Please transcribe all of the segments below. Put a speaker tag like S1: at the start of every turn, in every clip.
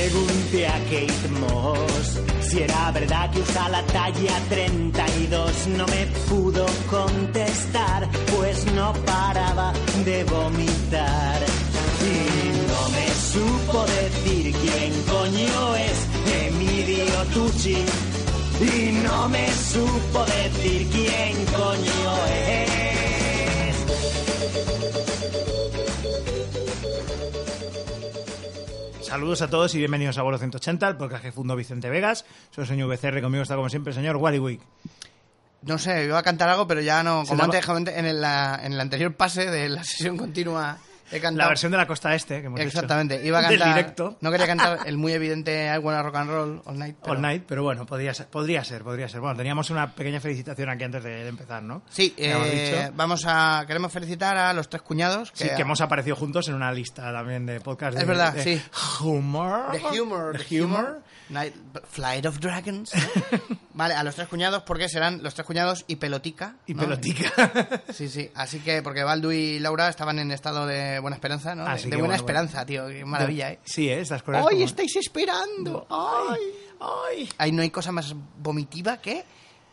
S1: pregunté a Kate Moss si era verdad que usa la talla 32. No me pudo contestar, pues no paraba de vomitar. Y no me supo decir quién coño es Emilio Tucci. Y no me supo decir quién coño es.
S2: Saludos a todos y bienvenidos a Bolo 180, el podcast que fundó Vicente Vegas. Soy el señor VCR, conmigo está como siempre el señor Wally Wick.
S3: No sé, iba a cantar algo, pero ya no.
S2: Se
S3: Como
S2: la-
S3: antes, como antes, en el, la- en el anterior pase de la sesión continua he cantado.
S2: La versión de la costa este que hemos hecho.
S3: Exactamente, iba a
S2: Del
S3: cantar.
S2: directo.
S3: No quería cantar el muy evidente I Wanna Rock and Roll All Night. pero-
S2: All Night, pero bueno, podría ser, podría ser, podría ser. Bueno, teníamos una pequeña felicitación aquí antes de empezar, ¿no?
S3: Sí,
S2: Que hemos
S3: eh,
S2: dicho.
S3: vamos a. Queremos felicitar a los tres cuñados.
S2: Sí, que hemos aparecido juntos en una lista también de podcast.
S3: Es
S2: de-
S3: verdad,
S2: de
S3: sí.
S2: Humor.
S3: The Humor.
S2: The
S3: The
S2: humor.
S3: Night- Flight of Dragons. vale, a los tres cuñados, porque serán los tres cuñados y pelotica.
S2: Y
S3: ¿no?
S2: pelotica.
S3: Sí, sí. Así que, porque Baldu y Laura estaban en estado de buena esperanza, ¿no? De-
S2: Así
S3: de
S2: que,
S3: buena
S2: Ah, bueno,
S3: esperanza, tío. Qué maravilla, ¿eh?
S2: Sí, ¿eh? estas cosas.
S3: ¡Ay,
S2: como-
S3: estáis esperando! ¡Ay!
S2: ¡Ay!
S3: Ahí no hay cosa más vomitiva que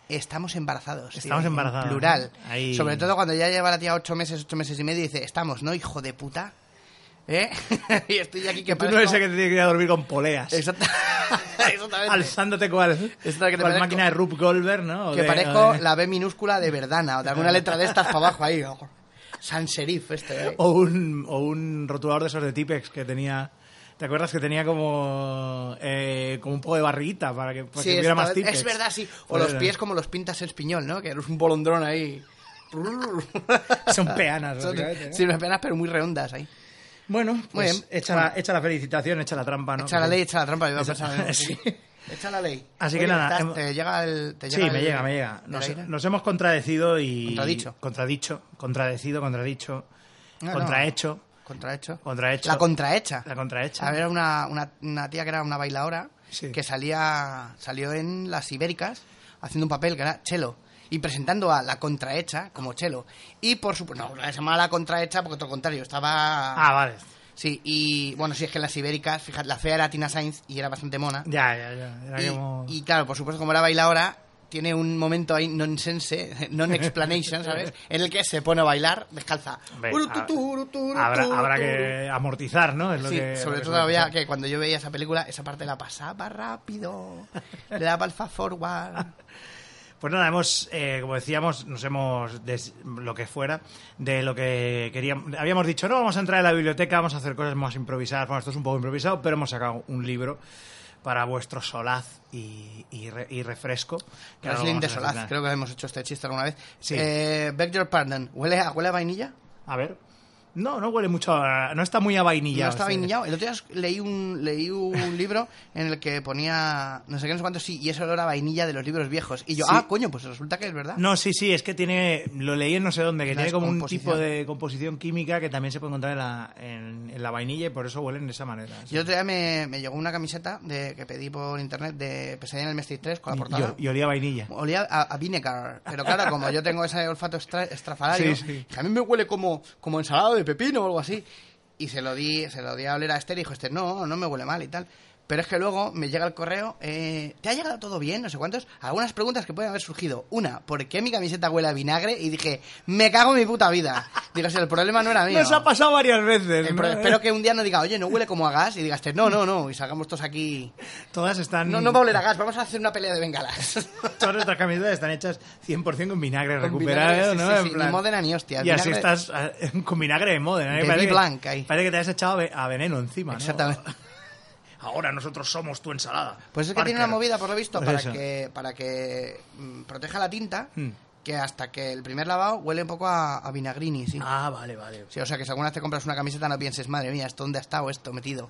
S3: estamos embarazados. tío,
S2: Estamos
S3: en
S2: embarazados.
S3: Plural.
S2: Ahí.
S3: Sobre todo cuando ya lleva la tía ocho meses, ocho meses y medio y dice, estamos, ¿no, hijo de puta? ¿Eh? y estoy aquí que
S2: Tú no eres el que te tiene que ir a dormir con poleas.
S3: Exacta- Exactamente.
S2: Alzándote cual,
S3: Es la que te
S2: cual
S3: parezco-
S2: máquina de Rube Goldberg, ¿no? O
S3: Que
S2: de- o
S3: parezco
S2: de-
S3: la B minúscula de Verdana o de alguna letra de estas para abajo ahí. ojo. Sans serif este. ¿eh?
S2: O un, o un rotulador de esos de Tipex que tenía. ¿Te acuerdas que tenía como, eh, como un poco de barriguita para que, para
S3: Sí,
S2: que hubiera
S3: esta-
S2: más Tipex?
S3: es verdad, sí. O
S2: Pues
S3: los
S2: era-
S3: pies como los pintas en espiñol, ¿no? Que eres un bolondrón ahí.
S2: Son peanas,
S3: Son-
S2: básicamente, ¿eh? ¿no?
S3: Sí, unas penas, pero muy redondas ahí.
S2: Bueno, pues
S3: bien.
S2: Echa, La, echa la felicitación, echa la trampa, ¿no?
S3: Echa la
S2: Que-
S3: ley, echa la trampa. Yo iba a
S2: Echa-
S3: pensar en-
S2: sí.
S3: Echa la ley.
S2: Así que nada,
S3: ¿estás-
S2: hemos-
S3: Te llega el. Te
S2: Sí,
S3: llega
S2: me
S3: el-
S2: llega, me llega.
S3: el
S2: Nos,
S3: aire?
S2: nos hemos contradecido y...
S3: Contradicho. Ah,
S2: Contradicho, contradecido, contradicho,
S3: No, Ah. no.
S2: contrahecho,
S3: Contrahecho.
S2: Contrahecho.
S3: La contrahecha.
S2: la contrahecha.
S3: Había una, una, una tía que era una bailadora
S2: Sí.
S3: que salía salió en las Ibéricas haciendo un papel que era Chelo y presentando a la contrahecha como Chelo. Y por supuesto, no, se llamaba la contrahecha porque todo lo contrario, estaba...
S2: Ah, vale.
S3: Sí, y bueno, sí, es que en las Ibéricas, fíjate, la fea era Tina Sainz y era bastante mona.
S2: Ya, ya, ya. Era
S3: Y,
S2: como-
S3: y, claro, por supuesto, como era bailadora, tiene un momento ahí nonsense, non-explanation, ¿sabes? En el que se pone a bailar descalza.
S2: Hombre,
S3: Urututuru, turuturu,
S2: habrá, habrá
S3: turuturu.
S2: que amortizar, ¿no? Es lo
S3: Sí,
S2: que- lo
S3: sobre
S2: que
S3: todo
S2: suele
S3: había
S2: pasar.
S3: que cuando yo veía esa película, esa parte la pasaba rápido. Le daba el fast forward.
S2: Pues nada, hemos, eh, como decíamos, nos hemos, des- lo que fuera, de lo que queríamos. Habíamos dicho, no, vamos a entrar en la biblioteca, vamos a hacer cosas más improvisadas. Bueno, esto es un poco improvisado, pero hemos sacado un libro para vuestro solaz y, y re- y refresco. Que ahora lo
S3: Wrestling
S2: vamos
S3: de
S2: a
S3: Solaz,
S2: mencionar.
S3: creo que hemos hecho este chiste alguna vez.
S2: Sí.
S3: Eh, beg your pardon, ¿huele a, huele a vainilla?
S2: A ver. No, no huele mucho a- No está muy
S3: No
S2: avainillado.
S3: estaba
S2: este.
S3: vainillado. El otro día leí un, leí un libro en el que ponía no sé qué, no sé cuánto, sí, y eso olor a vainilla de los libros viejos. Y yo,
S2: Sí.
S3: ah, coño, pues resulta que es verdad.
S2: No, sí, sí, es que tiene. Lo leí en no sé dónde, que
S3: La
S2: tiene como un tipo
S3: descomposición.
S2: de composición química que también se puede encontrar en la, en, en la vainilla y por eso huelen de esa manera. sí.
S3: Yo otro día me, me llegó una camiseta de, que pedí por internet de Pesadilla en el Mestre 3 con la
S2: Y- y-
S3: portada.
S2: y olía a vainilla.
S3: Olía a, a vinegar, pero claro, como yo tengo ese olfato estra- estrafalario,
S2: Sí, sí.
S3: que a mí me huele como, como ensalada de pepino o algo así. Y se lo di, se lo di a oler a Esther y dijo, Esther, no, no me huele mal y tal. Pero es que luego me llega el correo, eh, ¿te ha llegado todo bien? No sé cuántos. Algunas preguntas que pueden haber surgido. Una, ¿por qué mi camiseta huele a vinagre? Y dije, me cago en mi puta vida. Digo, si el problema no era mío.
S2: Nos ha pasado varias veces.
S3: El
S2: ¿no?
S3: pro- espero que un día no diga, oye, no huele como a gas. Y diga, Esther, no, no, no. Y salgamos todos aquí.
S2: Todas están.
S3: No, no va a oler a gas, vamos a hacer una pelea de bengalas.
S2: Todas nuestras camisetas están hechas 100% con vinagre
S3: Con
S2: recuperado,
S3: vinagre, sí,
S2: ¿no?
S3: sí,
S2: En
S3: sí, ni
S2: plan-
S3: Modena ni hostia,
S2: Y así
S3: vinagre-
S2: estás ah, con vinagre de Modena. ¿eh?
S3: De
S2: Parece
S3: Vi
S2: que-
S3: Blanc ahí.
S2: Parece que te has echado ve- a veneno encima, ¿no?
S3: Exactamente.
S2: Ahora nosotros somos tu ensalada.
S3: Pues es que
S2: Parker.
S3: tiene una movida, por lo visto,
S2: Pues
S3: para
S2: eso.
S3: que, para que mm, proteja la tinta,
S2: Hmm.
S3: que hasta que el primer lavado huele un poco a, a vinagrini, sí.
S2: Ah, vale, vale.
S3: Sí, O sea, que si alguna vez te compras una camiseta no pienses, madre mía, ¿esto dónde ha estado esto metido?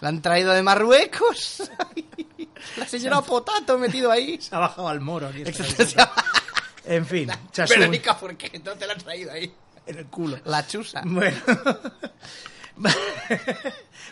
S3: ¿La han traído de Marruecos? la señora Potato metido ahí.
S2: Se ha bajado al moro aquí. esta
S3: Exacto,
S2: camiseta.
S3: se llama-
S2: En fin, chasún
S3: Verónica, ¿por qué no te la han traído ahí?
S2: Mm. en el culo.
S3: La chusa.
S2: Bueno.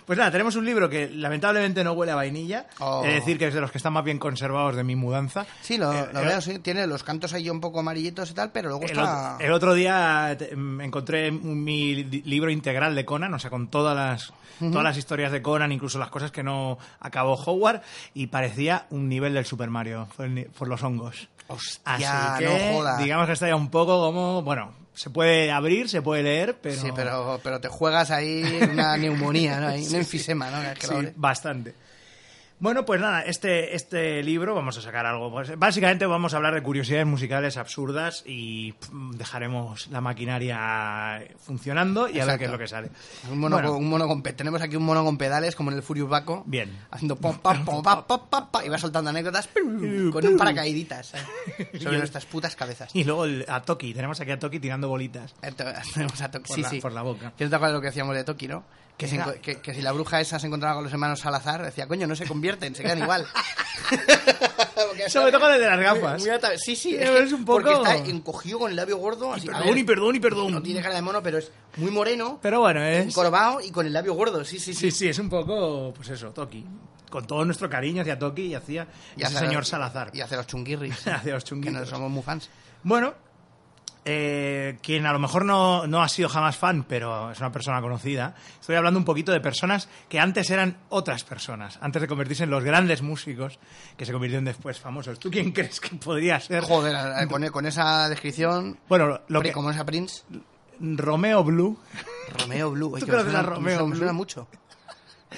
S2: Pues nada, tenemos un libro que lamentablemente no huele a vainilla.
S3: Oh.
S2: Es decir, que es de los que están más bien conservados de mi mudanza.
S3: Sí, lo,
S2: Eh,
S3: lo
S2: eh,
S3: veo, sí. Tiene los cantos ahí un poco amarillitos y tal, pero luego
S2: El
S3: está...
S2: otro, el otro día te- mm, encontré un- mi li- libro integral de Conan, o sea, con todas las, todas las historias de Conan, incluso las cosas que no acabó Howard, y parecía un nivel del Super Mario por, el ni- por los hongos.
S3: Hostia,
S2: Así que,
S3: no jodas.
S2: digamos que está ya un poco como, bueno, se puede abrir, se puede leer, pero...
S3: Sí, pero, pero te juegas ahí una neumonía, ¿no? Ahí, un enfisema, ¿no? Que
S2: Sí,
S3: lo abre.
S2: bastante. Bueno, pues nada, este, este libro vamos a sacar algo. pues, básicamente vamos a hablar de curiosidades musicales absurdas y pff, dejaremos la maquinaria funcionando y a ver
S3: Exacto.
S2: qué es lo que sale.
S3: Un mono,
S2: Bueno,
S3: con, un mono con pe- Tenemos aquí un mono con pedales, como en el Furious Baco.
S2: Bien.
S3: Haciendo pom, pam, pom, pa, pa, pa, pa, y va soltando anécdotas piu, con un paracaíditas ¿eh? sobre nuestras putas cabezas.
S2: y luego el- a Toki, tenemos aquí a Toki tirando bolitas.
S3: Entonces, tenemos a Toki.
S2: Por
S3: sí,
S2: la-
S3: sí.
S2: por la boca.
S3: Yo no te acuerdas lo que decíamos de Toki, ¿no? Que, se enco-
S2: Era-
S3: que- que si la bruja esa se encontraba con los hermanos Salazar, decía, coño, no se convierten, se quedan igual. Porque
S2: Sobre todo con el de las
S3: muy-
S2: gafas.
S3: muy ata- sí, sí,
S2: Es
S3: que-
S2: un poco-
S3: Porque está encogido con el labio gordo. Así, a
S2: perdón,
S3: ver,
S2: y perdón, y perdón.
S3: No tiene cara de mono, pero es muy moreno,
S2: Pero bueno, ¿eh? es...
S3: encorvado y con el labio gordo. Sí, sí,
S2: Sí,
S3: sí.
S2: sí, es un poco, pues eso, Toki. Con todo nuestro cariño hacia Toki y hacia
S3: Y
S2: ese
S3: hace-
S2: señor Salazar.
S3: Y hace los chunguirris.
S2: Hacia los
S3: que
S2: chunguitos.
S3: no somos muy fans.
S2: Bueno, eh, quien a lo mejor no, no ha sido jamás fan, pero es una persona conocida, estoy hablando un poquito de personas que antes eran otras personas, antes de convertirse en los grandes músicos que se convirtieron después famosos. ¿Tú quién crees que podría ser?
S3: Joder, a- a- con, con esa descripción,
S2: Bueno, lo que...
S3: como esa Prince,
S2: Romeo Blue.
S3: Romeo Blue. es
S2: ¿Tú
S3: que me
S2: conoces a
S3: suena-
S2: Romeo
S3: me suena-
S2: Blue?
S3: Me suena mucho.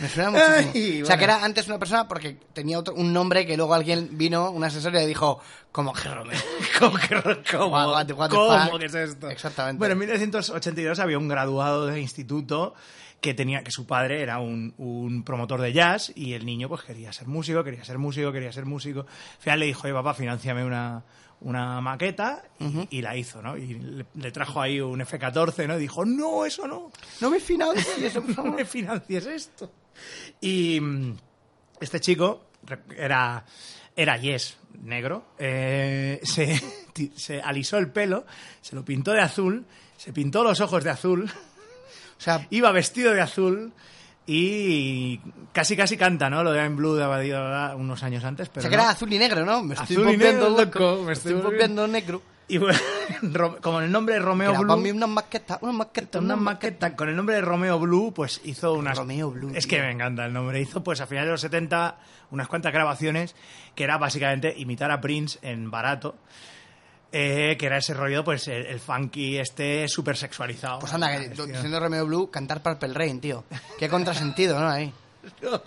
S3: Me suena
S2: Ay,
S3: muchísimo. O sea,
S2: bueno.
S3: que era antes una persona porque tenía otro, un nombre que luego alguien vino, un asesor, y le dijo, como que Romeo.
S2: ¿Cómo, que- cómo-
S3: What the- what the
S2: cómo
S3: fuck?
S2: que es esto?
S3: Exactamente.
S2: Bueno, en 1982 había un graduado de instituto que tenía que su padre era un, un promotor de jazz y el niño pues quería ser músico, quería ser músico, quería ser músico. Al final le dijo, oye papá, financiame una, una maqueta y, y la hizo, ¿no? Y le, le trajo ahí un F-14, ¿no? Y dijo, no, eso no
S3: No me financies, por
S2: no me
S3: favor.
S2: financies esto. Y mm, este chico re- era, era yes, negro. eh, se, ti- se alisó el pelo, se lo pintó de azul, se pintó los ojos de azul,
S3: O sea,
S2: iba vestido de azul y casi casi canta, ¿no? Lo de I'm Blue de Abadía unos años antes,
S3: o
S2: pero
S3: sea, que
S2: no.
S3: era azul y negro, ¿no? Me estoy
S2: Azul y
S3: volviendo
S2: negro,
S3: loco.
S2: loco, me
S3: Me
S2: estoy
S3: estoy volviendo negro.
S2: Y bueno, Ro- como el nombre de Romeo
S3: Mira,
S2: Blue...
S3: ponme una maqueta, una maqueta,
S2: Una maqueta con el nombre de Romeo Blue, pues hizo unas.
S3: Romeo Blue,
S2: Es
S3: tío.
S2: que me encanta el nombre. Hizo, pues a finales de los 70, unas cuantas grabaciones que era básicamente imitar a Prince en barato. eh, que era ese rollo, pues el, el funky este súper sexualizado.
S3: Pues anda, que, siendo Romeo Blue, cantar Purple Rain, tío. Qué contrasentido, ¿no? Ahí.
S2: Todo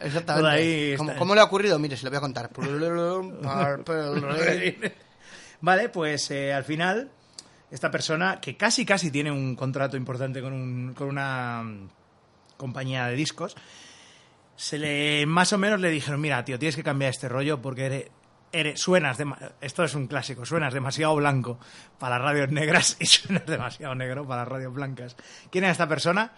S3: Exactamente.
S2: ahí
S3: ¿Cómo,
S2: está.
S3: cómo le ha ocurrido? Mire, se lo voy a contar. Purple Rain.
S2: Vale, pues eh, al final, esta persona que casi casi tiene un contrato importante con, un- con una mm, compañía de discos, se le más o menos le dijeron, mira, tío, tienes que cambiar este rollo porque eres, eres- suenas, dema- esto es un clásico, suenas demasiado blanco para las radios negras y suenas demasiado negro para las radios blancas. ¿Quién era esta persona?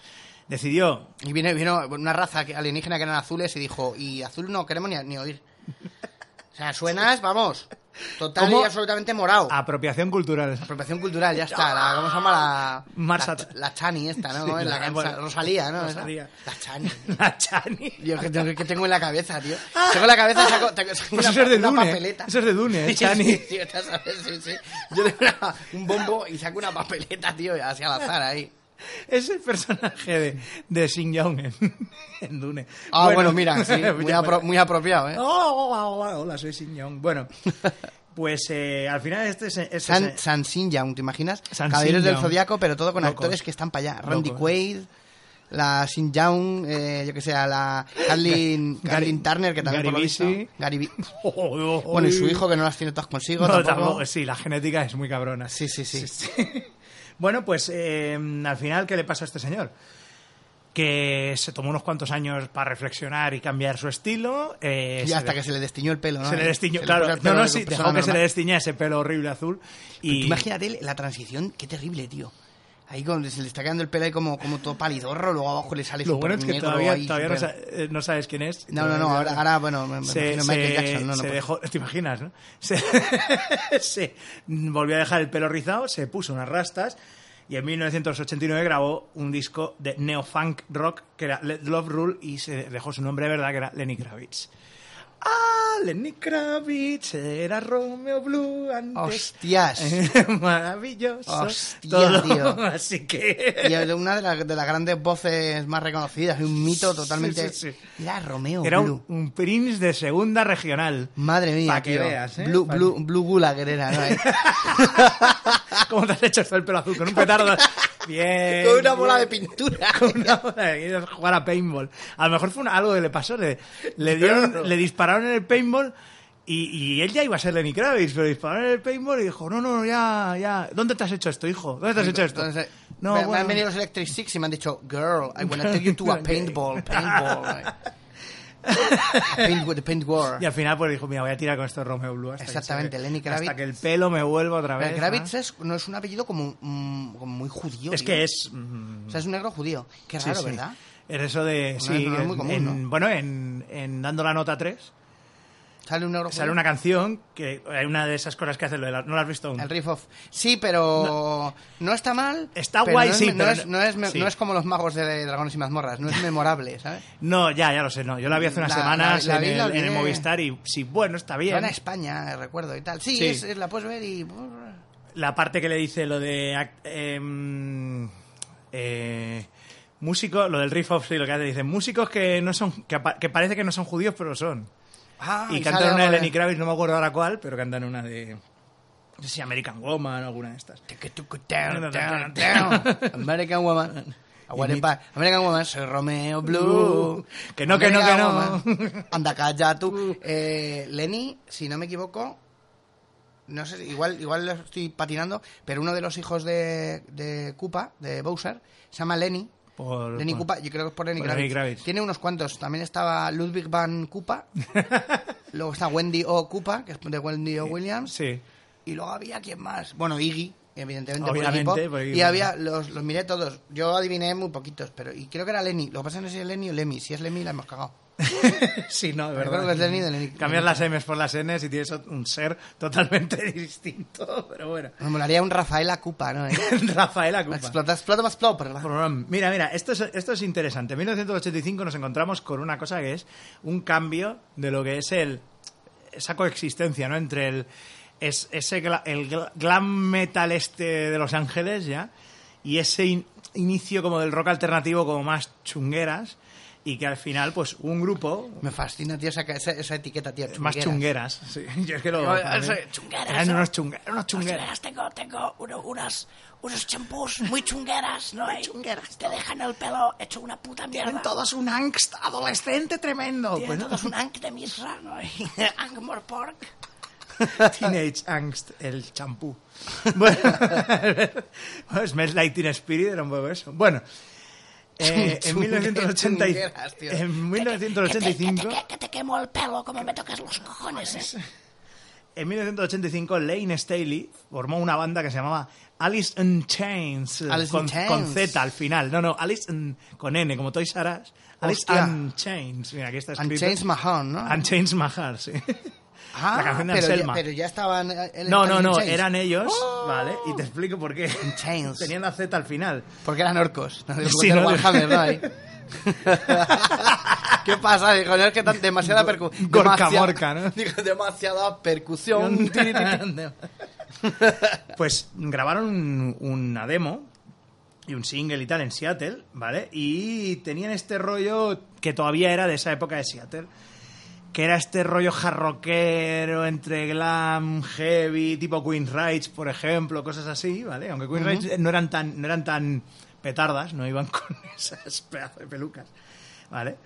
S2: Decidió
S3: Y vino, vino una raza que- alienígena que eran azules y dijo, y azul no queremos ni, ni oír. O sea, suenas, vamos, total
S2: ¿Cómo?
S3: y absolutamente morado.
S2: apropiación cultural.
S3: Apropiación cultural, ya está. La, ¿Cómo se llama la...?
S2: Marsa-
S3: La, la Chani esta, ¿no?
S2: Sí,
S3: la,
S2: la-
S3: cansa-
S2: bueno,
S3: Rosalía, ¿no? Esa.
S2: Rosalía.
S3: La Chani.
S2: La Chani.
S3: Yo que tengo, que tengo en la cabeza, tío. Tengo en la cabeza saco, tengo- saco
S2: Ah. Pues
S3: una,
S2: eso es de
S3: una
S2: Dune.
S3: papeleta.
S2: Eso es de Dune, ¿eh,
S3: Sí,
S2: Chani.
S3: sí, tío, ya sabes, sí, sí. Yo tengo una- un bombo y saco una papeleta, tío, hacia al azar ahí.
S2: Es el personaje de, de Shin Young en, en Dune.
S3: Ah, bueno, mira, sí, muy,
S2: ya
S3: apro- muy apropiado, ¿eh?
S2: para- Oh, hola, hola, hola, soy Shin Young. Bueno, pues eh, al final este es... Este
S3: San,
S2: se-
S3: San Sin Young, ¿te imaginas?
S2: San
S3: Caballeros
S2: Sin
S3: del
S2: Young.
S3: Zodiaco, pero todo con
S2: Locos.
S3: actores que están para allá. Randy
S2: Locos.
S3: Quaid, la Sin Young, eh, yo que sé, a la Kathleen,
S2: Gary-
S3: Kathleen Turner, que también
S2: Gary
S3: por lo visto-
S2: Busey.
S3: Gary Bi-
S2: Oh, oh, oh.
S3: Bueno, y su hijo, que no las tiene todas consigo.
S2: No,
S3: tampoco.
S2: tampoco- sí, la genética es muy cabrona.
S3: Sí, sí, sí.
S2: Bueno, pues eh, al final, ¿qué le pasó a este señor? Que se tomó unos cuantos años para reflexionar y cambiar su estilo. eh,
S3: Y
S2: se
S3: hasta
S2: de-
S3: que se le destiñó el pelo, ¿no?
S2: se le destiñó,
S3: Se le
S2: claro.
S3: puso el
S2: No,
S3: pelo
S2: no,
S3: de
S2: sí,
S3: persona
S2: dejó que se le
S3: normal.
S2: destiñe ese pelo horrible azul.
S3: Tú
S2: Y,
S3: Imagínate la transición, qué terrible, tío. Ahí con- se le está quedando el pelo ahí como, como todo palidorro, luego abajo le sale
S2: Lo
S3: súper
S2: bueno es que
S3: negro
S2: todavía,
S3: ahí,
S2: todavía no,
S3: súper-
S2: sa- eh, no sabes quién es.
S3: No, no, no,
S2: Todavía-
S3: ahora, ahora, bueno, me, me
S2: Se,
S3: imagino Michael
S2: se-
S3: Jackson. No, no,
S2: se
S3: pues-
S2: dejó, te imaginas, ¿no? Se, se volvió a dejar el pelo rizado, se puso unas rastas Y en 1989 grabó un disco de neofunk rock que era Let Love Rule y se dejó su nombre de verdad que era Lenny Kravitz. Ah, Lenny Kravitz era Romeo Blue antes.
S3: ¡Hostias!
S2: Maravilloso.
S3: Hostia,
S2: todo.
S3: tío.
S2: Así que.
S3: Y es de una de, las- de las grandes voces más reconocidas, un mito totalmente.
S2: sí, sí.
S3: Era Romeo
S2: Era un,
S3: Blue.
S2: un prince de segunda regional.
S3: Madre mía,
S2: Pa' que
S3: tío.
S2: veas, ¿eh?
S3: Blue,
S2: Pa' que-
S3: Blue, Blue Gulag era, ¿no? Eh,
S2: ¿Cómo te has hecho esto el pelo azul? Con un petardo. Bien.
S3: Con una bola de pintura.
S2: Con una bola de querías jugar a paintball. A lo mejor fue una- algo que le pasó. Le, le, dieron-
S3: Claro.
S2: le dispararon en el paintball y, y él ya iba a ser Lenny Kravitz, pero dispararon en el paintball y dijo, no, no, ya, ya. ¿Dónde te has hecho esto, hijo? ¿Dónde te has hecho esto?
S3: Entonces,
S2: No,
S3: me, me
S2: bueno.
S3: han venido los Electric Six y me han dicho, girl, I wanna take you to a paintball, paintball. eh. A paint, the paint war.
S2: Y al final pues dijo, mira, voy a tirar con esto Romeo Blue. hasta que se
S3: Exactamente,
S2: ve-
S3: Lenny Kravitz.
S2: Hasta que el pelo me vuelva otra vez.
S3: Pero Kravitz
S2: ¿no?
S3: es- no es un apellido como, mm, como muy judío.
S2: Es
S3: tío.
S2: que es... mm,
S3: O sea, es un negro judío. Qué
S2: Sí,
S3: raro,
S2: sí.
S3: ¿verdad?
S2: Era eso de.
S3: es-
S2: sí,
S3: no es muy
S2: en-
S3: común,
S2: en-
S3: ¿no?
S2: Bueno, en, en Dando la Nota 3
S3: Sale un negro judío.
S2: sale una canción que hay una de esas cosas que hace lo de la- ¿No la has visto aún?
S3: El riff off. Sí, pero no, está mal.
S2: Está
S3: pero
S2: guay,
S3: no es-
S2: sí,
S3: no
S2: pero
S3: es, no, es, me-
S2: sí.
S3: no es como los magos de Dragones y Mazmorras. No es memorable, ¿sabes?
S2: No, ya, ya lo sé, no. Yo la vi hace unas
S3: La-
S2: semanas
S3: la- la vi,
S2: en,
S3: la
S2: el, en el
S3: olvidé.
S2: Movistar y sí, bueno, está bien.
S3: Van a España, eh, recuerdo, y tal. Sí,
S2: Sí.
S3: es- es- la puedes ver y...
S2: La parte que le dice lo de. act- em, eh, músico, lo del riff off, sí, lo que hace, dice músicos que no son que, apa- que parece que no son judíos, pero son.
S3: Ah,
S2: y
S3: sale
S2: cantan una de
S3: algo
S2: Lenny Kravitz, no me acuerdo ahora cuál, pero cantan una de. No sé si American Woman o alguna de estas.
S3: Down, down, down. American Woman. I wanna buy- American Woman, Uh, soy Romeo Blue.
S2: Que no, que no, que no.
S3: Woman. Anda, calla tú. Eh, Lenny, si no me equivoco, no sé, igual, igual lo estoy patinando, pero uno de los hijos de, de Koopa, de Bowser, se llama Lenny.
S2: Por-
S3: Lenny
S2: por-
S3: Koopa, yo creo que es por Lenny
S2: por
S3: Kravitz.
S2: Lenny Kravitz.
S3: Tiene unos cuantos. También estaba Ludwig van Koopa. Luego está Wendy O. Koopa, que es de Wendy O. Williams.
S2: Sí.
S3: Y luego había quién más. Bueno, Iggy, evidentemente. por
S2: Obviamente,
S3: Iggy Pop.
S2: por Iggy
S3: y
S2: Pop.
S3: había, los, los miré todos. Yo adiviné muy poquitos, pero. Y creo que era Lenny. Lo que pasa es que no sé si es Lenny o Lemmy. Si es Lemmy, la hemos cagado.
S2: sí, no, de verdad.
S3: Pero creo que es Lenny de Lenny-
S2: Cambias las M's por las N's y tienes un ser totalmente distinto, pero bueno.
S3: Me molaría un Rafael Acupa, ¿no? Eh?
S2: Rafaela Cupa.
S3: explota, explota más explota, pero la-
S2: Mira, mira, esto es, esto es interesante. En 1985 nos encontramos con una cosa que es un cambio de lo que es el esa coexistencia, ¿no? Entre el es, ese gla- el gla- glam metal este de Los Ángeles, ¿ya? Y ese in- inicio como del rock alternativo como más chungueras y que al final pues un grupo
S3: Me fascina, tío, esa, esa, esa etiqueta, tío.
S2: más
S3: chunguera.
S2: chungueras. Sí, yo es que lo.
S3: Yo, eh,
S2: también-
S3: soy chungueras,
S2: Eran
S4: ¿no?
S2: unos chungueras. Unos chungueras.
S4: Chungueras, tengo, tengo uno- unas, unos champús muy chungueras, ¿no? chungueras. Te dejan el pelo hecho una puta mierda.
S2: Tienen todos un angst adolescente tremendo.
S4: Tienen
S2: Pues no,
S4: todos un ank de misra, ¿no? Angmore pork.
S2: Teenage angst, el champú. Bueno, Smells Like Teen Spirit era un poco eso. Bueno, eh, en,
S3: Chungue-
S2: 1980 y-
S3: chungueras, tío.
S2: en
S4: Que te, que
S2: 1985.
S4: te- que te quemo el pelo como me tocas los cojones, ¿eh?
S2: En 1985, Lane Staley formó una banda que se llamaba Alice in Chains. eh,
S3: Alice in
S2: con,
S3: Chains.
S2: con Z al final. No, no, Alice in- con N, como Toys R Us. Alice
S3: Hostia.
S2: in Chains. Mira, aquí está escrito.
S3: Unchained Mahon, ¿no?
S2: And Chains Mahar, sí.
S3: Ah,
S2: la canción de
S3: pero
S2: Anselma.
S3: Ya, pero ya estaban. eh, él
S2: No,
S3: estaba
S2: no,
S3: en
S2: no,
S3: Unchained.
S2: eran ellos,
S3: Oh.
S2: ¿vale? Y te explico por qué.
S3: Chains.
S2: Tenían la Z al final.
S3: Porque eran orcos. No,
S2: Sí,
S3: no,
S2: ¿no?
S3: Warhammer, ¿no? Ahí. ¿Qué pasa? Dijo, no es que tan, demasiada percusión.
S2: Gorka Morka, ¿no?
S3: Dijo, demasiada percusión.
S2: Pues grabaron un- una demo y un single y tal en Seattle, ¿vale? Y tenían este rollo que todavía era de esa época de Seattle, que era este rollo jarroquero entre glam, heavy, tipo Queen Rights, por ejemplo, cosas así, ¿vale? Aunque Queen Rights no eran tan no eran tan petardas, no iban con esas pedazos de pelucas, ¿vale?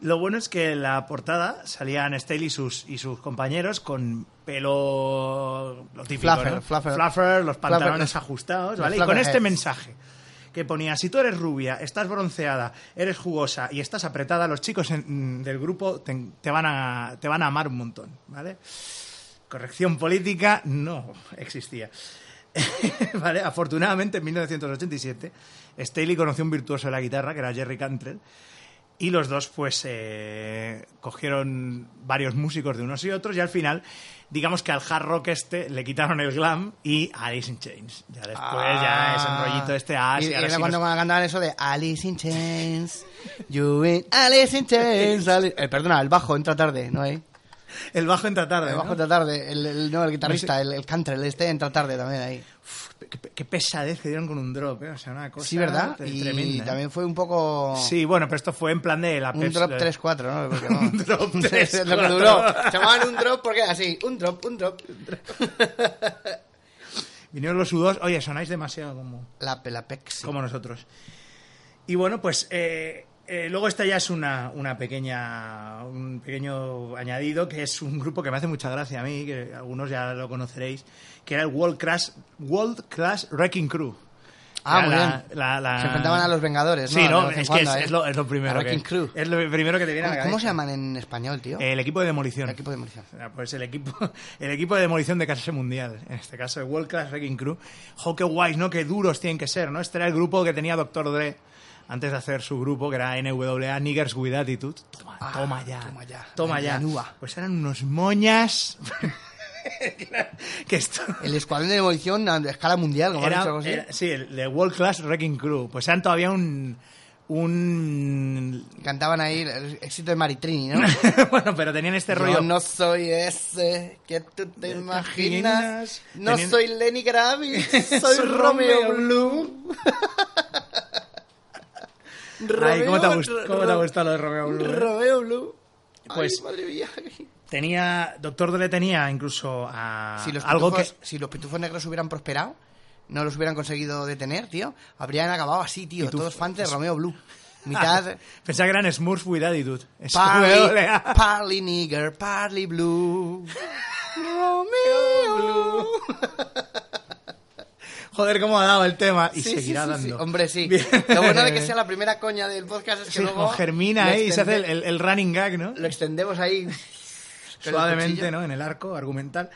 S2: Lo bueno es que en la portada salían Staley y sus, y sus compañeros con pelo lo típico,
S3: Fluffer,
S2: ¿no?
S3: fluffer.
S2: los
S3: Fluffer,
S2: pantalones
S3: los-
S2: ajustados,
S3: los
S2: ¿vale? Y con
S3: flufferheads.
S2: este mensaje que ponía, si tú eres rubia, estás bronceada, eres jugosa y estás apretada, los chicos en- mm, del grupo te, te van a, te van a amar un montón, ¿vale? Corrección política no existía. vale, afortunadamente en 1987 Staley conoció un virtuoso de la guitarra que era Jerry Cantrell y, y los dos pues eh, cogieron varios músicos de unos y otros y al final digamos que al hard rock este le quitaron el glam y Alice in Chains ya después Pues ya es un rollito este ah, sí,
S3: Y- y
S2: ahora
S3: era
S2: sí
S3: cuando
S2: nos-
S3: cantaban eso de Alice in Chains, you in Alice in Chains. Ali- eh, perdona, el bajo entra tarde, ¿no hay?
S2: el bajo entra tarde
S3: El
S2: ¿no?
S3: bajo entra tarde, el, el- no, el guitarrista, el, el country, el este entra tarde también ahí.
S2: qué, qué pesadez que dieron con un drop ¿eh? o sea una cosa
S3: Sí, ¿verdad?
S2: tre-
S3: Y
S2: tremenda ¿eh?
S3: también fue un poco...
S2: sí bueno pero esto fue en plan de la
S3: Un
S2: Pepsi-
S3: drop
S2: la-
S3: 3-4, ¿no? Porque,
S2: Un drop 3-4.
S3: Es lo que duró. Llamaban un drop porque era así. Un drop, un drop.
S2: vinieron los U2 oye sonáis demasiado como
S3: La pelapexi.
S2: como nosotros. Y bueno, pues eh, eh, luego esta ya es una, una pequeña, un pequeño añadido, que es un grupo que me hace mucha gracia a mí, que algunos ya lo conoceréis, que era el World Class, World Class Wrecking Crew.
S3: Ah,
S2: Era
S3: muy
S2: la-
S3: bien.
S2: la- la-
S3: Se enfrentaban a los Vengadores, ¿no?
S2: Sí, no,
S3: De vez en
S2: es que
S3: cuando,
S2: es,
S3: ¿eh?
S2: es lo, es lo primero.
S3: La
S2: que-
S3: Wrecking Crew.
S2: Es lo primero que te viene a la
S3: ¿Cómo, cómo
S2: cabeza.
S3: se
S2: Eh,
S3: llaman en español, tío?
S2: El equipo de demolición.
S3: El equipo de demolición.
S2: Ah, Pues el equipo, el equipo de demolición de clase mundial, en este caso el World Class Wrecking Crew. Jo, qué guays, ¿no? Qué duros tienen que ser, ¿no? Este era el grupo que tenía Doctor Dre antes de hacer su grupo, que era NWA, Niggers With Attitude. Toma,
S3: Ah,
S2: toma ya.
S3: toma ya.
S2: Toma
S3: La
S2: ya.
S3: llanura.
S2: Pues eran unos moñas. que esto...
S3: El escuadrón de demolición a escala mundial, como
S2: Era-
S3: han dicho algo así.
S2: era- sí, el de World Class Wrecking Crew. Pues eran todavía un... un...
S3: Cantaban ahí el éxito de Maritrini, ¿no?
S2: bueno, pero tenían este rollo...
S3: Yo no soy ese que tú te imaginas.
S2: imaginas?
S3: No
S2: Tenían-
S3: soy Lenny Kravitz, soy Romeo Blue.
S2: Ay, ¿cómo te, ha
S3: Romeo-
S2: gust- cómo te ha gustado lo de Romeo Blue? eh?
S3: Romeo Blue.
S2: Pues-
S3: Ay, madre mía.
S2: tenía Doctor Dre tenía incluso a
S3: Si los,
S2: Ah, algo que
S3: pitufos, si los pitufos negros hubieran prosperado, no los hubieran conseguido detener, tío, habrían acabado así, tío.
S2: Pitufo-
S3: Todos fans de Romeo Blue.
S2: Ah,
S3: Mitad
S2: pensaba que eran Smurfs with Attitude Es
S3: Parley,
S2: WA.
S3: Parley Nigger, Parley Blue. Romeo Blue.
S2: joder cómo ha dado el tema y
S3: Sí,
S2: seguirá
S3: sí, sí,
S2: dando
S3: sí. Hombre, sí.
S2: Bien.
S3: Lo bueno de que sea la primera coña del podcast es que
S2: Sí,
S3: luego.
S2: como germina
S3: lo
S2: ahí y se hace el,
S3: extende-
S2: el- el running gag no
S3: Lo extendemos ahí. Con el
S2: suavemente
S3: cuchillo.
S2: no en el arco argumental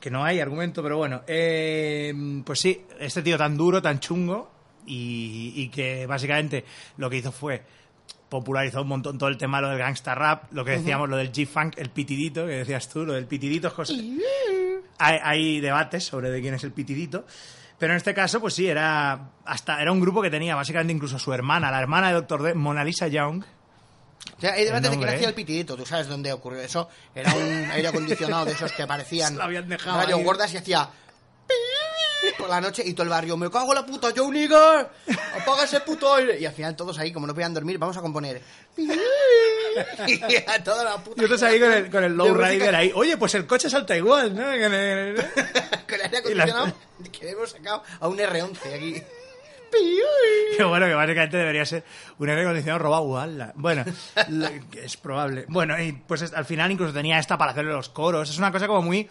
S2: que no hay argumento pero bueno Eh, pues sí este tío tan duro tan chungo y, y que básicamente lo que hizo fue popularizó un montón todo el tema lo del gangsta rap lo que decíamos lo del G-Funk el pitidito que decías tú lo del pitidito es cosa- hay, hay debates sobre de quién es el pitidito. Pero en este caso, pues sí, era hasta era un grupo que tenía básicamente incluso su hermana, la hermana de Doctor D, Mona Lisa Young.
S3: O sea, hay debate de quién
S2: nombre,
S3: hacía
S2: ¿eh?
S3: el pitidito. Tú sabes dónde ocurrió eso. Era un aire acondicionado de esos que parecían.
S2: Se lo habían dejado
S3: rayos
S2: ahí.
S3: gordas y hacía. Por la noche y todo el barrio. Me cago en la puta, Joe Nigger. Apaga ese puto aire. Y al final todos ahí, como no podían dormir, vamos a componer. Y a toda la puta.
S2: Y otros ahí con el, con el low
S3: De música-
S2: rider ahí. Oye, pues el coche salta igual, ¿no?
S3: Con el aire
S2: Y las-
S3: acondicionado que hemos sacado a un R11 aquí.
S2: Que bueno, que básicamente debería ser un aire acondicionado robado a Ualla. Bueno, lo- que es probable. Bueno, y pues es- al final incluso tenía esta para hacerle los coros. Es una cosa como muy...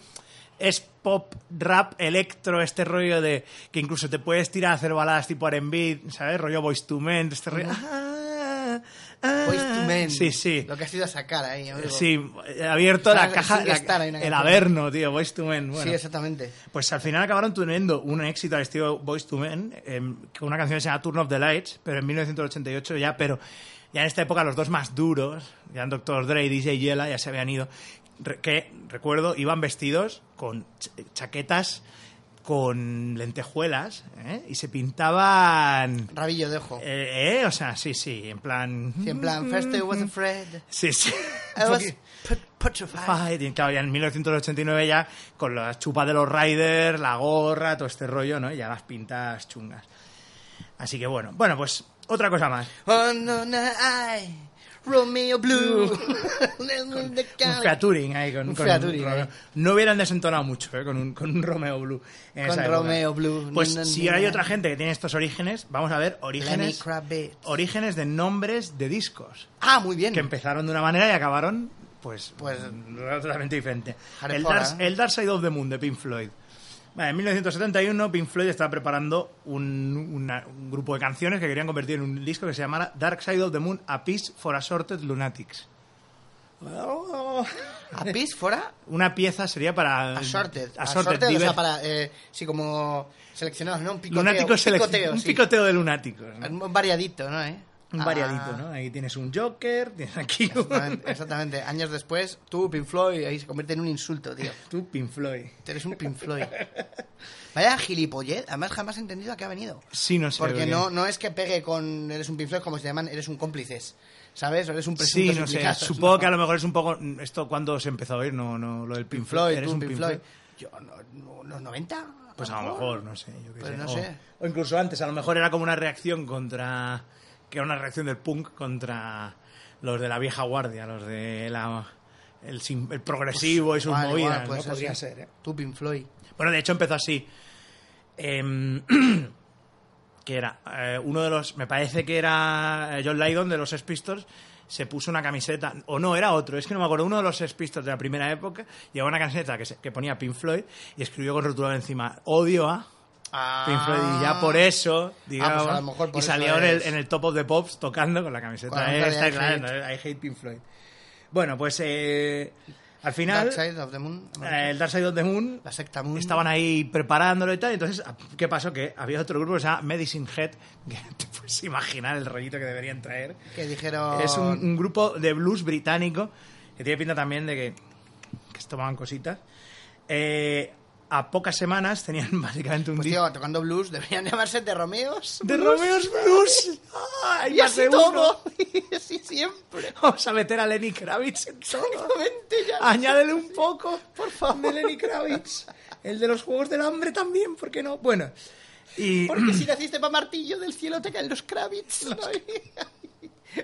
S2: Es pop, rap, electro, este rollo de que incluso te puedes tirar a hacer baladas tipo R&B, ¿sabes? Rollo Voice to Men, este rollo... Ah, ah.
S3: Voice to Men.
S2: Sí, sí.
S3: Lo que has ido a sacar ahí, amigo.
S2: Sí, abierto la
S3: Sin
S2: caja, la-
S3: estar, hay una
S2: el
S3: canción.
S2: averno, tío, Voice to Men.
S3: Sí,
S2: Bueno.
S3: exactamente.
S2: Pues al final acabaron teniendo un éxito al estilo Boys to Men, em, con una canción que se llama Turn of the Lights, pero en 1988 ya, pero ya en esta época los dos más duros, ya en Dr. Dre y DJ Yela, ya se habían ido, re- que, recuerdo, iban vestidos con ch- chaquetas con lentejuelas ¿eh? y se pintaban...
S3: Rabillo de ojo.
S2: eh, eh, o sea, sí, sí, en plan...
S3: Sí, en plan, first I was afraid.
S2: Sí, sí.
S3: I was put- petrified.
S2: Fight, y claro, ya en 1989 ya con las chupas de los riders, la gorra, todo este rollo, ¿no? Y ya las pintas chungas. Así que bueno, bueno, pues otra cosa más.
S3: Oh, no, no, I, Romeo Blue. Un
S2: Un featuring ahí con,
S3: Un
S2: con
S3: featuring
S2: Romeo.
S3: ahí.
S2: No hubieran desentonado mucho ¿eh? con, un, con un Romeo Blue. en
S3: Con
S2: esa época.
S3: Romeo Blue.
S2: Pues
S3: Ni, ni,
S2: si
S3: ni,
S2: ahora hay
S3: ni.
S2: otra gente que tiene estos orígenes, vamos a ver
S3: Lenny
S2: orígenes,
S3: Kravitz.
S2: orígenes de nombres de discos.
S3: Ah, muy bien.
S2: que empezaron de una manera y acabaron pues,
S3: Pues-
S2: mm, totalmente diferente.
S3: Harry
S2: El,
S3: Potter,
S2: Dark-
S3: ¿eh?
S2: el Dark Side of the Moon de Pink Floyd. Vale, en 1971 Pink Floyd estaba preparando un, una- un grupo de canciones que querían convertir en un disco que se llamara Dark Side of the Moon, A Piece for Assorted Lunatics.
S3: Oh. A Peace fuera
S2: Una pieza sería para...
S3: assorted.
S2: Assorted,
S3: Assorted, o
S2: diver-
S3: sea, para... Eh, sí, como seleccionados, ¿no? Un picoteo.
S2: lunáticos
S3: un
S2: selec-
S3: picoteo,
S2: un
S3: sí.
S2: picoteo de lunáticos. ¿no?
S3: Un variadito, ¿no, eh?
S2: Un
S3: Ah.
S2: variadito, ¿no? Ahí tienes un Joker, tienes aquí un...
S3: Exactamente, exactamente. Años después, tú, Pink Floyd, ahí se convierte en un insulto, tío.
S2: Tú, Pink Floyd.
S3: Tú eres un Pink Floyd. Vaya gilipollez. Además, jamás he entendido a qué ha venido.
S2: Sí, no sé.
S3: Porque
S2: bien.
S3: no, no es que pegue con eres un Pink Floyd como se llaman, eres un cómplices. ¿Sabes? O eres un presunto
S2: Sí, no sé.
S3: suplicaz,
S2: Supongo
S3: ¿no?
S2: que a lo mejor es un poco... mm, Esto cuando se empezó a oír, no, no, lo del Pink Floyd.
S3: Pink Floyd,
S2: ¿Eres
S3: tú,
S2: un
S3: Pink Floyd. Yo, no, no, ¿los 90?
S2: Pues a lo mejor, no sé. Yo qué
S3: Pues
S2: sé.
S3: no
S2: o,
S3: sé.
S2: o incluso antes, a lo mejor era como una reacción contra. que era una reacción del punk contra los de la vieja guardia, los de la. El, sin- el progresivo y sus
S3: Pues Igual,
S2: movidas,
S3: igual, puede
S2: ¿no?
S3: ser,
S2: Podría
S3: sí.
S2: ser, ¿eh?
S3: Tú, Pink Floyd.
S2: Bueno, de hecho empezó así. Em, que era eh, uno de los. Me parece que era eh, John Lydon de los Sex Pistols. Se puso una camiseta, o no, era otro, es que no me acuerdo, uno de los Sex Pistols de la primera época llevaba una camiseta que, se- que ponía Pink Floyd y escribió con rotulado encima, odio a
S3: Ah, pues
S2: Pink Floyd", y ya por eso, digamos,
S3: a lo mejor por
S2: y
S3: eso
S2: salió en, el,
S3: es.
S2: en el Top of the Pops tocando con la camiseta
S3: Con la camiseta
S2: esta,
S3: de I
S2: claro,
S3: Hate.
S2: no, I Hate Pink Floyd. Bueno, pues eh, al final,
S3: Dark Side of the Moon. pues,
S2: eh, el Dark Side of the Moon
S3: la secta Moon.
S2: Estaban ahí preparándolo y tal. Entonces, ¿qué pasó? Que había otro grupo que se llama Medicine Head, que te puedes imaginar el rollito que deberían traer.
S3: Que dijeron...
S2: Es un, un grupo de blues británico que tiene pinta también de que, que se tomaban cositas. Eh, a pocas semanas tenían básicamente un
S3: Pues
S2: disco
S3: tío, tocando blues, deberían llamarse de Romeos.
S2: de Romeo's Blues. ¡Ah, hay
S3: Y
S2: más
S3: así
S2: de uno!
S3: todo. Y así siempre.
S2: Vamos a meter a Lenny Kravitz en todo.
S3: Exactamente, ya.
S2: Añádele un poco,
S3: Por favor.
S2: de Lenny Kravitz. El de los Juegos del Hambre también, ¿por qué no? Bueno. Y,
S3: Porque si naciste para martillo, del cielo te caen los Kravitz. ¿no?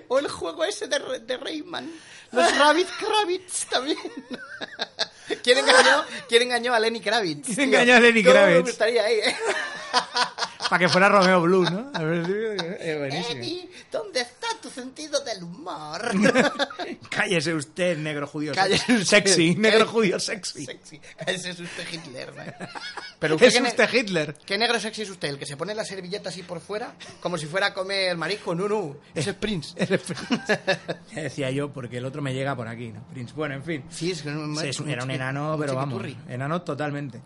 S3: o el juego ese de, Re- de Rayman. Los Rabbit Kravitz también. ¿Quién engañó, quién engañó a Lenny Kravitz?
S2: ¿Quién
S3: tío?
S2: engañó a Lenny
S3: ¿Cómo
S2: Kravitz?
S3: Me gustaría ahí, ¿eh?
S2: Para que fuera Romeo Blue, ¿no? Al principio, eh, buenísimo.
S3: Lenny, ¿dónde está tu sentido del humor?
S2: Cállese usted, negro judío.
S3: Cállese
S2: sexy.
S3: usted.
S2: Sexy, negro
S3: Cállese.
S2: judío sexy.
S3: sexy. Ese es usted Hitler, ¿no?
S2: es
S3: qué ne-
S2: usted Hitler.
S3: ¿Qué negro sexy es usted? ¿El que se pone la servilleta así por fuera? Como si fuera a comer marisco. No, no. Ese es Prince.
S2: Eres Prince. Ya decía yo, porque el otro me llega por aquí, ¿no? Prince. Bueno, en fin.
S3: Sí, es que no me-
S2: Sí, es un- era un
S3: chiqui-
S2: enano,
S3: un
S2: pero vamos,
S3: chiquiturri.
S2: enano totalmente.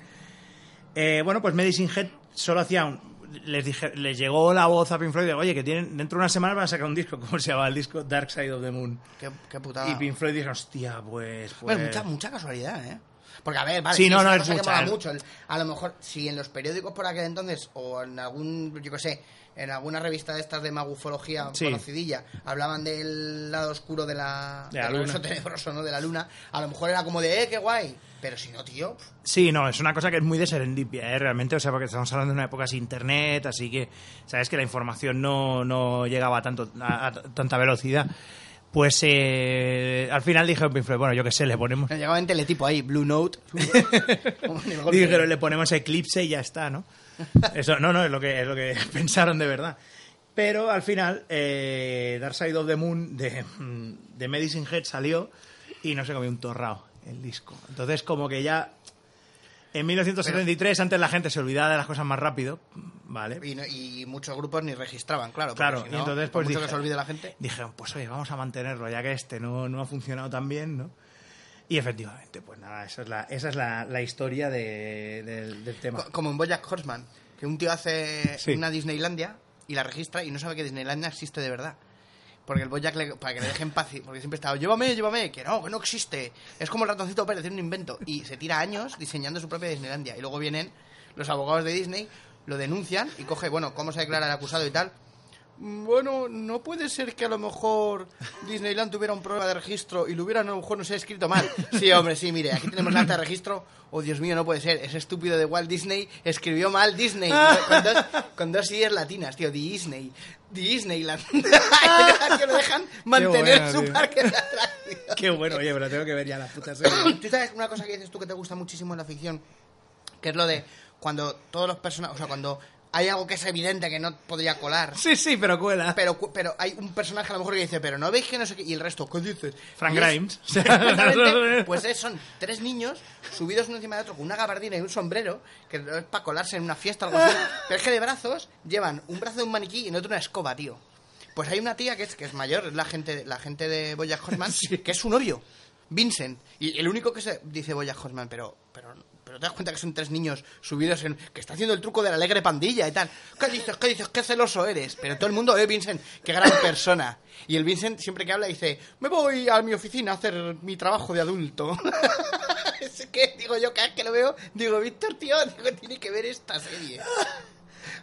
S2: Eh, bueno, pues Medicine Head solo hacía un- les dije, les llegó la voz a Pink Floyd de, oye, que tienen dentro de una semana van a sacar un disco, ¿cómo se llama el disco? Dark Side of the Moon.
S3: Qué, qué putada.
S2: Y Pink Floyd dijo, hostia, pues... pues...
S3: Bueno, mucha, mucha casualidad, ¿eh? Porque, a ver, vale,
S2: Sí, no,
S3: es
S2: no,
S3: una
S2: es
S3: cosa que
S2: mucha, eh.
S3: mola
S2: es-
S3: mucho. El- A lo mejor, si en los periódicos por aquel entonces, o en algún, yo qué sé, en alguna revista de estas de magufología
S2: Sí.
S3: conocidilla, hablaban del lado oscuro de la...
S2: De la
S3: del
S2: luna.
S3: universo tenebroso, ¿no? De la luna. A lo mejor era como de, eh, qué guay. Pero si no, tío... pf,
S2: Sí, no, es una cosa que es muy de serendipia, ¿eh? realmente, o sea, porque estamos hablando de una época sin internet, así que, sabes que la información no, no llegaba a, tanto, a, a tanta velocidad. Pues eh, al final dijeron Pink Floyd, bueno, yo qué sé, le ponemos...
S3: Llegaba en teletipo ahí, Blue Note. Como en el golpe.
S2: Dijeron, le ponemos Eclipse y ya está, ¿no? Eso, no, no, es lo que, es lo que pensaron de verdad. Pero al final, eh, Dark Side of the Moon de, mm, de Medicine Head salió y no se comió un torrao el disco. Entonces, como que ya en 1973, antes la gente se olvidaba de las cosas más rápido, ¿vale?
S3: Y, no- y muchos grupos ni registraban, claro. porque
S2: Claro,
S3: si
S2: y
S3: no,
S2: entonces
S3: por
S2: pues
S3: mucho
S2: dije-
S3: que se olvide la gente.
S2: Dijeron, pues oye, vamos a mantenerlo, ya que este no, no ha funcionado tan bien, ¿no? Y efectivamente, pues nada, esa es la, esa es la, la historia de- del- del tema.
S3: Co- Como en Bojack Horseman, que un tío hace
S2: Sí.
S3: una Disneylandia y la registra y no sabe que Disneylandia existe de verdad. Porque el Bojack, le- para que le deje en paz, y- porque siempre estaba, llévame, llévame, que no, que no existe. Es como el ratoncito Pérez, es un invento. Y se tira años diseñando su propia Disneylandia. Y luego vienen los abogados de Disney, lo denuncian y coge, bueno, cómo se declara el acusado y tal. Bueno, no puede ser que a lo mejor Disneyland tuviera un problema de registro y lo hubieran a lo mejor no sé escrito mal. Sí, hombre, sí, mire, aquí tenemos la acta de registro. Oh, Dios mío, no puede ser. Ese estúpido de Walt Disney escribió mal Disney con dos, con dos sillas latinas, tío. Disney, Disneyland. que lo dejan mantener
S2: bueno,
S3: su
S2: tío.
S3: parque de atracciones.
S2: Qué bueno, oye, pero tengo que ver ya la puta serie.
S3: Tú sabes una cosa que dices tú que te gusta muchísimo en la ficción, que es lo de cuando todos los personajes, o sea, cuando hay algo que es evidente que no podría colar.
S2: Sí, sí, pero cuela.
S3: pero, cu- pero hay un personaje a lo mejor que dice, pero no veis que no sé qué, y el resto, ¿qué dices?
S2: Frank
S3: Y es-
S2: Grimes.
S3: Exactamente, pues es- son tres niños subidos uno encima de otro con una gabardina y un sombrero, que es para colarse en una fiesta o algo así, pero es que de brazos llevan un brazo de un maniquí y en otro una escoba, tío. Pues hay una tía que es, que es mayor, es la gente, la gente de Boyack Horseman, que es su novio, Vincent, y el único que se dice Boyack Horseman, pero, pero, pero te das cuenta que son tres niños subidos en. que está haciendo el truco de la alegre pandilla y tal. ¿Qué dices? ¿Qué dices? ¿Qué celoso eres? Pero todo el mundo, eh, Vincent, qué gran persona. Y el Vincent siempre que habla dice: Me voy a mi oficina a hacer mi trabajo de adulto. es que digo yo, cada vez que lo veo, digo, Víctor, tío, digo, tiene que ver esta serie.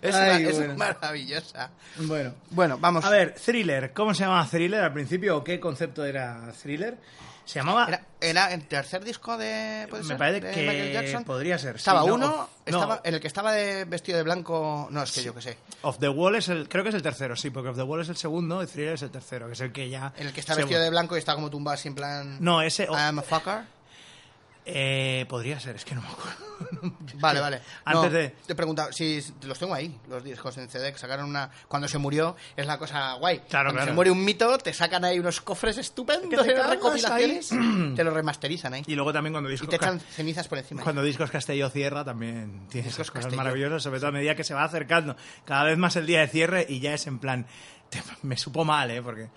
S3: Es, una-
S2: Ay,
S3: es
S2: bueno.
S3: maravillosa.
S2: Bueno.
S3: Bueno, vamos.
S2: A ver, thriller. ¿Cómo se llamaba thriller al principio o qué concepto era thriller? Se llamaba.
S3: Era, era el tercer disco de. ¿puede
S2: me
S3: ser?
S2: parece
S3: de
S2: que
S3: Michael Jackson.
S2: podría ser. sí,
S3: Estaba
S2: no,
S3: uno,
S2: of- no,
S3: estaba- en el que estaba de vestido de blanco. No, es que yo qué sé.
S2: Off the Wall es el. Creo que es el tercero, sí, porque Off the Wall es el segundo y thriller es el tercero, que es el que ya.
S3: En el que está
S2: se-
S3: vestido Ah. de blanco y está como tumbado así en plan.
S2: No, ese. o-
S3: I'm a fucker.
S2: eh, podría ser, es que no me acuerdo.
S3: Vale, vale.
S2: Antes
S3: No,
S2: de-
S3: Te he preguntado, si los tengo ahí, los discos en CD que sacaron una. Cuando se murió, es la cosa guay.
S2: Claro,
S3: Cuando
S2: claro.
S3: se muere un mito, te sacan ahí unos cofres
S2: Que
S3: estupendos
S2: te
S3: de
S2: cagas
S3: recopilaciones, te lo remasterizan ahí.
S2: y luego también cuando
S3: Y
S2: disco,
S3: te echan cenizas por encima.
S2: Cuando Discos Castelló cierra también tiene
S3: Discos
S2: esas cosas
S3: Castelló.
S2: maravillosas, sobre todo a medida que se va acercando cada vez más el día de cierre y ya es en plan, te- me supo mal, ¿eh? Porque,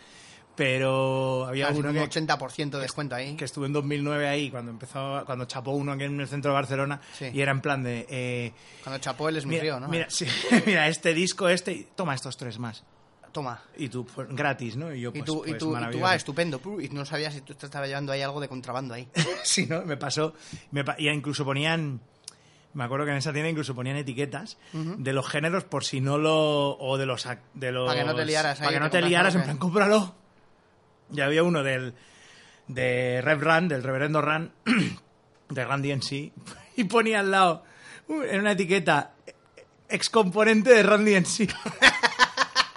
S2: pero había
S3: Casi
S2: uno
S3: Ah, un
S2: que,
S3: 80% de descuento ahí.
S2: que estuvo en 2009 ahí, cuando empezó, cuando chapó uno aquí en el centro de Barcelona
S3: Sí.
S2: y era en plan de... eh,
S3: Cuando chapó él es mi
S2: mira,
S3: río, ¿no? Eh.
S2: mira, sí, mira, este disco, este, y toma estos tres más.
S3: Toma.
S2: Y tú, pues, gratis, ¿no? Y yo,
S3: Y
S2: pues,
S3: tú, y
S2: pues,
S3: tú, y tú
S2: maravilloso.
S3: ah, estupendo. pu, Y no sabías si tú te estabas llevando ahí algo de contrabando ahí.
S2: Sí, ¿no? Me pasó. Me pa- y incluso ponían. Me acuerdo que en esa tienda incluso ponían etiquetas de los géneros por si no lo. o de los. ac- De los
S3: Para que no te liaras ahí,
S2: Para que no
S3: te
S2: te
S3: compras
S2: liaras,
S3: algo
S2: en
S3: que-
S2: plan, cómpralo. Ya había uno del. de Rev Run, del Reverendo Run, de Run DNC, y ponía al lado, uh, en una etiqueta, e-, excomponente de Run DNC.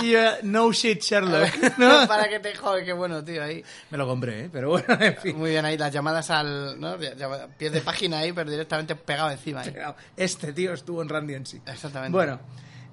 S2: y yo, no shit, Sherlock. ¿no?
S3: Para que te joder, qué bueno, tío, ahí.
S2: Me lo compré, ¿eh? pero bueno, en fin.
S3: Muy bien ahí, las llamadas al. ¿no? Llama- Pie de página ahí, pero directamente pegado encima ¿eh? ahí.
S2: Pero Este tío estuvo en Randy en sí.
S3: Exactamente.
S2: Bueno,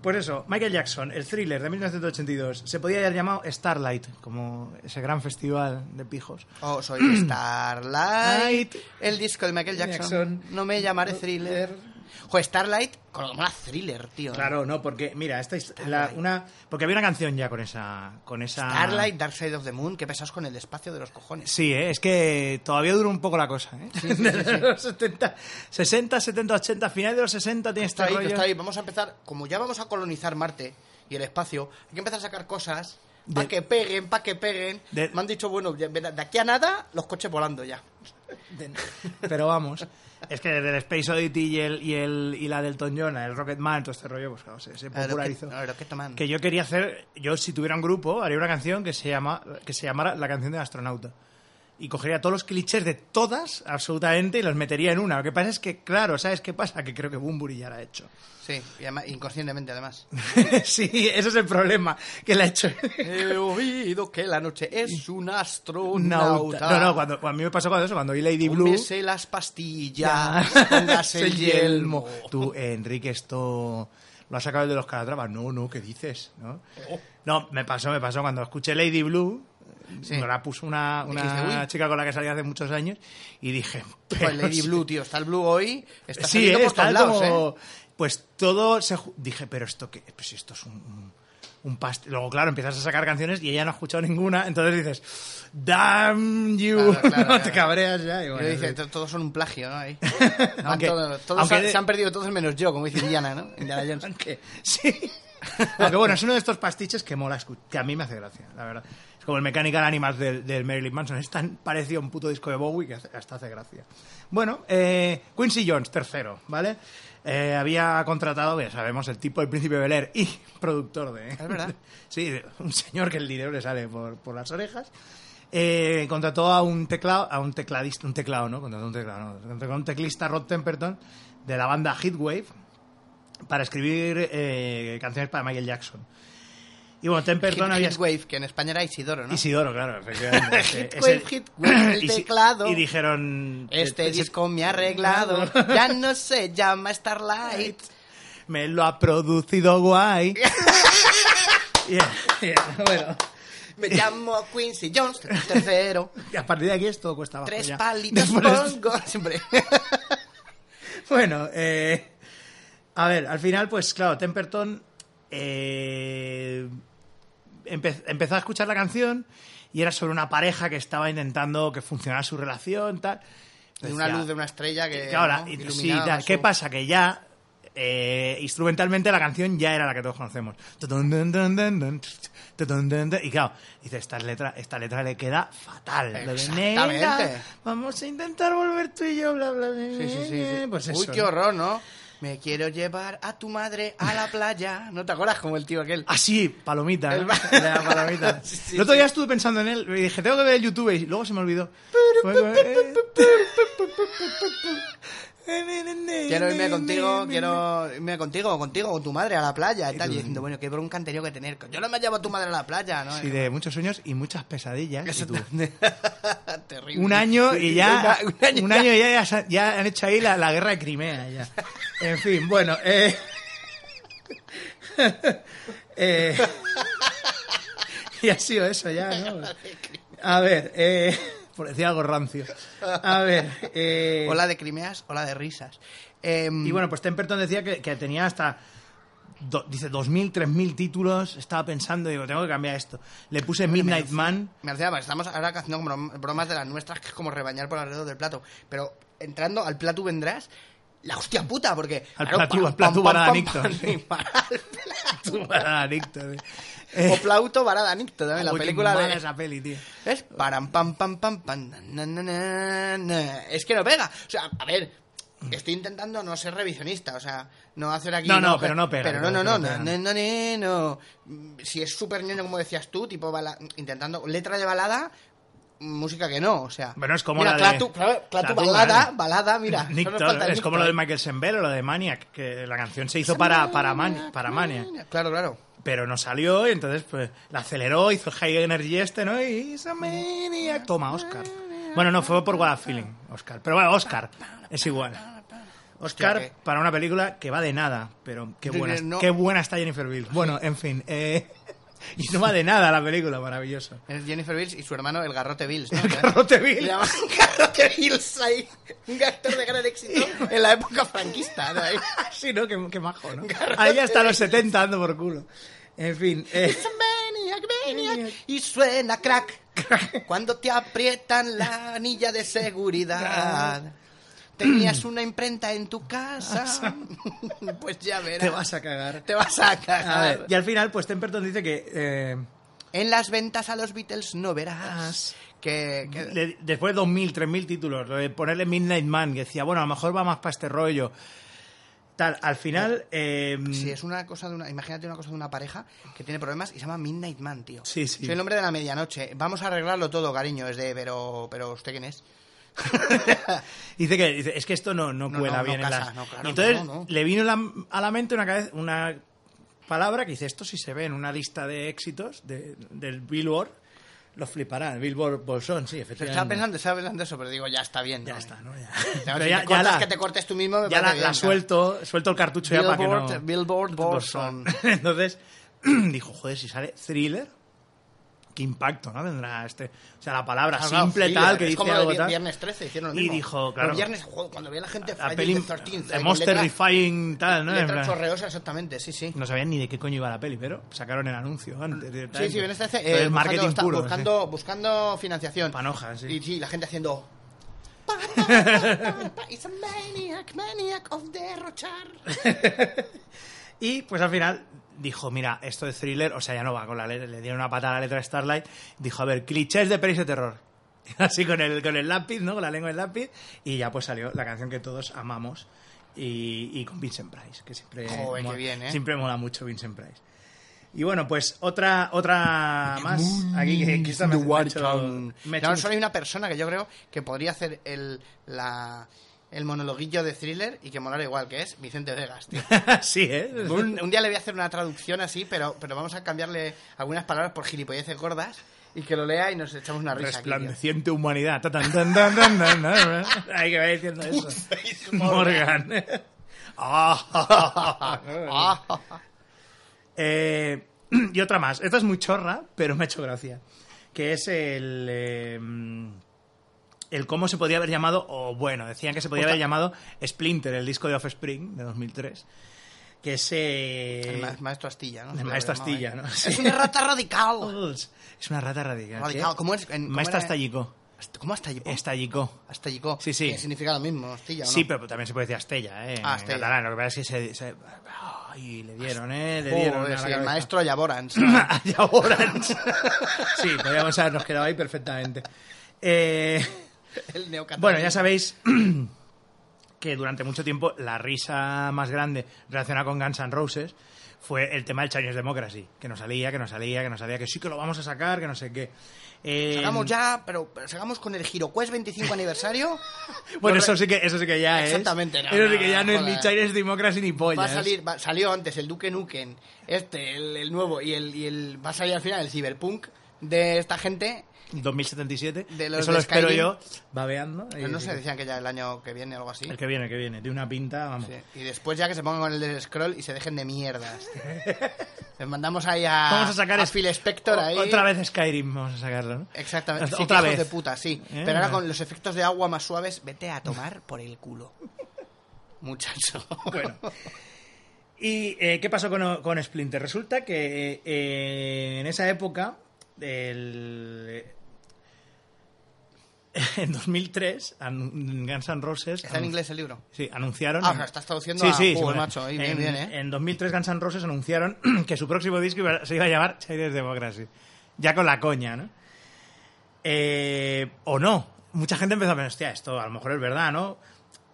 S2: pues eso, Michael Jackson, el thriller de 1982, se podía haber llamado Starlight, como ese gran festival de pijos.
S3: Oh, soy Starlight.
S2: Light.
S3: El disco de Michael Jackson.
S2: Jackson.
S3: No me llamaré thriller. Joder, Starlight, con lo que mola thriller, tío. ¿eh?
S2: Claro, no, porque mira, esta es la- una porque había una canción ya con esa con esa
S3: Starlight, Dark Side of the Moon, que pesados con el espacio de los cojones.
S2: Ah. Sí, ¿eh? es que todavía dura un poco la cosa, ¿eh? De los 70, 60, 70, 80, final de los 60 tiene este
S3: Está ahí,
S2: rollo.
S3: está ahí. Vamos a empezar, como ya vamos a colonizar Marte y el espacio, hay que empezar a sacar cosas
S2: De-
S3: para que peguen, para que peguen.
S2: De-
S3: Me han dicho, bueno, ya- de aquí a nada, los coches volando ya.
S2: De- Pero vamos, es que desde el Space Oddity y, el, y, el, y la del Elton John, el Rocketman, todo este rollo, pues claro, se, se
S3: Ahora
S2: popularizó.
S3: que- ahora que toman.
S2: Que ah, yo quería hacer, yo si tuviera un grupo, haría una canción que se, llama, que se llamara La canción del astronauta. Y cogería todos los clichés de todas, absolutamente, y los metería en una. Lo que pasa es que, claro, ¿sabes qué pasa? Que creo que Bumburi ya la ha hecho.
S3: Sí, y además, inconscientemente además.
S2: sí, ese es el problema, que la ha hecho.
S3: He oído que la noche es un
S2: Un
S3: astronauta.
S2: nauta. No, no, cuando, cuando a mí me pasó cuando eso, cuando vi Lady Blue.
S3: Tómese las pastillas, póngase el yelmo.
S2: Tú, eh, Enrique, esto lo has sacado de los calatrava. No, no, ¿qué dices? ¿No?
S3: Oh.
S2: no, me pasó, me pasó. Cuando escuché Lady Blue,
S3: Sí.
S2: me la puso una, una
S3: Dijiste, "Uy".
S2: chica con la que salí hace muchos años y dije... pero
S3: Pues
S2: sí.
S3: Lady Blue, tío, está el Blue hoy, está
S2: Sí,
S3: saliendo
S2: eh,
S3: por
S2: está
S3: todos lados,
S2: como-
S3: ¿eh?
S2: Pues todo se... ju- Dije, pero esto qué... Pues esto es un... un un past- Luego, claro, empiezas a sacar canciones y ella no ha escuchado ninguna, entonces dices, damn you,
S3: Claro, claro,
S2: No, te
S3: claro.
S2: cabreas ya. y
S3: Y
S2: bueno,
S3: le dice,
S2: sí.
S3: "To- todos son un plagio, ¿no? Ahí. Van
S2: Aunque-
S3: todos todos
S2: aunque
S3: han-
S2: de-
S3: se han perdido todos menos yo, como dice Indiana, ¿no? Indiana Jones.
S2: Aunque, sí. Aunque bueno, es uno de estos pastiches que mola, escu- que a mí me hace gracia, la verdad. Es como el Mechanical Animals del, del Marilyn Manson. Es tan parecido a un puto disco de Bowie que hace- hasta hace gracia. Bueno, eh, Quincy Jones, tercero, ¿vale? Eh, había contratado, ya sabemos, el tipo del Príncipe Beler y productor de...
S3: Es verdad.
S2: Sí, de- un señor que el dinero le sale por, por las orejas. Eh, contrató a un teclado, a un tecladista, un teclado, ¿no? Contrató un teclado, no. Contrató a un teclista Rod Temperton de la banda Heatwave, para escribir eh, canciones para Michael Jackson. Y bueno, Temperton
S3: Hit-
S2: había
S3: Hitwave, que en España era Isidoro, ¿no?
S2: Isidoro, claro, efectivamente.
S3: Hit wave, hit wave, el
S2: y si-
S3: teclado.
S2: Y dijeron...
S3: Este
S2: "Ese-
S3: disco me ha arreglado, ya no se llama Starlight.
S2: Me lo ha producido guay. Yeah, yeah, bueno,
S3: Me llamo Quincy Jones, tercero.
S2: y a partir de aquí esto cuesta abajo
S3: Tres
S2: ya.
S3: palitos
S2: Por eso-
S3: pongo. Siempre.
S2: Bueno, eh, a ver, al final, pues claro, Temperton eh, empe- empezó a escuchar la canción y era sobre una pareja que estaba intentando que funcionara su relación, tal.
S3: de una
S2: Decía-
S3: luz de una estrella que.
S2: Que ahora,
S3: Pues eh, ¿no?
S2: y- sí,
S3: iluminaba
S2: tal. ¿qué
S3: su-
S2: pasa? Que ya eh, instrumentalmente la canción ya era la que todos conocemos. Tutun, dun, dun, dun, dun, tut, tutun, dun, dun. Y claro, dice, esta letra, esta letra le queda fatal. Lo de,
S3: Exactamente.
S2: "Nena, Vamos a intentar volver tú y yo, bla, bla, bla.
S3: Sí, sí, sí. sí.
S2: Pues eso.
S3: Uy, qué
S2: ¿no?
S3: horror, ¿no? Me quiero llevar a tu madre a la playa. ¿No te acuerdas como el tío aquel?
S2: Ah, sí, palomita.
S3: El
S2: ¿no?
S3: ba-
S2: De la palomita.
S3: Sí, sí,
S2: el otro día
S3: sí.
S2: estuve pensando en él y dije, tengo que ver el YouTube y luego se me olvidó.
S3: Quiero irme contigo, quiero irme contigo, o contigo, con tu madre a la playa y tal. Y diciendo, bueno, qué bronca han tenido que tener. Yo no me llevo a tu madre a la playa, ¿no?
S2: Sí, de muchos sueños y muchas pesadillas. y tú,
S3: Terrible.
S2: un año y ya.
S3: Un año,
S2: un
S3: ya.
S2: año y ya, ya, se- ya han hecho ahí la, la guerra de Crimea. Ya. En fin, bueno. Eh, eh, y ha sido eso ya, ¿no? A ver, eh, por decir algo rancio. A ver. Eh,
S3: Ola de Crimeas, ola de risas. Em,
S2: y bueno, pues Temperton decía que, que tenía hasta. do- dice 2.000, 3.000 títulos. Estaba pensando, digo, tengo que cambiar esto. Le puse Midnight Man.
S3: Me hacía mal, estamos ahora haciendo brom- bromas de las nuestras, que es como rebañar por alrededor del plato. Pero entrando al plato vendrás, la hostia puta, porque.
S2: Al
S3: claro,
S2: platú,
S3: pam,
S2: al platú
S3: pam, pam,
S2: varada
S3: pam,
S2: Nicto.
S3: pam, y varada al platú.
S2: Adicto, eh. Eh,
S3: O Plauto varada Nicto, también la
S2: uy, qué
S3: película
S2: mala
S3: de.
S2: esa peli, tío.
S3: ¿Ves? Param, pam, pam, pam, pam, na, na, na, na. Es que no pega. O sea, a ver, estoy intentando no ser revisionista. O sea, no hacer aquí.
S2: No, no, pero no pega,
S3: Pero no,
S2: pero
S3: no,
S2: no
S3: no. na,
S2: pega,
S3: na, na, na, no. Mm, Si es súper ñoño, como decías tú, tipo bala- intentando letra de balada, música que no. O sea,
S2: Bueno, es como
S3: mira,
S2: la de-
S3: Clatu- claro, Clatu
S2: Clatu,
S3: balada,
S2: vale.
S3: balada, mira.
S2: Nick
S3: solo
S2: Todd,
S3: falta el
S2: es
S3: Nick
S2: como lo
S3: Todd.
S2: de Michael Sembel o lo de Maniac, que la canción se hizo para, para, Mani- para Maniac,
S3: Claro, claro.
S2: pero no salió y entonces pues, la aceleró, hizo el High Energy este, ¿no? Y "He's a maniac. Toma, Oscar. Bueno, no, fue por What a Feeling, Oscar. Pero bueno, Oscar, es igual. Oscar
S3: Hostia, que-
S2: para una película que va de nada, pero qué
S3: Yo
S2: buena,
S3: diría, no.
S2: qué buena está Jennifer Bill. Bueno, en fin. eh, y no va de nada la película, maravilloso.
S3: Es Jennifer Bills y su hermano, el garrote Bills. ¿no?
S2: El garrote Bill.
S3: Le llaman garrote Bills ahí. Un actor de gran éxito en la época franquista. ¿no? Ahí.
S2: Sí, ¿no? Qué, qué majo, ¿no? Ahí hasta los 70 ando por culo. En fin. eh,
S3: It's a maniac, maniac. Y suena crack cuando te aprietan la anilla de seguridad. Tenías una imprenta en tu casa. Pues ya verás.
S2: te vas a cagar.
S3: Te vas a
S2: A
S3: cagar.
S2: ver, y al final, pues Temperton dice que... eh,
S3: En las ventas a los Beatles no
S2: Ah,
S3: verás. Que, que-
S2: le- después de 2.000, 3.000 títulos, lo de ponerle Midnight Man, que decía, bueno, a lo mejor va más para este rollo. Tal, al final... eh,
S3: Si es una cosa de una. Imagínate una cosa de una pareja que tiene problemas y se llama Midnight Man, tío.
S2: Sí, sí.
S3: Soy el hombre de la medianoche. Vamos a arreglarlo todo, cariño. Es de, pero. Pero, ¿usted quién es?
S2: Dice que dice, es que esto no, no
S3: No,
S2: cuela
S3: no, no
S2: bien en
S3: casa,
S2: las...
S3: no, claro,
S2: Entonces
S3: no, no.
S2: le vino la- a la mente una, cabeza- una palabra que dice, esto si se ve en una lista de éxitos de- del Billboard, lo fliparán. Billboard Bolsón, sí,
S3: Pero
S2: efectivamente.
S3: estaba pensando, estaba hablando eso, pero digo, ya está bien.
S2: Ya
S3: ¿no?
S2: está, ¿no? Ya,
S3: Claro,
S2: Pero
S3: si
S2: ya- ya
S3: te cortas
S2: la-
S3: que te cortes tú mismo, me
S2: ya la,
S3: parece
S2: la
S3: bien, claro.
S2: suelto, suelto el cartucho ya para que
S3: Billboard-
S2: no...
S3: Billboard Bolsón.
S2: Entonces, dijo, joder, si sale thriller, qué impacto, ¿no? Tendrá este... O sea, la palabra
S3: Ah, claro,
S2: simple
S3: thriller.
S2: tal, que
S3: es
S2: dice
S3: como
S2: algo
S3: el
S2: tal.
S3: viernes 13 hicieron lo
S2: Y
S3: mismo.
S2: dijo,
S3: Los
S2: claro.
S3: viernes, joder, cuando veía la gente
S2: La
S3: Friday
S2: peli
S3: the 13th,
S2: The
S3: con
S2: Monster
S3: letra-
S2: Defying tal, ¿no? En
S3: letra
S2: plan,
S3: chorreosa, exactamente, sí, sí.
S2: no sabían ni de qué coño iba la peli, pero sacaron el anuncio antes.
S3: Sí,
S2: directamente.
S3: sí, viernes 13. eh,
S2: Entonces,
S3: buscando-
S2: marketing
S3: está-
S2: puro.
S3: buscando, buscando financiación.
S2: Panoja, sí.
S3: Y sí, la gente haciendo. pa, pa, pa, pa, pa, It's a maniac, maniac of derrochar.
S2: Y pues al final dijo, mira, esto de thriller, o sea, ya no va con la letra, le dieron una patada a la letra de Starlight, dijo, a ver, clichés de pelis de terror. Así con el, con el lápiz, ¿no? Con la lengua del lápiz. Y ya pues salió la canción que todos amamos y, y con Vincent Price, que siempre,
S3: Joder, qué
S2: mola,
S3: bien, ¿eh?
S2: siempre mola mucho Vincent Price. Y bueno, pues otra otra más. Aquí que, que esta me, me ha hecho- me ha hecho
S3: No,
S2: mucho-
S3: solo hay una persona que yo creo que podría hacer el, la, el monologuillo de thriller y que molara igual, que es Vicente Vegas, tío.
S2: sí, ¿eh?
S3: Un, un día le voy a hacer una traducción así, pero, pero vamos a cambiarle algunas palabras por gilipolleces gordas y que lo lea y nos echamos una risa. aquí, tío.
S2: Resplandeciente humanidad. Ta, tan, tan, tan, tan, tan, tan. Hay que ver diciendo eso. Morgan. Ah.
S3: Ah,
S2: Eh, y otra más. Esta es muy chorra, pero me ha hecho gracia. Que es el. eh, el cómo se podía haber llamado, o bueno, decían que se podía
S3: Otra.
S2: haber llamado Splinter, el disco de Offspring de 2003. Que es. eh,
S3: el ma- maestro Astilla, ¿no?
S2: el maestro
S3: ¿eh?
S2: Astilla, ¿no? Sí.
S3: Es una rata radical.
S2: Es una rata radical.
S3: Radical,
S2: ¿qué?
S3: ¿cómo es? En- cómo
S2: Maestra
S3: era?
S2: Estallico.
S3: Hasta- ¿Cómo hasta Yipó?
S2: Estallicó.
S3: Hasta Yipó.
S2: Sí, sí.
S3: Que significa lo mismo, hostilla, ¿o ¿no?
S2: Sí, pero también se puede decir Astella, ¿eh?
S3: Ah,
S2: en
S3: Astella.
S2: catalán. Lo que pasa es que se... se- Ay, le dieron, ¿eh? Le
S3: Joder,
S2: dieron. a la
S3: sí, el
S2: cabeza.
S3: maestro Ayaborans.
S2: Hay Orange. sí, podríamos habernos quedado ahí perfectamente. Eh,
S3: el neocatalán.
S2: bueno, ya sabéis que durante mucho tiempo la risa más grande relacionada con Guns N' Roses fue el tema del Chinese Democracy, que no salía, que no salía, que no salía, que sí que lo vamos a sacar, que no sé qué. Eh,
S3: Hagamos ya, pero, pero hagamos con el Giroquest 25 aniversario.
S2: Bueno,
S3: Lo
S2: eso
S3: re-
S2: sí que, eso sí que ya es.
S3: Exactamente, no,
S2: eso sí
S3: no,
S2: que ya no, es ni
S3: joder.
S2: Chinese Democracy ni ¿eh? pollas.
S3: Va a salir, va- salió antes el Duke Nukem, este, el, el nuevo, y el, y el va a salir al final el Cyberpunk de esta gente.
S2: 2077.
S3: De los
S2: eso
S3: de
S2: lo espero
S3: Skyrim.
S2: yo, babeando.
S3: Pero no
S2: Y-
S3: sé, decían que ya el año que viene o algo así.
S2: El que viene, el que viene. Tiene una pinta, vamos.
S3: Sí, Y después ya que se pongan con el del scroll y se dejen de mierdas. tío. Les mandamos ahí a,
S2: Vamos a sacar
S3: a
S2: es-
S3: Phil Spector
S2: o-
S3: ahí.
S2: Otra vez Skyrim, vamos a sacarlo, ¿no?
S3: Exactamente.
S2: Otra,
S3: Sí,
S2: otra
S3: hijos
S2: vez.
S3: de puta, sí.
S2: Eh,
S3: Pero ahora
S2: bueno.
S3: con los efectos de agua más suaves, vete a tomar por el culo. Muchacho.
S2: Bueno. ¿Y eh, qué pasó con, con Splinter? Resulta que eh, en esa época, el, eh, en 2003, an- Guns N' Roses...
S3: Está en
S2: anun-
S3: inglés el libro.
S2: Sí, anunciaron...
S3: Ah,
S2: en-
S3: lo estás traduciendo a- joder,
S2: bueno,
S3: macho, ahí, bien,
S2: en,
S3: bien, ¿eh?
S2: En 2003 Guns N' Roses anunciaron que su próximo disco iba- se iba a llamar Chinese Democracy. Ya con la coña, ¿no? Eh, o no. Mucha gente empezó a pensar, hostia, esto a lo mejor es verdad, ¿no?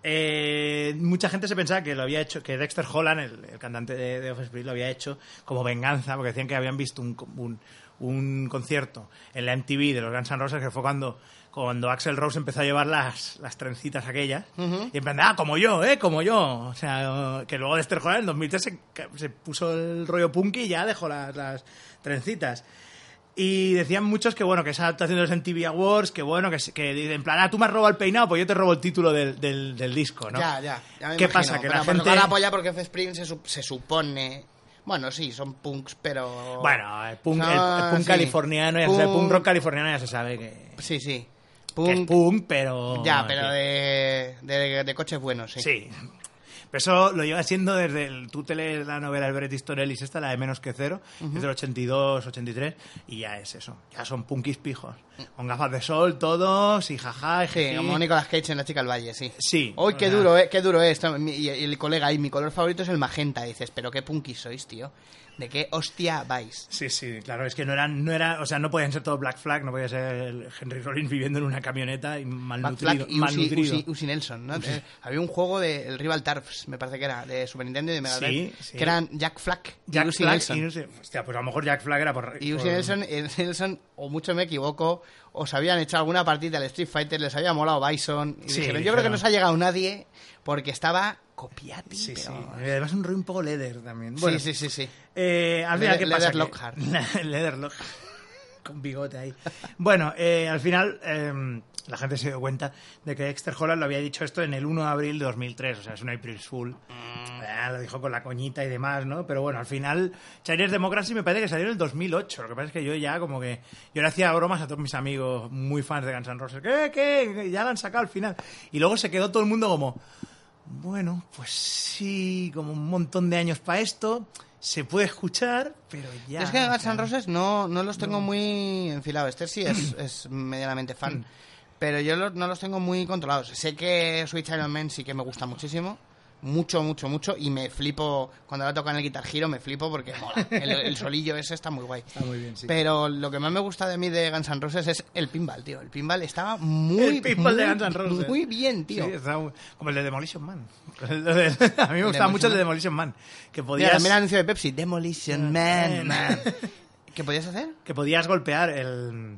S2: Eh, mucha gente se pensaba que lo había hecho, que Dexter Holland, el, el cantante de, de Offspring, lo había hecho como venganza, porque decían que habían visto un, un- un concierto en la MTV de los Guns N' Roses, que fue cuando, cuando Axel Rose empezó a llevar las, las trencitas aquellas, y en plan, de, ah, como yo, eh, como yo. O sea, que luego Dexter Holland en 2003 se, se puso el rollo punky y ya dejó las- las trencitas. Y decían muchos que bueno, que esa adaptación de los MTV Awards, que bueno, que, se- que en plan, ah, tú me has robado el peinado, pues yo te robo el título del, del, del disco, ¿no?
S3: Ya, ya. ya me
S2: ¿Qué
S3: imagino.
S2: pasa? Que
S3: Pero
S2: la
S3: por
S2: gente-
S3: tocar la polla porque Offspring se, sup- se supone... Bueno, sí, son punks, pero...
S2: Bueno, el punk, el- el
S3: Ah,
S2: punk
S3: sí.
S2: californiano, ya se sabe, el punk
S3: Punk-
S2: rock californiano ya se sabe que, que
S3: Sí, sí.
S2: es
S3: Punk...
S2: punk, pero...
S3: ya, pero
S2: que-
S3: de, de, de coches buenos, sí.
S2: Sí. Pero eso lo lleva siendo desde el... Tú te lees la novela de Bret Easton Ellis, esta, la de Menos que Cero, desde el 82, 83, y ya es eso. Ya son punkis pijos. Con gafas de sol todos, y jaja, y
S3: Sí,
S2: jiji.
S3: como Nicolas Cage en La chica del valle, sí.
S2: Sí.
S3: Hoy qué
S2: O sea-
S3: duro, eh, qué duro es. ¿no? Mi- Y y el colega ahí, mi color favorito es el magenta, dices, pero qué punkis sois, tío. ¿De qué hostia vais?
S2: Sí, sí, claro, es que no eran, no era, o sea, no podían ser todo Black Flag, no podía ser el Henry Rollins viviendo en una camioneta y
S3: Black
S2: malnutrido.
S3: Flag y Uzi,
S2: malnutrido.
S3: Uzi- Uzi Nelson, ¿no? Eh, Había un juego de el Rival Turfs, me parece que era, de Super Nintendo y de Mega
S2: Sí,
S3: Drive,
S2: sí.
S3: que eran Jack Flag y
S2: Jack
S3: Uzi
S2: Flag
S3: Nelson.
S2: y Uzi- hostia, pues a lo mejor Jack Flag era por.
S3: Y Uzi
S2: por-
S3: Nelson, eh, Nelson, o mucho me equivoco, os habían echado alguna partida al Street Fighter, les había molado Bison. Y
S2: Sí,
S3: dijeron, yo creo que
S2: dijeron.
S3: no se ha llegado nadie porque estaba copiado.
S2: Sí, sí.
S3: pero-
S2: Además, un rollo un poco leather también.
S3: Sí,
S2: Bueno,
S3: sí, sí, sí.
S2: Eh, al final,
S3: Leather-
S2: ¿qué pasa?
S3: Leather
S2: Que-
S3: Lockhart.
S2: Leather Lockhart. Con bigote ahí. Bueno, eh, al final eh, la gente se dio cuenta de que Dexter Holland lo había dicho esto en el 1 de abril de 2003. O sea, es un April Fool. Ah, lo dijo con la coñita y demás, ¿no? Pero bueno, al final Chinese Democracy me parece que salió en el 2008. Lo que pasa es que yo ya como que... Yo le hacía bromas a todos mis amigos muy fans de Guns N' Roses. ¿Qué? ¿Qué? Ya la han sacado al final. Y luego se quedó todo el mundo como... Bueno, pues sí, como un montón de años para esto. Se puede escuchar, pero ya.
S3: es que
S2: o
S3: Guns
S2: sea,
S3: N' Roses no, no los tengo muy enfilados. Esther sí es, es medianamente fan. Pero yo lo- no los tengo muy controlados. Sé que Switch Iron Man sí que me gusta muchísimo. Mucho, mucho, mucho. Y me flipo. Cuando la tocan el Guitar Hero me flipo porque mola. El, el solillo ese está muy guay.
S2: Está muy bien, sí.
S3: Pero lo que más me gusta de mí de Guns N' Roses es el pinball, tío. El pinball estaba muy,
S2: el pinball de
S3: muy-
S2: Guns N' Roses.
S3: muy bien, tío.
S2: Sí, está muy- como el de Demolition Man. El de- a mí me gustaba
S3: Demolition
S2: mucho el de
S3: Man.
S2: Demolition Man. Que
S3: Mira,
S2: podías, Ah,
S3: también el anuncio de Pepsi. Demolition
S2: Man.
S3: Man. man. ¿Qué podías hacer?
S2: que podías golpear el.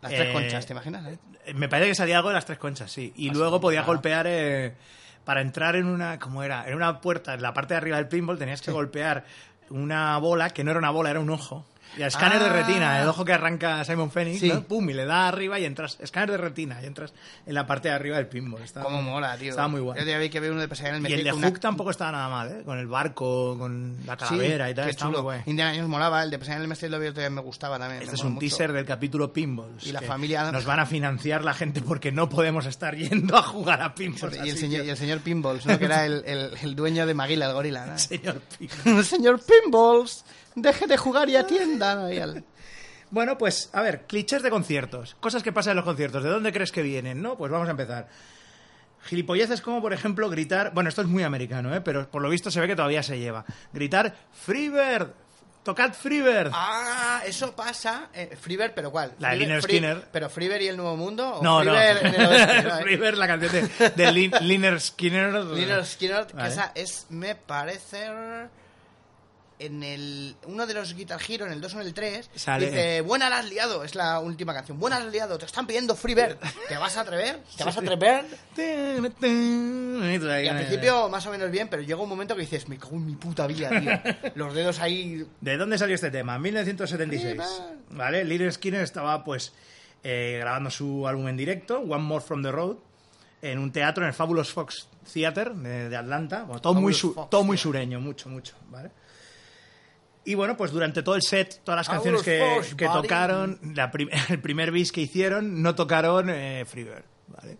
S3: Las tres
S2: eh,
S3: conchas, ¿te imaginas? eh?
S2: Me parece que salía algo de las tres conchas, sí. Y
S3: Ah,
S2: luego
S3: sí,
S2: podías
S3: claro.
S2: golpear eh, para entrar en una, ¿cómo era? En una puerta, en la parte de arriba del pinball, tenías que golpear una bola, que no era una bola, era un ojo. Y a escáner de
S3: Ah.
S2: retina, el ojo que arranca Simon Phoenix,
S3: Sí.
S2: ¿no? pum, y le da arriba y entras, escáner de retina, y entras en la parte de arriba del pinball. Estaba-
S3: Cómo mola, tío.
S2: Estaba muy guay.
S3: Yo ya vi que había uno de Pesadilla en el
S2: Y el de
S3: Mesías
S2: Hook
S3: con una-
S2: tampoco estaba nada mal, ¿eh? Con el barco, con la
S3: Sí,
S2: calavera y tal,
S3: qué
S2: estaba muy
S3: chulo.
S2: guay.
S3: Indiana Jones molaba, el de Pesadilla en el Mesías lo vi otro día, me gustaba también.
S2: Este
S3: me
S2: es
S3: mola
S2: un
S3: mucho.
S2: teaser del capítulo Pinballs.
S3: Y la
S2: que
S3: familia Adams.
S2: Nos van a financiar la gente porque no podemos estar yendo a jugar a Pinballs.
S3: Y el,
S2: así
S3: señor,
S2: que-
S3: y el señor Pinballs, ¿no? que era el, el- el dueño de Maguila, el gorila. ¿no?
S2: señor Pinballs.
S3: señor Pinballs, deje de jugar y atienda. Y al-
S2: Bueno, pues a ver, clichés de conciertos, cosas que pasan en los conciertos, ¿de dónde crees que vienen? ¿No? Pues vamos a empezar. Gilipolleces como, por ejemplo, gritar, bueno, esto es muy americano, ¿eh? pero por lo visto se ve que todavía se lleva. Gritar Freebird, tocad Freebird.
S3: Ah, eso pasa. eh, Freebird, pero ¿cuál?
S2: La de
S3: Freebird-
S2: Liner
S3: Free-
S2: Skinner.
S3: ¿Pero Freebird y el Nuevo Mundo? ¿O
S2: no, no.
S3: Freebird en el oeste, ¿no? eh,
S2: Freebird, la canción de, de Lin- Liner Skinner.
S3: Liner Skinner, que
S2: Vale.
S3: esa es, me parece, en el uno de los Guitar Hero, en el 2 o en el 3,
S2: Sale.
S3: dice, buena la has liado, es la última canción, buena la has liado, te están pidiendo Freebird, ¿te vas a atrever? ¿Te vas a atrever? Y al principio más o menos bien, pero llega un momento que dices, me cago en mi puta vida, tío. Los dedos ahí...
S2: ¿De dónde salió este tema? 1976.
S3: Arriba.
S2: ¿Vale? Little Skinner estaba pues eh, grabando su álbum en directo, One More From the Road, en un teatro, en el Fabulous Fox Theater de, de Atlanta. Bueno, todo, muy,
S3: Fabulous
S2: su-
S3: Fox
S2: todo muy
S3: Theater.
S2: sureño, mucho, mucho, ¿vale? Y bueno, pues durante todo el set, todas las canciones
S3: Fabulous
S2: que,
S3: Fox,
S2: que
S3: buddy.
S2: tocaron, la prim- el primer bis que hicieron, no tocaron eh, Freebird, ¿vale?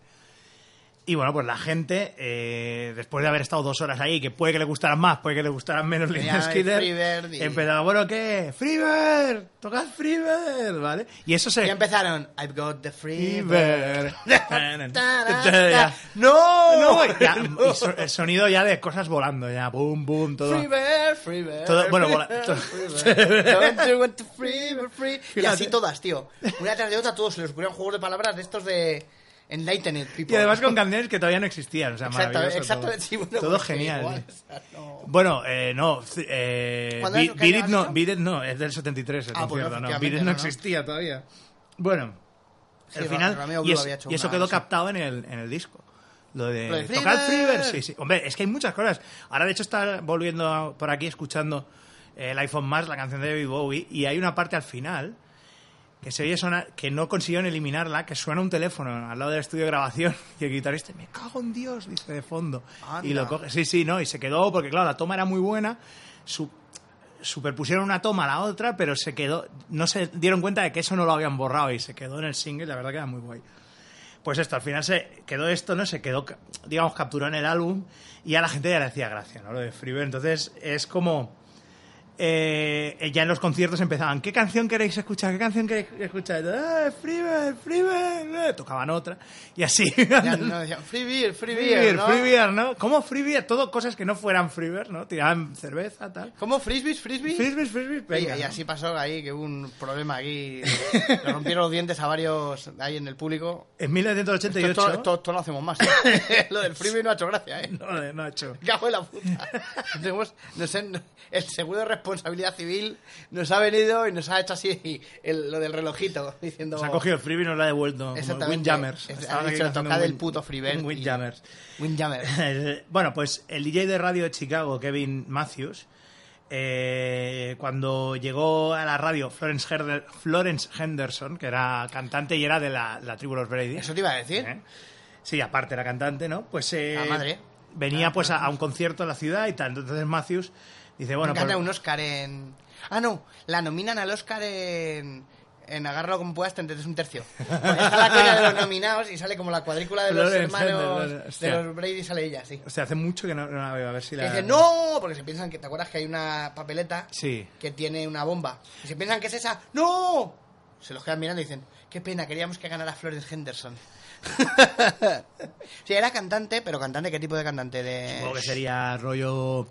S2: Y bueno, pues la gente, eh, después de haber estado dos horas ahí, que puede que le gustaran más, puede que le gustaran menos
S3: Tenía
S2: Lina Skinner,
S3: Freebird y-
S2: empezaba, bueno, ¿qué? ¡Freebird! ¡Tocad Freebird! ¿Vale? Y eso se...
S3: Y empezaron, I've got the Freebird.
S2: Freebird. Ya.
S3: ¡No!
S2: No, ya, y so- el sonido ya de cosas volando, ya, boom, boom, todo.
S3: Freebird, Freebird.
S2: Todo- bueno, vola-
S3: Freebird,
S2: todo-
S3: Freebird. Don't you want to Freebird, free- Y
S2: Fíjate.
S3: así todas, tío. Una tras de otra, todos se les ocurrieron juegos de palabras de estos de Enlightened People.
S2: Y además con canciones que todavía no existían, o sea,
S3: Exactamente,
S2: maravilloso
S3: exactamente.
S2: todo.
S3: sí, bueno,
S2: Todo
S3: porque
S2: genial.
S3: igual,
S2: tío.
S3: o sea, no.
S2: Bueno, eh, no. c- Eh,
S3: ¿Cuándo
S2: Be-
S3: es lo que
S2: Beat It
S3: has
S2: no,
S3: dicho?
S2: Beat It no, es del 73, el
S3: Ah, pues no,
S2: concierto, no.
S3: efectivamente,
S2: Beat It no,
S3: no, no.
S2: existía todavía. Bueno,
S3: Sí,
S2: al
S3: Ra-
S2: final.
S3: Romeo
S2: y,
S3: Blue
S2: es-
S3: había hecho
S2: y eso
S3: una-
S2: quedó
S3: sí.
S2: captado en el, en el disco. Lo de,
S3: Lo de
S2: tocar
S3: Freebird.
S2: Freebird, sí, sí. Hombre, es que hay muchas cosas. Ahora, de hecho, está volviendo a- por aquí escuchando eh, el iPhone más, la canción de David Bowie, y hay una parte al final que se oye sonar, que no consiguieron eliminarla, que suena un teléfono al lado del estudio de grabación y el guitarrista, me cago en Dios, dice de fondo.
S3: Anda.
S2: Y lo coge, sí, sí, no, y se quedó, porque claro, la toma era muy buena, su- superpusieron una toma a la otra, pero se quedó, no se dieron cuenta de que eso no lo habían borrado y se quedó en el single, la verdad que era muy guay. Pues esto, al final se quedó esto, ¿no? Se quedó, ca- digamos, capturó en el álbum y a la gente ya le hacía gracia, ¿no? Lo de Freebird. Entonces es como... eh, ya en los conciertos empezaban, ¿qué canción queréis escuchar? ¿Qué canción queréis escuchar? ¡Ah, Freebird, Freebird! eh, Tocaban otra y así.
S3: Ya no decían, Free beer, free beer,
S2: Freebird,
S3: ¿no?
S2: Freebird, ¿no? ¿Cómo Freebird? Todo cosas que no fueran Freebird, ¿no? Tiraban cerveza, tal.
S3: ¿Cómo? ¿Frisbees, frisbees?
S2: Freebird, Freebird,
S3: Y,
S2: venga,
S3: y
S2: ¿no?
S3: así pasó ahí, que hubo un problema aquí. Le rompieron los dientes a varios ahí en el público.
S2: En
S3: Esto,
S2: 1988...
S3: esto- esto- esto lo hacemos más. ¿eh? Lo del freebie no ha hecho gracia, ¿eh?
S2: No, no ha hecho.
S3: Me Cago en la puta. Tenemos, nos han- el seguro de responsabilidad civil nos ha venido y nos ha hecho así el- lo del relojito, diciendo...
S2: Se ha cogido el freebie y nos lo ha devuelto. Como
S3: Exactamente.
S2: Windjammers.
S3: Es-
S2: Estaban
S3: han
S2: aquí
S3: hecho
S2: haciendo
S3: tocar
S2: un
S3: el
S2: Win-
S3: puto freebird
S2: un
S3: y-
S2: Windjammers.
S3: Windjammer.
S2: Eh, bueno, pues el DJ de radio de Chicago, Kevin Matthews, eh, cuando llegó a la radio Florence, Herder- Florence Henderson, que era cantante y era de la, la tribu Los Brady.
S3: Eso te iba a decir.
S2: ¿eh? Sí, aparte era cantante, ¿no? Pues eh,
S3: La Ah, madre. Ah,
S2: venía pues a, a un concierto en la ciudad y tal. Entonces Matthews dice, bueno,
S3: Gana
S2: pues-
S3: un Oscar en... Ah, no. La nominan al Oscar en... En agárralo como puedas, te es un tercio. Porque está la coña de los nominados y sale como la cuadrícula de los
S2: Florence
S3: hermanos
S2: Henderson,
S3: de
S2: hostia.
S3: los Brady sale ella, sí.
S2: o sea, hace mucho que no, no la veo, a ver si
S3: Que
S2: la...
S3: dicen, no, porque se piensan que, ¿te acuerdas que hay una papeleta
S2: Sí.
S3: que tiene una bomba? Y se piensan que es esa, ¡no! Se los quedan mirando y dicen, qué pena, queríamos que ganara Florence Henderson. sí, era cantante, pero cantante, ¿qué tipo de cantante?
S2: Supongo que
S3: De...
S2: sería rollo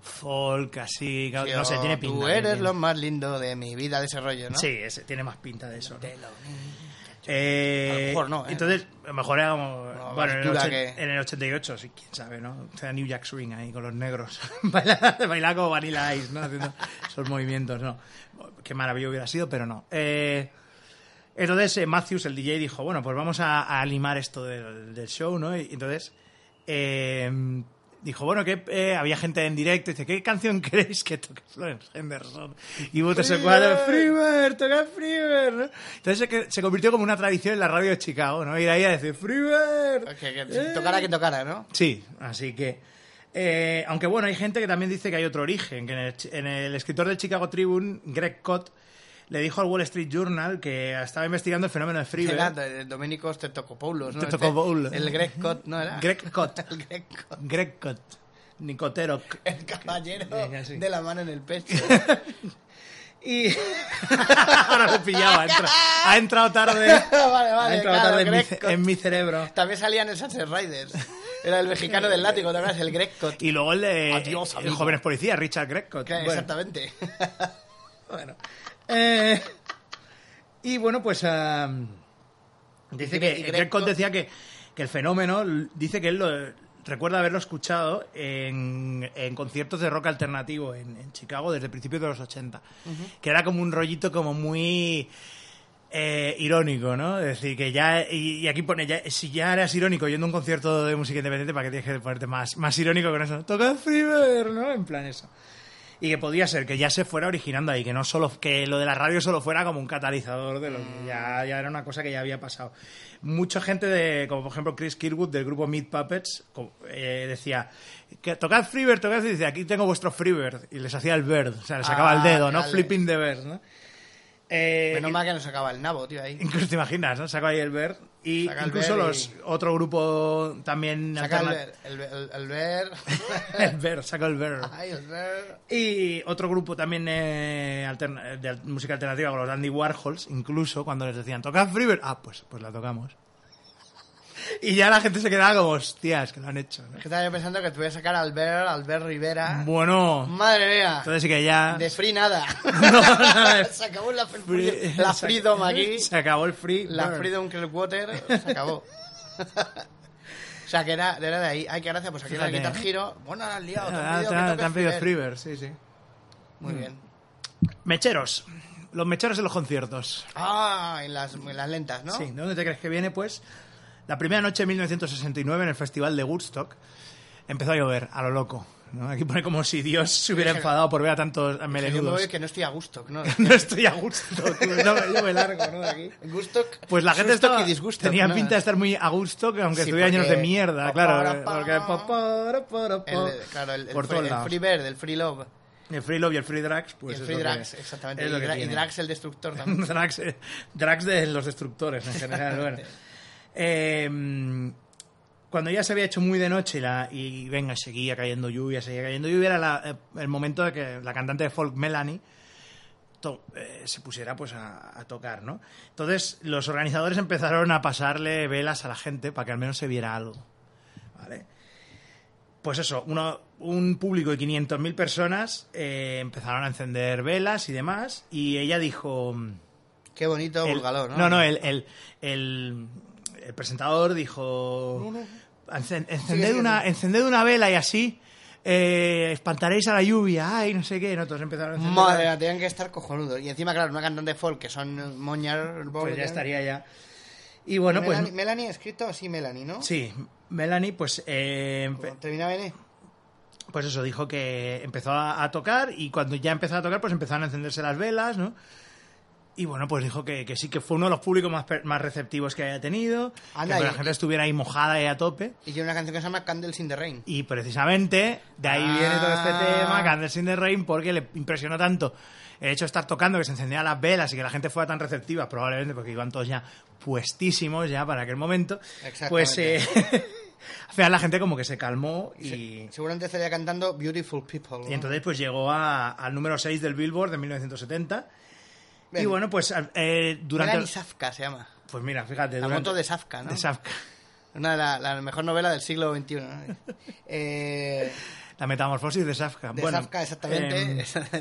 S2: folk, así, claro, no sé, tiene pinta. ¿eh?
S3: Tú
S2: tiene
S3: eres
S2: pinta.
S3: lo más lindo de mi vida, de ese rollo, ¿no?
S2: Sí, ese- tiene más pinta de eso. ¿no?
S3: De lo-
S2: Eh,
S3: A lo mejor no, ¿eh?
S2: Entonces, a lo mejor era como-
S3: No,
S2: bueno, en el,
S3: basura
S2: ochen-
S3: que-
S2: en el 88, sí, quién sabe, ¿no? O sea, New Jack Swing ahí con los negros. Baila- Bailaba como Vanilla Ice, ¿no? Haciendo esos movimientos, ¿no? Qué maravilla hubiera sido, pero no. Eh, entonces eh, Matthews, el DJ, dijo, bueno, pues vamos a, a animar esto del, del show, ¿no? Y entonces eh, dijo, bueno, que eh, había gente en directo, dice, ¿qué canción queréis que toque Florence Henderson? Y votó ese cuadro, Freebird, toca Freebird, ¿no? Entonces se, que- se convirtió como una tradición en la radio de Chicago, ¿no? Ir ahí a decir, Freebird.
S3: Que, que
S2: eh".
S3: tocara que tocara, ¿no?
S2: Sí, así que... eh, aunque bueno, hay gente que también dice que hay otro origen, que en el, chi- en el escritor del Chicago Tribune, Greg Cott, le dijo al Wall Street Journal que estaba investigando el fenómeno de
S3: Era
S2: Freebird.
S3: "Ah, de- Doménicos Tetocopoulos, ¿no?
S2: Tetocopoulos.
S3: Este- el Greg Cott, ¿no era?
S2: Greg Cott.
S3: el Greg Cott.
S2: Greg Cott. Nicotero.
S3: El caballero
S2: Venga, sí.
S3: de la mano en el pecho.
S2: Y ahora lo pillaba. Ha entrado, ha entrado tarde.
S3: Vale, vale,
S2: ha entrado
S3: claro,
S2: tarde en mi,
S3: Greco.
S2: ce- en mi cerebro.
S3: También salía en el Sunset Riders. Era el mexicano del látigo, ¿te acuerdas? El Greco.
S2: Y luego el de
S3: Adiós,
S2: el
S3: amigo.
S2: Jóvenes Policías, Richard Greco.
S3: Que-
S2: Bueno,
S3: Exactamente.
S2: bueno. Eh, y bueno, pues ah, dice que
S3: Y Greco-
S2: Greco decía que, que el fenómeno l- dice que él lo- recuerda haberlo escuchado en, en conciertos de rock alternativo en, en Chicago desde principios de los 80, que era como un rollito como muy eh, irónico, ¿no? Es decir, que ya, y, y aquí pone, ya, si ya eras irónico yendo a un concierto de música independiente, ¿para qué tienes que ponerte más, más irónico con eso? Toca Fever, ¿no? En plan eso. Y que podía ser que ya se fuera originando ahí, que no solo que lo de la radio solo fuera como un catalizador de lo que
S3: Mm.
S2: ya, ya era una cosa que ya había pasado. Mucha gente, de, como por ejemplo Chris Kirwood del grupo Meat Puppets, co- eh, decía, que tocad Freebird, tocad, y dice, aquí tengo vuestro Freebird. Y les hacía el bird, o sea, les sacaba el
S3: Ah,
S2: dedo, ¿no?
S3: dale.
S2: Flipping the bird, ¿no? Eh,
S3: Menos mal que nos acaba el nabo, tío, ahí.
S2: Incluso te imaginas, ¿no? Saco ahí el ver. Y
S3: Saca el
S2: incluso
S3: ver y-
S2: los otro grupo también.
S3: Saca el
S2: alterna-
S3: ver. El, el, el ver.
S2: el ver, saco el ver.
S3: Ay, el ver.
S2: Y otro grupo también eh, alterna- de al- música alternativa con los Andy Warhols, incluso cuando les decían, tocad Freebird. Ah, pues, pues la tocamos. Y ya la gente se quedaba como, hostias, que lo han hecho. ¿no?
S3: Es que estaba yo pensando que te voy a sacar al ver, al ver Rivera.
S2: Bueno,
S3: Madre mía.
S2: entonces sí que ya.
S3: De free nada.
S2: nada.
S3: se acabó la, free-
S2: Free-
S3: la freedom aquí.
S2: Se acabó el free.
S3: La
S2: bird.
S3: freedom que el water se acabó. O sea, que era, era de ahí. Ay, qué gracia, pues aquí en el
S2: Fíjate,
S3: Guitar
S2: ¿eh?
S3: giro. Bueno, la has liado. te han
S2: Ah, te
S3: pedido que
S2: han-
S3: toques
S2: te han pedido Mm.
S3: Freebird.
S2: Freebird, sí, sí.
S3: Muy bien.
S2: Mecheros. Los mecheros en los conciertos.
S3: Ah, en las, en las lentas, ¿no?
S2: Sí, ¿de dónde te crees que viene? Pues la primera noche de 1969 en el Festival de Woodstock empezó a llover, a lo loco. ¿no? Aquí pone como si Dios se hubiera enfadado por ver a tantos
S3: Que yo me voy
S2: melenudos.
S3: que no estoy a gusto. ¿no?
S2: No estoy a gusto, tú, no, yo me largo ¿no? de aquí.
S3: Gusto,
S2: Pues la gente
S3: susto
S2: estaba,
S3: y disgusto,
S2: tenía
S3: ¿no?
S2: pinta de estar muy a gusto, que aunque
S3: Sí,
S2: estuviera llenos de
S3: porque-
S2: mierda,
S3: pa,
S2: claro.
S3: pa, pa,
S2: porque
S3: pa.
S2: pa, pa, pa, pa.
S3: El, claro, el, el
S2: por
S3: free,
S2: todos
S3: el
S2: lados.
S3: free bird, el free love.
S2: El free love y el free drugs,
S3: Y
S2: pues
S3: el
S2: es
S3: free
S2: lo que-
S3: drags, exactamente.
S2: es lo
S3: y,
S2: que
S3: dra- y
S2: tiene.
S3: drags el destructor también.
S2: Drax, eh, Drax de los destructores en general. bueno. Eh, cuando ya se había hecho muy de noche y, la- y venga, seguía cayendo lluvia, seguía cayendo lluvia, era la- eh, el momento de que la cantante de folk Melanie to- eh, se pusiera pues a, a tocar, ¿no? Entonces los organizadores empezaron a pasarle velas a la gente para que al menos se viera algo, ¿vale? Pues eso, uno- un público de 500.000 personas eh, empezaron a encender velas y demás, y ella dijo...
S3: Qué bonito
S2: el-
S3: burgaló, ¿no?
S2: No, eh. el, el- el- el presentador dijo... "Encen- Encended,
S3: sigue,
S2: una, encended una vela y así eh, espantaréis a la lluvia, ay, no sé qué, ¿no? Todos empezaron a encender
S3: Madre
S2: velas.
S3: mía, tenían que estar cojonudos. Y encima, claro, una cantante folk que son moñar...
S2: Pues ya estaría ya. Y bueno, pues...
S3: Melanie, Melanie, escrito así Melanie, ¿no?
S2: Sí, Melanie, pues... eh, empe-
S3: Como Terminaba en E.
S2: pues eso, dijo que empezó a, a tocar y cuando ya empezó a tocar, pues empezaron a encenderse las velas, ¿no? Y bueno, pues dijo que, que sí, que fue uno de los públicos más, per- más receptivos que haya tenido,
S3: Anda,
S2: que
S3: y-
S2: la gente estuviera ahí mojada y a tope.
S3: Y tiene una canción que se llama Candles in the Rain.
S2: Y precisamente de ahí
S3: Ah.
S2: viene todo este tema, Candles in the Rain, porque le impresionó tanto el hecho de estar tocando, que se encendían las velas y que la gente fuera tan receptiva, probablemente porque iban todos ya puestísimos ya para aquel momento.
S3: Exactamente.
S2: Pues eh, al final la gente como que se calmó y...
S3: Seguramente estaría cantando Beautiful People. ¿no?
S2: Y entonces pues llegó a- al número 6 del Billboard de 1970.
S3: Bien.
S2: Y bueno, pues al- eh, durante...
S3: Melanie Safka se llama.
S2: Pues mira, fíjate.
S3: La
S2: durante-
S3: moto de Safka, ¿no?
S2: de Safka.
S3: Una de las la mejor novela del siglo XXI. ¿no? Eh,
S2: La metamorfosis de Safka.
S3: de
S2: bueno,
S3: Safka, exactamente.
S2: eh,
S3: De Safka.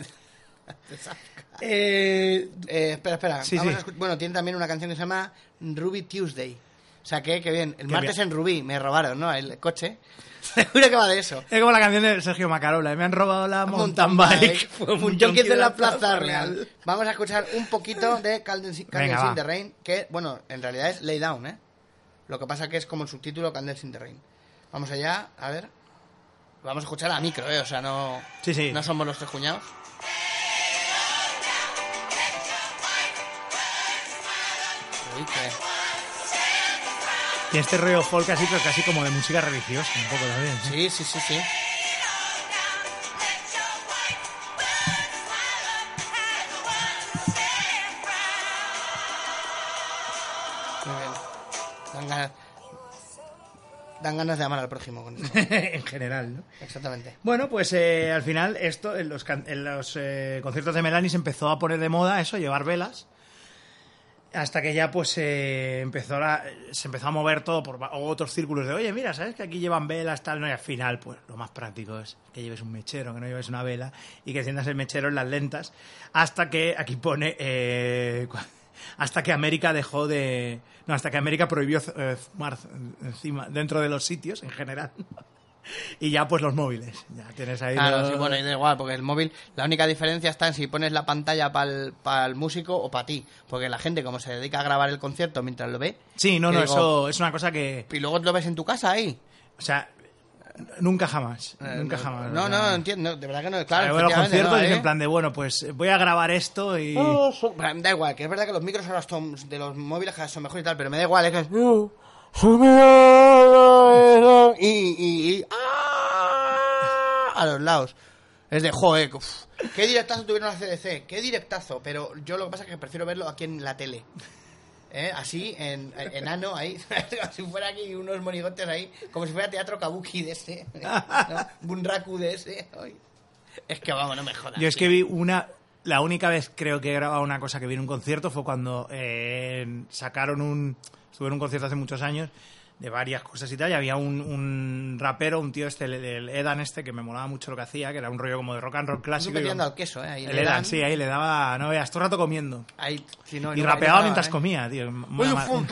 S2: eh,
S3: Eh, espera, espera.
S2: Sí,
S3: Vamos
S2: sí.
S3: a escu- bueno, tiene también una canción que se llama Ruby Tuesday. O sea, que, que bien. El
S2: Qué
S3: martes
S2: bien.
S3: en Rubí me robaron, ¿no? El coche. Seguro que va de eso.
S2: es como la canción de Sergio Macarola. Me han robado la mountain, bike. Fue
S3: un
S2: yonki
S3: junkie de la Plaza Real. Vamos a escuchar un poquito de Candles Candles
S2: va.
S3: in the Rain, que, bueno, en realidad es Lay Down, ¿eh? Lo que pasa que es como el subtítulo Candles in the Rain. Vamos allá, a ver. Vamos a escuchar a micro, ¿eh? O sea, no,
S2: Sí, sí.
S3: no somos los tres cuñados. Uy, que-
S2: Y este rollo folk así, pero casi como de música religiosa, un poco también. ¿no?
S3: Sí, sí, sí, sí. Muy bien. Dan ganas, dan dan ganas de amar al prójimo con eso.
S2: en general, ¿no?
S3: Exactamente.
S2: Bueno, pues eh, al final esto en los, can- en los, eh, conciertos de Melanie se empezó a poner de moda eso, llevar velas, hasta que ya pues eh, empezó la- se empezó a mover todo por va- otros círculos de, oye, mira, ¿sabes que aquí llevan velas, tal? No, y al final pues lo más práctico es que lleves un mechero, que no lleves una vela y que enciendas el mechero en las lentas, hasta que aquí pone... eh, cu- hasta que América dejó de... No, hasta que América prohibió eh, fumar encima, dentro de los sitios en general. Y ya pues los móviles. Ya tienes ahí.
S3: Claro,
S2: los-
S3: sí, bueno, y da igual, porque el móvil, la única diferencia está en si pones la pantalla para el, músico o para ti. Porque la gente, como se dedica a grabar el concierto mientras lo ve,
S2: Sí, no,
S3: yo
S2: no,
S3: digo,
S2: eso es una cosa que.
S3: y luego lo ves en tu casa ahí.
S2: O sea, nunca jamás.
S3: Eh,
S2: nunca
S3: no,
S2: jamás.
S3: No,
S2: o sea,
S3: no, entiendo, de verdad que no,
S2: a
S3: claro.
S2: ver, los
S3: efectivamente,
S2: conciertos
S3: no,
S2: es
S3: ¿eh?
S2: en plan de, bueno, pues voy a grabar esto y.
S3: Oh, son- Da igual, que es verdad que los micros ahora son- de los móviles cada vez son mejores y tal, pero me da igual, es que es- uh, Y, y- y- ¡Ah! A los lados. Es de, joder, uf, qué directazo tuvieron la CDC, qué directazo, pero yo lo que pasa es que prefiero verlo aquí en la tele. ¿Eh? Así, en, en- enano, ahí, como si fuera aquí unos monigotes ahí, como si fuera teatro kabuki de ese, ¿eh? ¿no? Bunraku de ese. ay. Es que vamos, no me jodas.
S2: Yo es
S3: tío.
S2: que vi una. La única vez creo que he grabado una cosa que vi en un concierto fue cuando eh, sacaron un. Estuve en un concierto hace muchos años de varias cosas y tal. Y había un, un rapero, un tío este, el, el Edan este, que me molaba mucho lo que hacía, que era un rollo como de rock and roll
S3: Estoy
S2: clásico. y
S3: peleando
S2: iba-
S3: al queso, ¿eh? Ahí
S2: el
S3: le
S2: Edan,
S3: dan.
S2: sí, ahí le daba. No veas, todo el rato comiendo.
S3: Ahí, si no,
S2: Y
S3: luego
S2: rapeaba
S3: ahí
S2: mientras
S3: estaba, ¿eh?
S2: comía, tío. Una,
S3: Oye,
S2: mar-
S3: fu-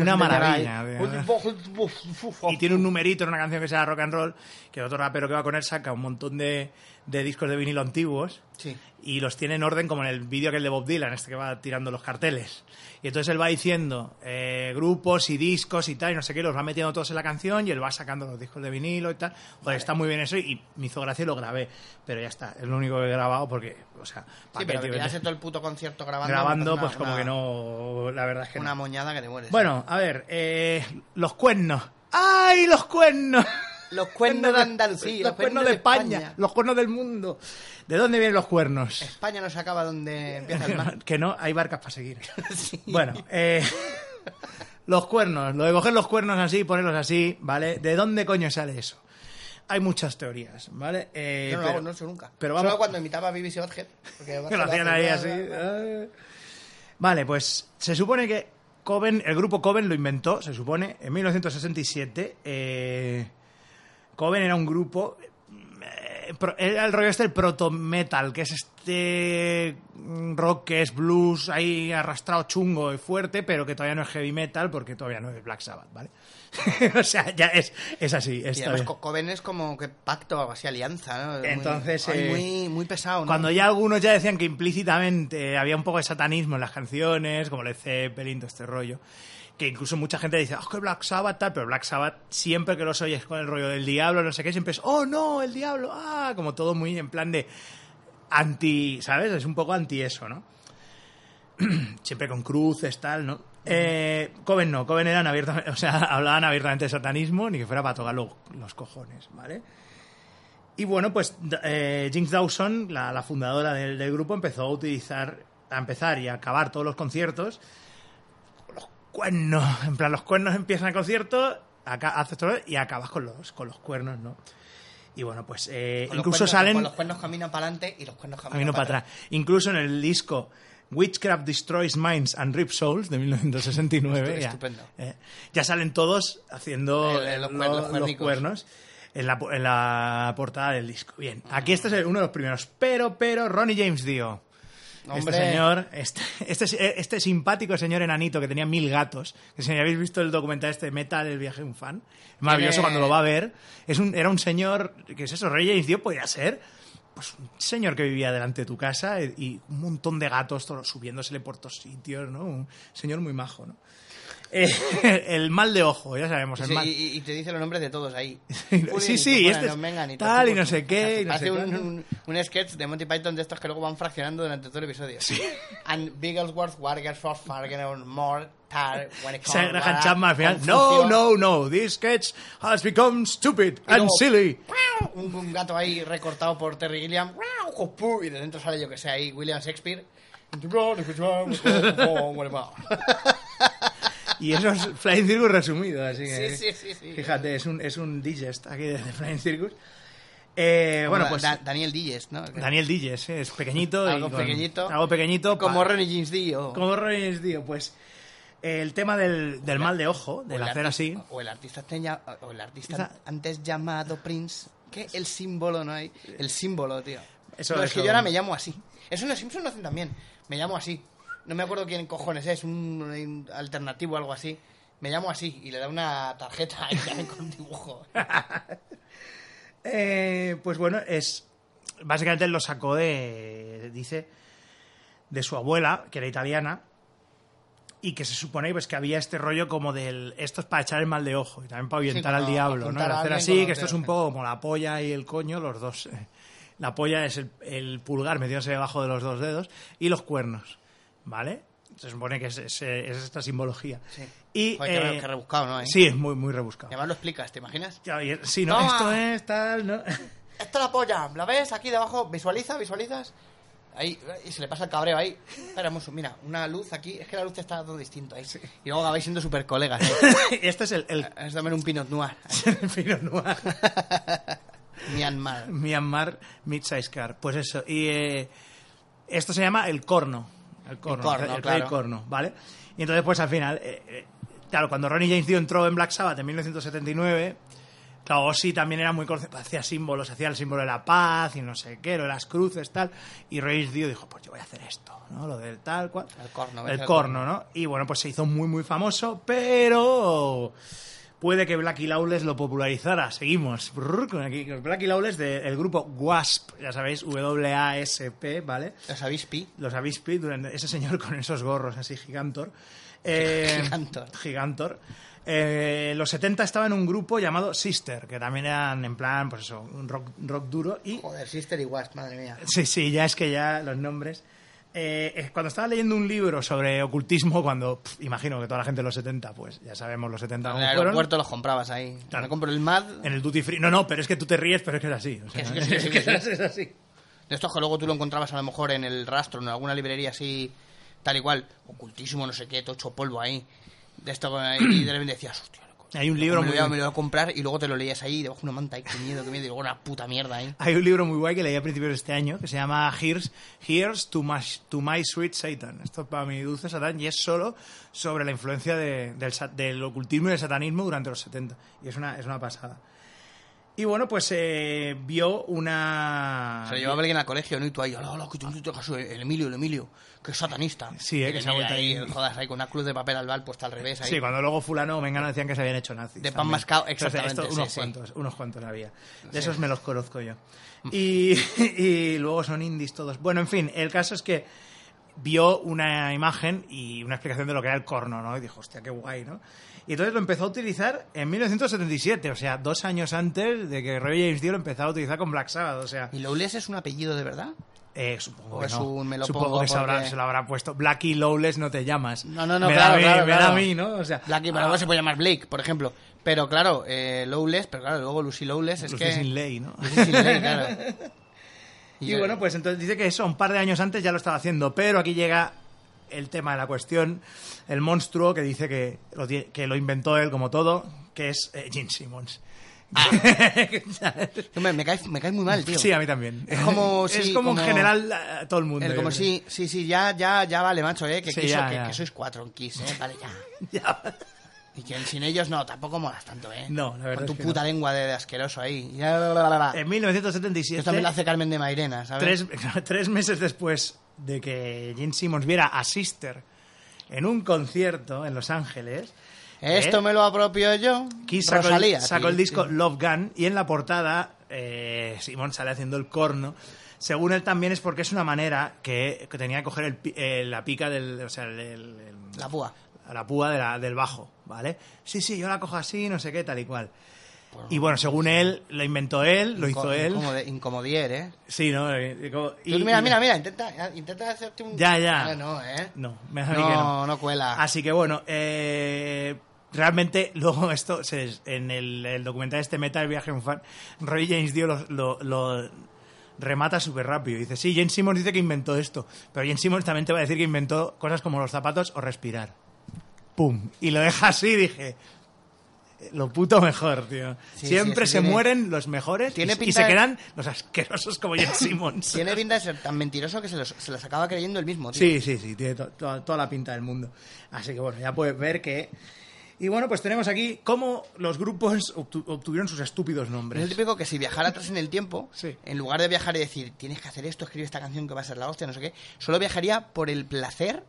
S2: una maravilla. tío. Y tiene un numerito en una canción que se llama Rock and Roll, que el otro rapero que va con él saca un montón de, de discos de vinilo antiguos
S3: Sí.
S2: y los tiene en orden como en el vídeo que el de Bob Dylan, este que va tirando los carteles. Y entonces él va diciendo eh, grupos y discos y tal, y no sé qué, los va metiendo todos en la canción y él va sacando los discos de vinilo y tal. Joder, está muy bien eso y me hizo gracia y lo grabé. Pero ya está, es lo único que he grabado porque, o sea, ¿pa'
S3: Sí,
S2: qué,
S3: pero que
S2: tío?
S3: tirarse todo el puto concierto grabando.
S2: grabando,
S3: una-
S2: pues como
S3: una-
S2: que no, la verdad es que
S3: Una
S2: no.
S3: moñada que te mueres.
S2: Bueno, a ver, eh, los cuernos. ¡Ay, los cuernos!
S3: Los cuernos de Andalucía,
S2: los, cuernos de España, los cuernos del mundo. ¿De dónde vienen los cuernos?
S3: España no se acaba donde empieza el mar.
S2: que no, hay barcas para seguir. Bueno, eh, los cuernos, lo de coger los cuernos así y ponerlos así, ¿vale? ¿De dónde coño sale eso? Hay muchas teorías, ¿vale? Eh,
S3: Yo no lo
S2: pero-
S3: hago, no lo he hecho nunca.
S2: pero vamos-
S3: Solo cuando imitaba a BBC Odhead. Porque
S2: que lo hacían ahí así. eh. Vale, pues se supone que Coven, el grupo Coven lo inventó, se supone, en 1967. Eh, Coven era un grupo. eh, pro- Era el rollo este, el proto-metal, que es este mm, rock que es blues ahí arrastrado chungo y fuerte, pero que todavía no es heavy metal porque todavía no es Black Sabbath, ¿vale? o sea, ya es, es así.
S3: Y
S2: está
S3: además
S2: bien.
S3: Co- Coven es como que pacto o algo así, alianza, ¿no? Muy-
S2: Entonces,
S3: ay,
S2: eh,
S3: muy, muy pesado, ¿no?
S2: Cuando ya algunos ya decían que implícitamente había un poco de satanismo en las canciones, como le Zeppelin, todo este rollo, que incluso mucha gente dice, oh, que Black Sabbath tal, pero Black Sabbath siempre que los oyes con el rollo del diablo, no sé qué, siempre es, oh no, el diablo, ah, como todo muy en plan de anti, ¿sabes? Es un poco anti eso, ¿no? siempre con cruces, tal, ¿no? Eh, Coven no, Coven eran abiertamente, o sea, hablaban abiertamente de satanismo, ni que fuera para tocar lo- los cojones, ¿vale? Y bueno, pues d- eh, Jinx Dawson, la, la fundadora del, del grupo, empezó a utilizar, a empezar y a acabar todos los conciertos. Los cuernos, en plan, los cuernos empiezan el concierto, acá, haces todo y acabas con los, con los cuernos, ¿no? Y bueno, pues eh,
S3: Con los
S2: incluso
S3: cuernos-
S2: salen...
S3: con los cuernos caminan para adelante y los cuernos caminan
S2: Camino para atrás. Incluso en el disco Witchcraft Destroys Minds and Rip Souls de 1969. ya,
S3: Estupendo.
S2: eh, ya salen todos haciendo
S3: El- el- los
S2: lo-
S3: cuernos,
S2: los,
S3: cuernicos.
S2: cuernos en la, po- en la portada del disco. Bien, aquí este es el- uno de los primeros. Pero, pero, Ronnie James Dio.
S3: Hombre.
S2: Este señor, este, este, este simpático señor enanito que tenía mil gatos, que si habéis visto el documental este de Metal, el viaje de un fan, es maravilloso
S3: Tiene-
S2: cuando lo va a ver, es un, era un señor, que es eso, Rey James Dio podía ser, pues un señor que vivía delante de tu casa y, y un montón de gatos todos subiéndosele por todos sitios, ¿no? Un señor muy majo, ¿no? Eh, el mal de ojo, ya sabemos, el
S3: Sí,
S2: mal.
S3: y, y te dice los nombres de todos ahí.
S2: Sí,
S3: Fulanito,
S2: sí,
S3: fulanito,
S2: este es
S3: menganito,
S2: tal, y
S3: tipo,
S2: no sé qué, y no
S3: Hace
S2: sé
S3: un,
S2: cuánto.
S3: un- un sketch de Monty Python de estos que luego van fraccionando durante todo el episodio. And Bigglesworth, Wargersworth, Fargen, More, Tar, when it
S2: Se
S3: comes,
S2: Graham
S3: Wara,
S2: Chapman al final. No,
S3: Confucio".
S2: no, no. This sketch has become stupid
S3: Y luego,
S2: and silly.
S3: Un, un gato ahí recortado por Terry Gilliam. Y de dentro sale yo que sé ahí, William Shakespeare.
S2: Y eso es Flying Circus resumido, así que...
S3: Sí, sí, sí, sí.
S2: Fíjate, es un, es un digest aquí de, de Flying Circus. Eh, bueno,
S3: Da-
S2: pues...
S3: Da- Daniel Dilles, ¿no?
S2: Daniel Digest, ¿eh? es pequeñito. y
S3: Algo
S2: con-
S3: pequeñito.
S2: Algo pequeñito. pa-
S3: Como Ronnie James Dio.
S2: Como Ronnie Dio, pues... El tema del, del mal de ojo,
S3: Pues
S2: del hacer así...
S3: O el artista, teña- o el artista
S2: Esa-
S3: antes llamado Prince. Que el símbolo no hay. El símbolo, tío.
S2: Eso-
S3: no, es que
S2: eso-
S3: yo ahora me llamo así. Eso en los Simpsons lo hacen también. Me llamo así. No me acuerdo quién cojones es, un, un alternativo o algo así. Me llamo así y le da una tarjeta y sale con un dibujo.
S2: Eh, pues bueno, es. Básicamente lo sacó de. Dice. De su abuela, que era italiana. Y que se supone pues, que había este rollo como del. Esto es para echar el mal de ojo. Y también para ahuyentar al
S3: como
S2: diablo, ¿no?
S3: apuntar
S2: El
S3: a
S2: hacer
S3: alguien
S2: así,
S3: con
S2: que
S3: los
S2: esto es
S3: dedos,
S2: un
S3: ¿eh?
S2: poco como la polla y el coño, los dos. eh, La polla es el, el pulgar metiéndose debajo de los dos dedos. Y los cuernos. ¿Vale? Se supone que es, es- es esta simbología.
S3: Sí.
S2: Y,
S3: Joder, qué re-
S2: eh,
S3: qué rebuscado, ¿no? eh?
S2: Sí, es muy, muy rebuscado.
S3: Además lo explicas, ¿te imaginas?
S2: Ya, y- Sí, no,
S3: Toma.
S2: esto es tal, ¿no?
S3: Esta es la polla, ¿la ves? Aquí debajo, visualiza, visualizas. Ahí, y se le pasa el cabreo ahí. Espera, Musu, mira, una luz aquí, es que la luz está todo distinto ahí. Y luego acabáis siendo súper colegas.
S2: este es el- el
S3: Es también un Pinot Noir,
S2: El Pinot Noir.
S3: Myanmar.
S2: Myanmar Midsize Car. Pues eso. Y eh, esto se llama el corno. El corno.
S3: corno,
S2: el rey
S3: claro.
S2: corno, ¿vale? Y entonces, pues al final. eh, eh, claro, cuando Ronnie James Dio entró en Black Sabbath en 1979. Claro, Ozzy también era muy conce- hacía símbolos, hacía el símbolo de la paz y no sé qué, lo de las cruces, tal. Y James Dio dijo, pues yo voy a hacer esto, ¿no? Lo del tal cual.
S3: El corno, ¿ves?
S2: El
S3: El
S2: corno, ¿no? Y bueno, pues se hizo muy, muy famoso, pero puede que Blackie Lawless lo popularizara. Seguimos. Brrr, con aquí. Blackie Lawless del grupo WASP, ya sabéis, W-A-S-P, ¿vale?
S3: ¿Lo sabéis, Pi?
S2: Los Avispi, durante ese señor con esos gorros así, gigantor. Eh,
S3: Gigantor.
S2: Gigantor. Eh, los 70 estaba en un grupo llamado Sister, que también eran en plan, pues eso, un rock, rock duro. Y
S3: Joder, Sister y Wasp, madre mía.
S2: Sí, sí, ya es que ya los nombres. Eh, eh, cuando estaba leyendo un libro sobre ocultismo, cuando pf, imagino que toda la gente de los 70, pues ya sabemos los 70
S3: En
S2: cómo
S3: el
S2: fueron,
S3: aeropuerto los comprabas ahí.
S2: Claro.
S3: Me compro el MAD,
S2: en el duty free. No, no, pero es que tú te ríes, pero es que es así. o sea,
S3: Que sí, que sí,
S2: es que
S3: sí, sí.
S2: es así.
S3: de estos que luego tú lo encontrabas a lo mejor en el rastro, en alguna librería así, tal y cual, ocultísimo, no sé qué, tocho polvo ahí. De esto, con- y de repente decías, hostia, loco.
S2: Hay un libro
S3: me, lo
S2: muy
S3: voy a, me lo voy a comprar y luego te lo leías ahí debajo de una manta. Ay, qué miedo, qué miedo. Y luego una puta mierda ahí.
S2: Hay un libro muy guay que leí a principios de este año que se llama Here's, Here's to, my, to My Sweet Satan. Esto es para mi dulce Satán y es solo sobre la influencia de- del, sa- del ocultismo y del satanismo durante los 70. Y es una, es una pasada. Y bueno, pues eh, vio una...
S3: Se lo llevaba alguien al colegio, ¿no? Y tú ahí, hola, hola, que tú que tú- el Emilio, el Emilio, que es satanista.
S2: Sí, eh,
S3: Y
S2: que se
S3: venía
S2: ha vuelto ahí.
S3: Jodas, ahí con una cruz de papel al bal puesta al revés ahí.
S2: Sí, cuando luego fulano o mengano decían que se habían hecho nazis.
S3: De pan
S2: también.
S3: mascao,
S2: Entonces,
S3: exactamente,
S2: esto,
S3: sí,
S2: unos
S3: sí.
S2: cuantos, unos cuantos había. De esos me los conozco yo.
S3: Mm.
S2: Y, y luego son indies todos. Bueno, en fin, el caso es que vio una imagen y una explicación de lo que era el corno, ¿no? Y dijo, hostia, qué guay, ¿no? Y entonces lo empezó a utilizar en 1977, o sea, dos años antes de que Roy James Dio lo empezara a utilizar con Black Sabbath, o sea...
S3: ¿Y Lowless es un apellido de verdad?
S2: Eh, supongo
S3: O
S2: que
S3: es
S2: no.
S3: Pues un me lo
S2: supongo
S3: pongo
S2: que se, habrá-
S3: porque-
S2: se lo habrá puesto. Blackie Lowless no te llamas.
S3: No, no, no,
S2: me
S3: claro,
S2: da a mí,
S3: claro,
S2: me da
S3: claro.
S2: a mí, ¿no? O sea,
S3: Blackie, pero
S2: ah,
S3: luego se puede llamar Blake, por ejemplo. Pero claro, eh, Lowless, pero claro, luego Lucy Lowless es
S2: Lucy
S3: que...
S2: sin ley, ¿no?
S3: Lucy sin ley, claro.
S2: Y bueno, pues entonces dice que eso, un par de años antes ya lo estaba haciendo, pero aquí llega el tema de la cuestión, el monstruo que dice que lo, tie- que lo inventó él como todo, que es eh, Gene Simmons.
S3: Tú Me, me caes, me caes muy mal, tío.
S2: pues- sí, a mí también.
S3: Es como si-
S2: es como, en
S3: como-
S2: general eh, a a todo el mundo.
S3: El
S2: yo
S3: como
S2: creo.
S3: sí, sí, sí, ya, ya, ya vale, macho, eh, que,
S2: Sí,
S3: quiso-
S2: ya,
S3: que,
S2: ya.
S3: que sois cuatro en Kiss, eh, vale, ya.
S2: Ya.
S3: Y que sin ellos no, tampoco molas tanto, ¿eh?
S2: No, la verdad
S3: Con tu
S2: es que
S3: puta
S2: no.
S3: lengua de, de asqueroso ahí. Ya, la, la, la, la.
S2: En
S3: Ah. Esto
S2: 1977,
S3: también lo hace Carmen de Mairena, ¿sabes?
S2: este tres, tres meses después de que Gene Simmons viera a Sister en un concierto en Los Ángeles,
S3: Esto
S2: ¿eh?
S3: me lo apropio yo.
S2: Kiss sacó,
S3: Rosalía,
S2: el, sacó el
S3: sí,
S2: disco
S3: sí.
S2: Love Gun y en la portada eh, Simón sale haciendo el corno. Según él también es porque es una manera que, que tenía que coger el pi- eh, la pica del... O sea, el- el- el-
S3: La púa.
S2: la púa de la- del bajo, ¿vale? Sí, sí, yo la cojo así, no sé qué, tal y cual. Y bueno, según él, lo inventó él, lo hizo
S3: Inco-
S2: él.
S3: incomode- incomodier, ¿eh?
S2: Sí, ¿no? Eh, como-
S3: Tú, mira, mira, mira, intenta, intenta hacerte un...
S2: Ya, ya.
S3: Ah, No, ¿eh?
S2: No, me da a mí que
S3: No, no cuela.
S2: Así que bueno, eh, realmente luego esto, se- en el, el documental este Meta, el viaje a un fan, Roy James Dio lo, lo- lo remata súper rápido. Dice, sí, Jane Simmons dice que inventó esto, pero Jane Simmons también te va a decir que inventó cosas como los zapatos o respirar. pum. Y lo deja así y dije. "Eh, Lo puto mejor, tío.
S3: Sí,
S2: Siempre
S3: sí, es que
S2: se
S3: tiene-
S2: mueren los mejores
S3: tiene
S2: y, y
S3: pinta
S2: se
S3: de-
S2: quedan los asquerosos como Jen Simmons.
S3: Tiene pinta de ser tan mentiroso que se los, se los acaba creyendo el mismo, tío.
S2: Sí, sí, sí, tiene to- toda, toda la pinta del mundo. Así que bueno, ya puedes ver que... Y bueno, pues tenemos aquí cómo los grupos obtu- obtuvieron sus estúpidos
S3: Es el
S2: nombres.
S3: típico que si viajara atrás en el tiempo,
S2: Sí.
S3: en lugar de viajar y decir, tienes que hacer esto, escribe esta canción que va a ser la hostia, no sé qué, solo viajaría por el placer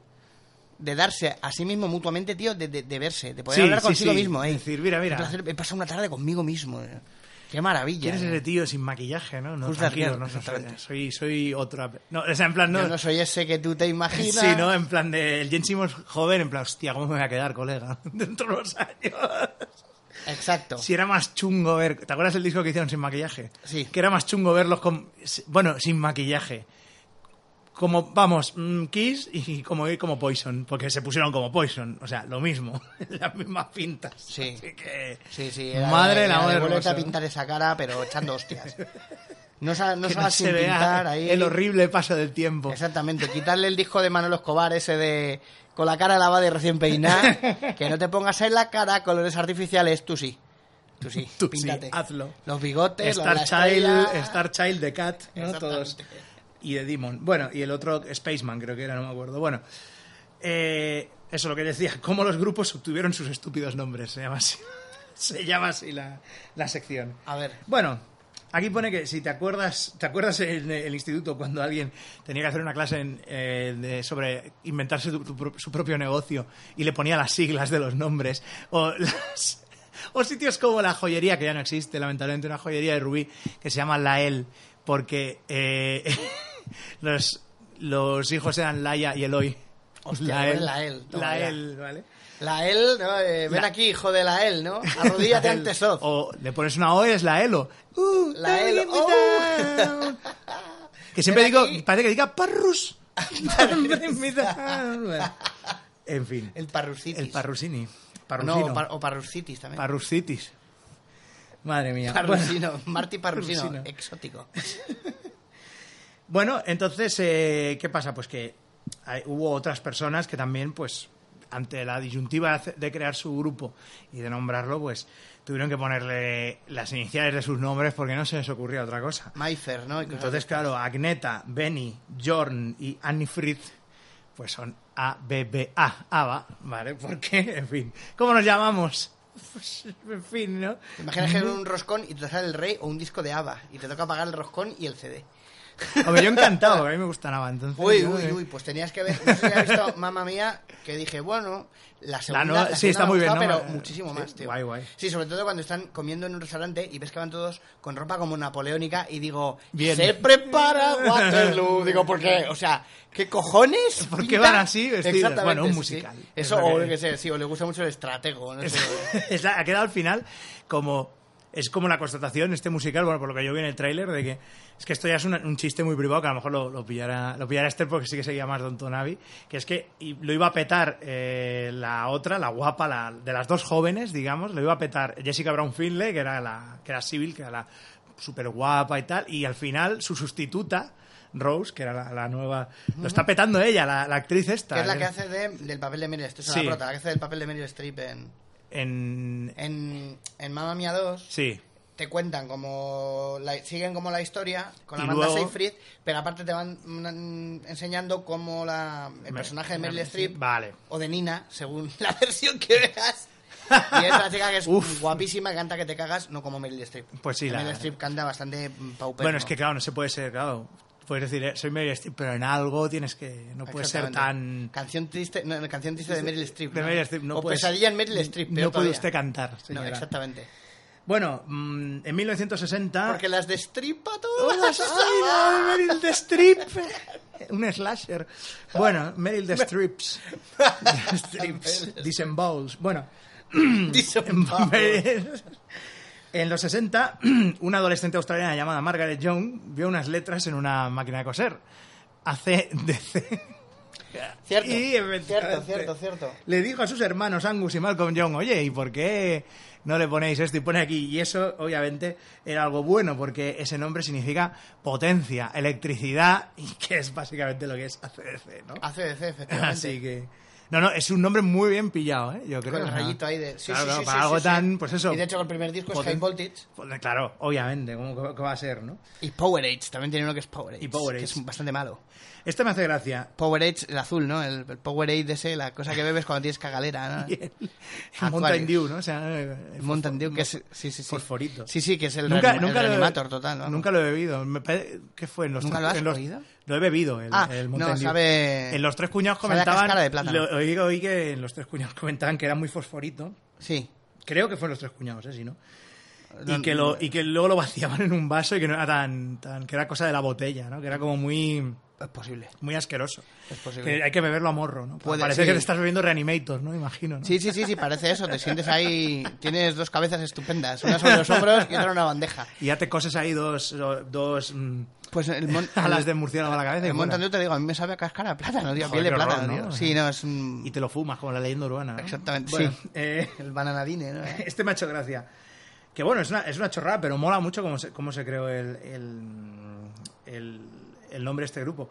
S3: de darse a sí mismo mutuamente, tío, de, de- de verse, de poder
S2: Sí,
S3: hablar
S2: sí,
S3: consigo
S2: sí.
S3: mismo, eh.
S2: Es decir, mira, mira.
S3: El placer de pasar una tarde conmigo mismo. eh. Qué maravilla.
S2: ¿Quién es
S3: eh.
S2: ese tío sin maquillaje, no? No,
S3: Just
S2: tranquilo,
S3: Darker,
S2: no, no, soy-
S3: exactamente.
S2: soy, soy otra... No, o sea, en plan, no...
S3: Yo no soy ese que tú te imaginas.
S2: Sí, ¿no? En plan de... El Jen Simmons joven, en plan, hostia, ¿cómo me voy a quedar, colega? Dentro de unos años.
S3: Exacto.
S2: Si era más chungo ver... ¿Te acuerdas el disco que hicieron sin maquillaje?
S3: Sí.
S2: Que era más chungo verlos con... Bueno, sin maquillaje. Como, vamos, mm, Kiss y como, y como Poison. Porque se pusieron como Poison. O sea, lo mismo. Las mismas pintas.
S3: Sí.
S2: Así que...
S3: Sí, sí. era-
S2: Madre de la
S3: era de
S2: madre
S3: vuelta a
S2: hermosa.
S3: pintar esa cara, pero echando hostias. No, sa- no
S2: que
S3: sabes sin pintar ahí.
S2: el horrible paso del tiempo.
S3: Exactamente, quitarle el disco de Manolo Escobar, ese de con la cara lavada y recién peinada, que no te pongas en la cara colores artificiales, tú sí. Tú sí,
S2: Tú sí,
S3: píntate.
S2: hazlo.
S3: Los bigotes, los de
S2: Star
S3: la
S2: Child,
S3: estrella.
S2: Star Child de Cat, ¿no?
S3: Exactamente.
S2: Todos. Y de Demon. Bueno, y el otro, Spaceman, creo que era, no me acuerdo. Bueno, eh, eso lo que decía, cómo los grupos obtuvieron sus estúpidos nombres. Se llama así, se llama así la, la sección.
S3: A ver.
S2: Bueno, aquí pone que si te acuerdas, ¿te acuerdas en el instituto cuando alguien tenía que hacer una clase en, eh, de- sobre inventarse tu- tu pro- su propio negocio y le ponía las siglas de los nombres? O, las- o sitios como la joyería, que ya no existe, lamentablemente, una joyería de Rubí que se llama Lael, porque eh, los, los hijos eran Laia y Eloy.
S3: Hostia, ponen Lael, toma ya.
S2: Lael, ¿vale?
S3: La él, ¿no? Eh, ven
S2: La-
S3: aquí, hijo de la él, ¿no? Arrodíllate
S2: Lael.
S3: ante Soz.
S2: O le pones una O y es la Elo. Uh,
S3: La
S2: don't
S3: Elo,
S2: leave me
S3: oh.
S2: down. que siempre
S3: Ven
S2: digo,
S3: aquí.
S2: parece que diga parrus. Don't leave me down. Bueno, en fin,
S3: El parrusitis.
S2: el parrusini.
S3: No,
S2: Parrusino.
S3: o, par- o parrusitis también.
S2: Parrusitis. Madre mía.
S3: Parrusino,
S2: Bueno.
S3: Marty Parrusino,
S2: Parrusino.
S3: exótico.
S2: Bueno, entonces, eh, ¿qué pasa? Pues que hay- hubo otras personas que también, pues, ante la disyuntiva de hace- de crear su grupo y de nombrarlo, pues, tuvieron que ponerle las iniciales de sus nombres porque no se les ocurría otra cosa.
S3: Maifer, ¿no? Y cosas
S2: Entonces, claro, Agneta, Benny, Jorn y Annifrid, pues son A, B, B, A, ABA, ¿vale? Porque, en fin, ¿cómo nos llamamos? Pues, en fin, ¿no?
S3: así. Imagina que en un roscón y te sale el rey o un disco de ABBA y te toca pagar el roscón y el CD.
S2: Hombre, yo encantado, porque a mí me gustan ABBA, entonces...
S3: Uy,
S2: yo,
S3: uy,
S2: eh,
S3: uy, pues tenías que ver. No sé si has visto Mamma Mía, que dije, bueno, la segunda.
S2: nueva-
S3: la
S2: sí, está
S3: segunda me
S2: muy bien,
S3: gustaba,
S2: ¿no?
S3: Pero
S2: Eh,
S3: muchísimo
S2: sí,
S3: más, tío.
S2: guay, guay.
S3: Sí, sobre todo cuando están comiendo en un restaurante y ves que van todos con ropa como napoleónica y digo,
S2: Bien.
S3: se prepara Waterloo. digo, ¿por qué? O sea, ¿qué cojones?
S2: ¿Por qué
S3: pinta?
S2: van así vestidos?
S3: Exactamente,
S2: Bueno, un
S3: sí,
S2: musical.
S3: sí.
S2: Es
S3: Eso,
S2: lo que-
S3: o lo que sea, sí, o le gusta mucho el estratego, no sé.
S2: Es la- ha quedado al final como. Es como la constatación, este musical, bueno, por lo que yo vi en el tráiler, de que es que esto ya es una- un chiste muy privado, que a lo mejor lo, lo pillará, lo pillará Esther porque sí que seguía más Don Tonavi, que es que y lo iba a petar eh, la otra, la guapa, la, de las dos jóvenes, digamos, lo iba a petar Jessica Brown Finlay, que era la que era civil, que era la súper guapa y tal, y al final su sustituta, Rose, que era la, la nueva, lo está petando ella, la, la actriz esta.
S3: Que es la que hace de- del papel de Meryl Streep, o sea,
S2: Sí.
S3: la prota, la que hace del papel de Meryl Streep en,
S2: En...
S3: en, en Mamma Mía 2.
S2: Sí.
S3: te cuentan como la- siguen como la historia con la
S2: Y
S3: banda
S2: luego-
S3: Seyfried, pero aparte te van mm, enseñando cómo la, el
S2: Me-
S3: personaje de Meryl
S2: me-
S3: Streep
S2: Vale.
S3: o de Nina, según la versión que veas. Y es la chica que es
S2: Uf.
S3: guapísima, que canta que te cagas, no como Meryl Streep.
S2: Pues sí, la-
S3: Meryl Streep canta bastante mm, paupérrimo.
S2: Bueno, es que claro, no se puede ser, claro. Puedes decir, eh, soy Meryl Streep, pero en algo tienes que. No puedes ser tan.
S3: Exactamente. Canción triste, no, canción triste de Meryl Streep.
S2: De
S3: ¿no?
S2: Meryl Streep, no
S3: o
S2: puedes-
S3: pesadilla en Meryl Streep. peor
S2: No puede
S3: todavía.
S2: usted cantar,
S3: No,
S2: señora.
S3: exactamente.
S2: Bueno, mm, en 1960.
S3: Porque las destripa
S2: ¡Todas!
S3: todas.
S2: ¡Ay, no, Meryl ¡Oh, de Strip! Un slasher. Bueno, Meryl de Strips. Strips. Disembowels. Bueno. Em,
S3: Dicen, "Vamos".
S2: En los 60, una adolescente australiana llamada Margaret Young vio unas letras en una máquina de coser. ACDC.
S3: Cierto,
S2: Y,
S3: cierto,
S2: efectivamente,
S3: cierto, cierto.
S2: Le dijo a sus hermanos Angus y Malcolm Young, oye, ¿y por qué no le ponéis esto y pone aquí? Y eso, obviamente, era algo bueno, porque ese nombre significa potencia, electricidad, y que es básicamente lo que es ACDC, ¿no?
S3: Ah,
S2: Ah,
S3: ACDC, efectivamente.
S2: Así que... No, no, es un nombre muy bien pillado, ¿eh? Yo creo.
S3: Con el
S2: o sea,
S3: rayito ahí de. Sí,
S2: claro,
S3: sí, sí,
S2: para
S3: sí,
S2: algo
S3: sí, sí.
S2: tan, pues eso.
S3: Y de hecho, el primer disco es
S2: Poten-
S3: High Voltage.
S2: Pues, Claro, obviamente, ¿cómo, cómo- cómo va a ser, no?
S3: Y Powerade, también tiene uno que es Powerade.
S2: Y Powerade.
S3: Que es bastante malo.
S2: Este me hace gracia.
S3: Powerade, el azul, ¿no? El, el Powerade ese, la cosa que bebes cuando tienes cagalera, ¿no?
S2: El, el Mountain Dew, ¿no? O sea,
S3: El Mountain Dew, que es. Sí, sí, sí.
S2: Fosforito.
S3: Sí, sí, que es el,
S2: nunca,
S3: reanima-
S2: nunca
S3: el
S2: lo he-
S3: reanimator total. ¿no?
S2: Nunca lo he bebido. Me parece- ¿Qué fue? En los
S3: ¿Nunca
S2: tres-
S3: lo has
S2: en los-
S3: oído?
S2: Lo he bebido, el,
S3: Ah,
S2: el
S3: no,
S2: Mountain Dew.
S3: sabe-
S2: En los tres cuñados
S3: sabe a
S2: comentaban...
S3: cáscara de plátano.
S2: lo- oí, oí que en los tres cuñados comentaban que era muy fosforito.
S3: Sí.
S2: Creo que fueron los tres cuñados, ¿eh? Si no... Y
S3: No-
S2: que, lo, y que luego lo vaciaban en un vaso y que no era tan, tan... Que era cosa de la botella, ¿no? Que era como muy...
S3: Es posible.
S2: Muy asqueroso.
S3: Es posible.
S2: Que hay que beberlo a morro, ¿no?
S3: Puede-
S2: Parece
S3: sí.
S2: que te estás bebiendo Reanimator, ¿no? Imagino, ¿no?
S3: Sí, sí, sí, sí, parece eso. Te sientes ahí. Tienes dos cabezas estupendas. Una sobre los hombros y otra en una bandeja.
S2: Y ya te coses ahí dos... dos mm,
S3: Pues el mon-
S2: alas de murciélago a la cabeza y
S3: El
S2: fuera.
S3: Mountain Dew, te digo, a mí me sabe a cáscara de plátano, tío. a
S2: Joder,
S3: piel de
S2: qué horror,
S3: plátano,
S2: ¿no?
S3: tío. Sí, no, es un.
S2: Y te lo fumas, como la leyenda urbana. ¿no?
S3: Exactamente,
S2: Bueno,
S3: sí.
S2: eh,
S3: El bananadine, ¿no?
S2: este me ha hecho gracia. Que bueno, es una, es una chorrada, pero mola mucho cómo se, cómo se creó el, el, el- el nombre de este grupo.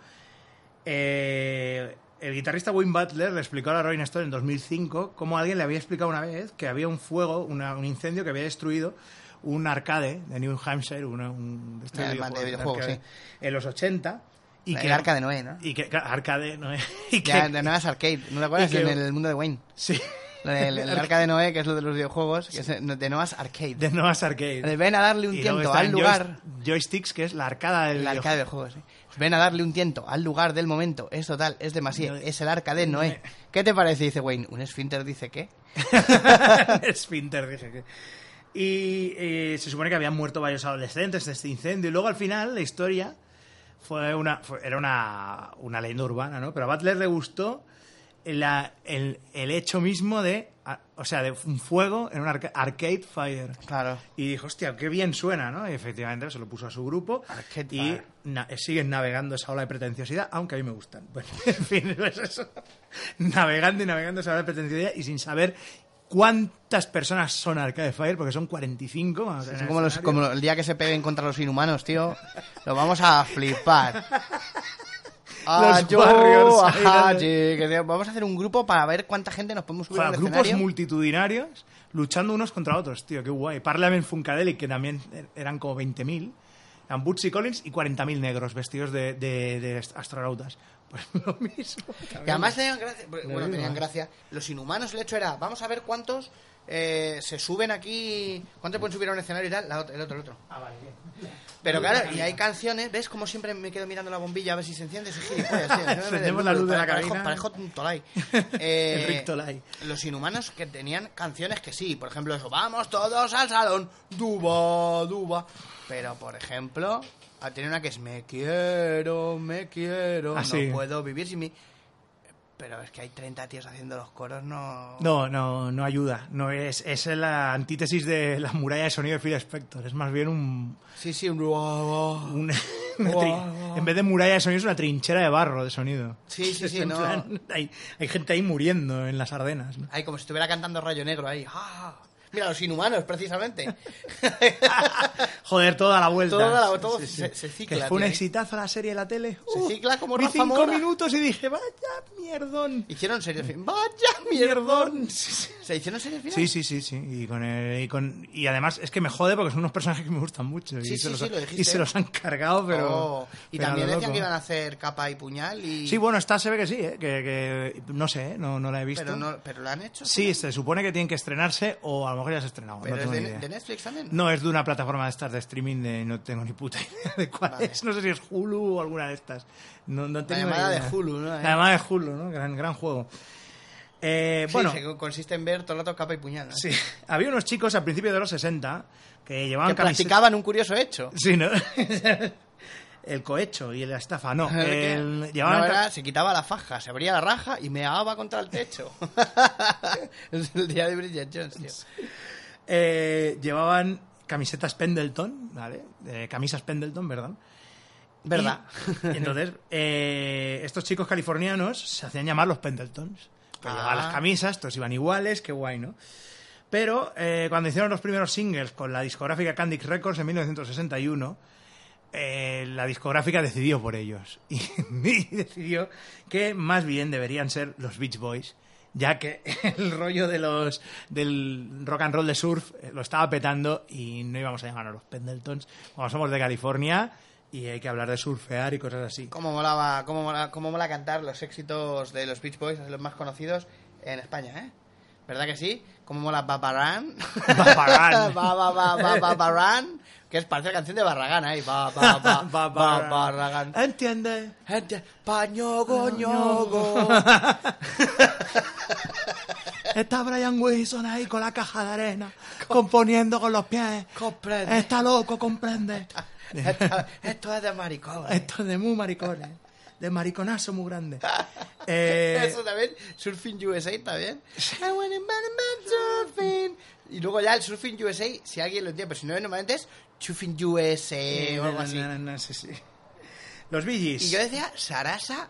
S2: Eh, el guitarrista Wayne Butler le explicó a la Rolling Stone en 2005 cómo alguien le había explicado una vez que había un fuego, una- un incendio que había destruido un arcade de New Hampshire, una- un de estos
S3: Ah, de videojuegos,
S2: arcade, en los 80. Y
S3: El arca de Noé, ¿no?
S2: Y que, arca de Noé. Y
S3: Ya,
S2: que-
S3: de Noah's Arcade, ¿no te acuerdas?
S2: y que-
S3: En el mundo de Wayne.
S2: sí.
S3: Lo del- el arca de Noé, que es lo de los videojuegos, que es de Noah's Arcade.
S2: de Noah's Arcade.
S3: De Ven a darle un
S2: Y luego
S3: tiento
S2: está
S3: al
S2: en
S3: lugar.
S2: joyst- Joysticks, que es la arcada del
S3: El arca de videojuegos, ¿eh? Ven a darle un tiento al lugar del momento. Es total, es demasiado.
S2: Noé.
S3: Es el arca de Noé. ¿Qué te parece? Dice Wayne. ¿Un esfínter dice qué?
S2: videojuego. Esfínter, dije que. Y eh, se supone que habían muerto varios adolescentes de este incendio. Y luego al final la historia fue una, fue- era una, una leyenda urbana, ¿no? Pero a Butler le gustó la- el, el hecho mismo de. a- O sea, de un fuego en un arca- arcade fire.
S3: Claro.
S2: Y dijo, hostia, qué bien suena, ¿no? Y efectivamente se lo puso a su grupo
S3: Arcade
S2: y
S3: Fire.
S2: na- siguen navegando esa ola de pretenciosidad, aunque a mí me gustan. Bueno, en fin, pues eso. Navegando y navegando esa ola de pretenciosidad y sin saber cuántas personas son Arcade Fire, porque son 45. vamos a ver
S3: Es
S2: en el
S3: como, los-
S2: escenario.
S3: como el día que se peguen contra los inhumanos, tío. Lo vamos a flipar. Ah,
S2: Los
S3: yo,
S2: Warriors, ahí,
S3: ajá,
S2: ¿no?
S3: sí, que sea, vamos a hacer un grupo para ver cuánta gente nos podemos subir
S2: Joder,
S3: al
S2: grupos
S3: escenario.
S2: multitudinarios luchando unos contra otros, tío, qué guay. Parliament Funkadelic, que también er, eran como 20.000. Eran Bootsy Collins y 40.000 negros vestidos de, de- de astronautas. Pues lo mismo.
S3: Y además tenían gracia,
S2: Lo
S3: bueno,
S2: mismo,
S3: tenían
S2: ¿eh?
S3: gracia. Los inhumanos, el hecho era, vamos a ver cuántos eh, se suben aquí, cuántos pueden subir a un escenario y tal, la ot- el otro, el otro.
S2: Ah, vale, bien.
S3: Pero claro, y hay canciones, ¿ves? Como siempre me quedo mirando la bombilla a ver si se enciende. Sí, sí, joder, sí, no me
S2: Encendemos la luz de la
S3: parejo-
S2: cabina.
S3: Parejo un tolai. Eh,
S2: Enric Tolai.
S3: Los inhumanos que tenían canciones que sí, por ejemplo, eso, vamos todos al salón, duba, duba. Pero, por ejemplo, ah, tiene una que es me quiero, me quiero,
S2: Ah,
S3: no
S2: sí.
S3: puedo vivir sin mí. Pero es que hay 30 tíos haciendo los coros, no...
S2: No, no, no ayuda. No es, es la antítesis de la muralla de sonido de Phil Spector. Es más bien un,
S3: Sí, sí, un... duba, duba.
S2: un- una tri- en vez de muralla de sonido es una trinchera de barro de sonido.
S3: Sí, sí,
S2: Es
S3: sí,
S2: en
S3: no.
S2: plan, hay, hay gente ahí muriendo en las Ardenas. ¿no?
S3: Ahí, como si estuviera cantando Rayo Negro ahí. ¡Ah! Mira, los inhumanos, precisamente.
S2: Joder, toda la vuelta.
S3: Toda la- todo se- se cicla,
S2: Que fue un
S3: tío, ahí.
S2: exitazo la serie de la tele. Uh,
S3: Se cicla como
S2: vi
S3: Rafa
S2: cinco
S3: Mora.
S2: minutos y dije, vaya mierdón.
S3: Hicieron serie final. ¡Vaya
S2: Mierdón.
S3: mierdón!
S2: Sí, sí.
S3: ¿Se hicieron serie final?
S2: Sí, sí, sí, sí. Y, con el- y, con- y además es que me jode porque son unos personajes que me gustan mucho. y,
S3: Sí,
S2: se
S3: sí,
S2: los,
S3: sí,
S2: ha-
S3: lo
S2: y
S3: dijiste.
S2: se los han cargado, pero...
S3: Oh, Y
S2: pero a
S3: también
S2: lo
S3: decían
S2: loco.
S3: que iban a hacer capa y puñal y...
S2: Sí, bueno, esta se ve que sí, ¿eh? que, que- no sé, ¿eh? no, no la he visto.
S3: pero, no, pero lo han hecho.
S2: Sí, se supone que tienen que estrenarse o a lo mejor ya se ha estrenado.
S3: Pero
S2: no
S3: es
S2: tengo ni
S3: de,
S2: idea.
S3: de Netflix también.
S2: No, es de una plataforma de estas de streaming de no tengo ni puta idea de cuál
S3: Vale.
S2: es. No sé si es Hulu o alguna de estas. No, no tengo
S3: llamada
S2: ni
S3: de
S2: idea.
S3: Hulu, ¿no?
S2: La llamada de Hulu, ¿no? Gran, gran juego. Eh,
S3: Sí,
S2: bueno,
S3: se- consiste en ver todo el rato capa y puñal. ¿no?
S2: sí. Había unos chicos a principios de los 60 que llevaban
S3: Que
S2: camiseta-
S3: practicaban un curioso hecho.
S2: Sí, ¿no? el cohecho y la estafa, no.
S3: Que
S2: el-
S3: no
S2: llevaban ca-
S3: era- se quitaba la faja, se abría la raja y meaba contra el techo. es el día de Bridget Jones, tío.
S2: Eh, llevaban camisetas Pendleton, ¿vale? Eh, camisas Pendleton, ¿verdad?
S3: ¿Verdad?
S2: Y- entonces, eh, estos chicos californianos se hacían llamar los Pendletons. Pero
S3: Ah.
S2: llevaban las camisas, todos iban iguales, qué guay, ¿no? Pero eh, cuando hicieron los primeros singles con la discográfica Candy Records en 1961, eh, la discográfica decidió por ellos. Y, y decidió que más bien deberían ser los Beach Boys ya que el rollo de los del rock and roll de surf eh, lo estaba petando y no íbamos a llegar a los Pendletons. Como somos de California y hay que hablar de surfear y cosas así.
S3: Cómo molaba, cómo mola, cómo mola cantar los éxitos de los Beach Boys, los más conocidos en España, ¿eh? ¿Verdad que sí? Cómo mola Babarán.
S2: Babarán.
S3: Ba- ba- ba- ba- Babarán, que es parece la canción de Barragán, ¿eh? Ba- ba- ba- ba-
S2: Babarán.
S3: Barragán.
S2: ¿Entiendes?
S3: Gente, pañogo, ñogo.
S2: Está Brian Wilson ahí con la caja de arena, componiendo con los pies.
S3: Comprende.
S2: Está loco, comprende.
S3: Esto- Esto es de maricón. ¿eh?
S2: Esto es de muy maricones, de mariconazo muy grande. Eh,
S3: Eso también, Surfing USA también. I wanna man- man surfing. Y luego ya el Surfing USA, si alguien lo entiende, pero si no, normalmente es Surfing USA
S2: eh,
S3: o algo así.
S2: Los
S3: Y
S2: Billys.
S3: yo eh. decía Sarasa.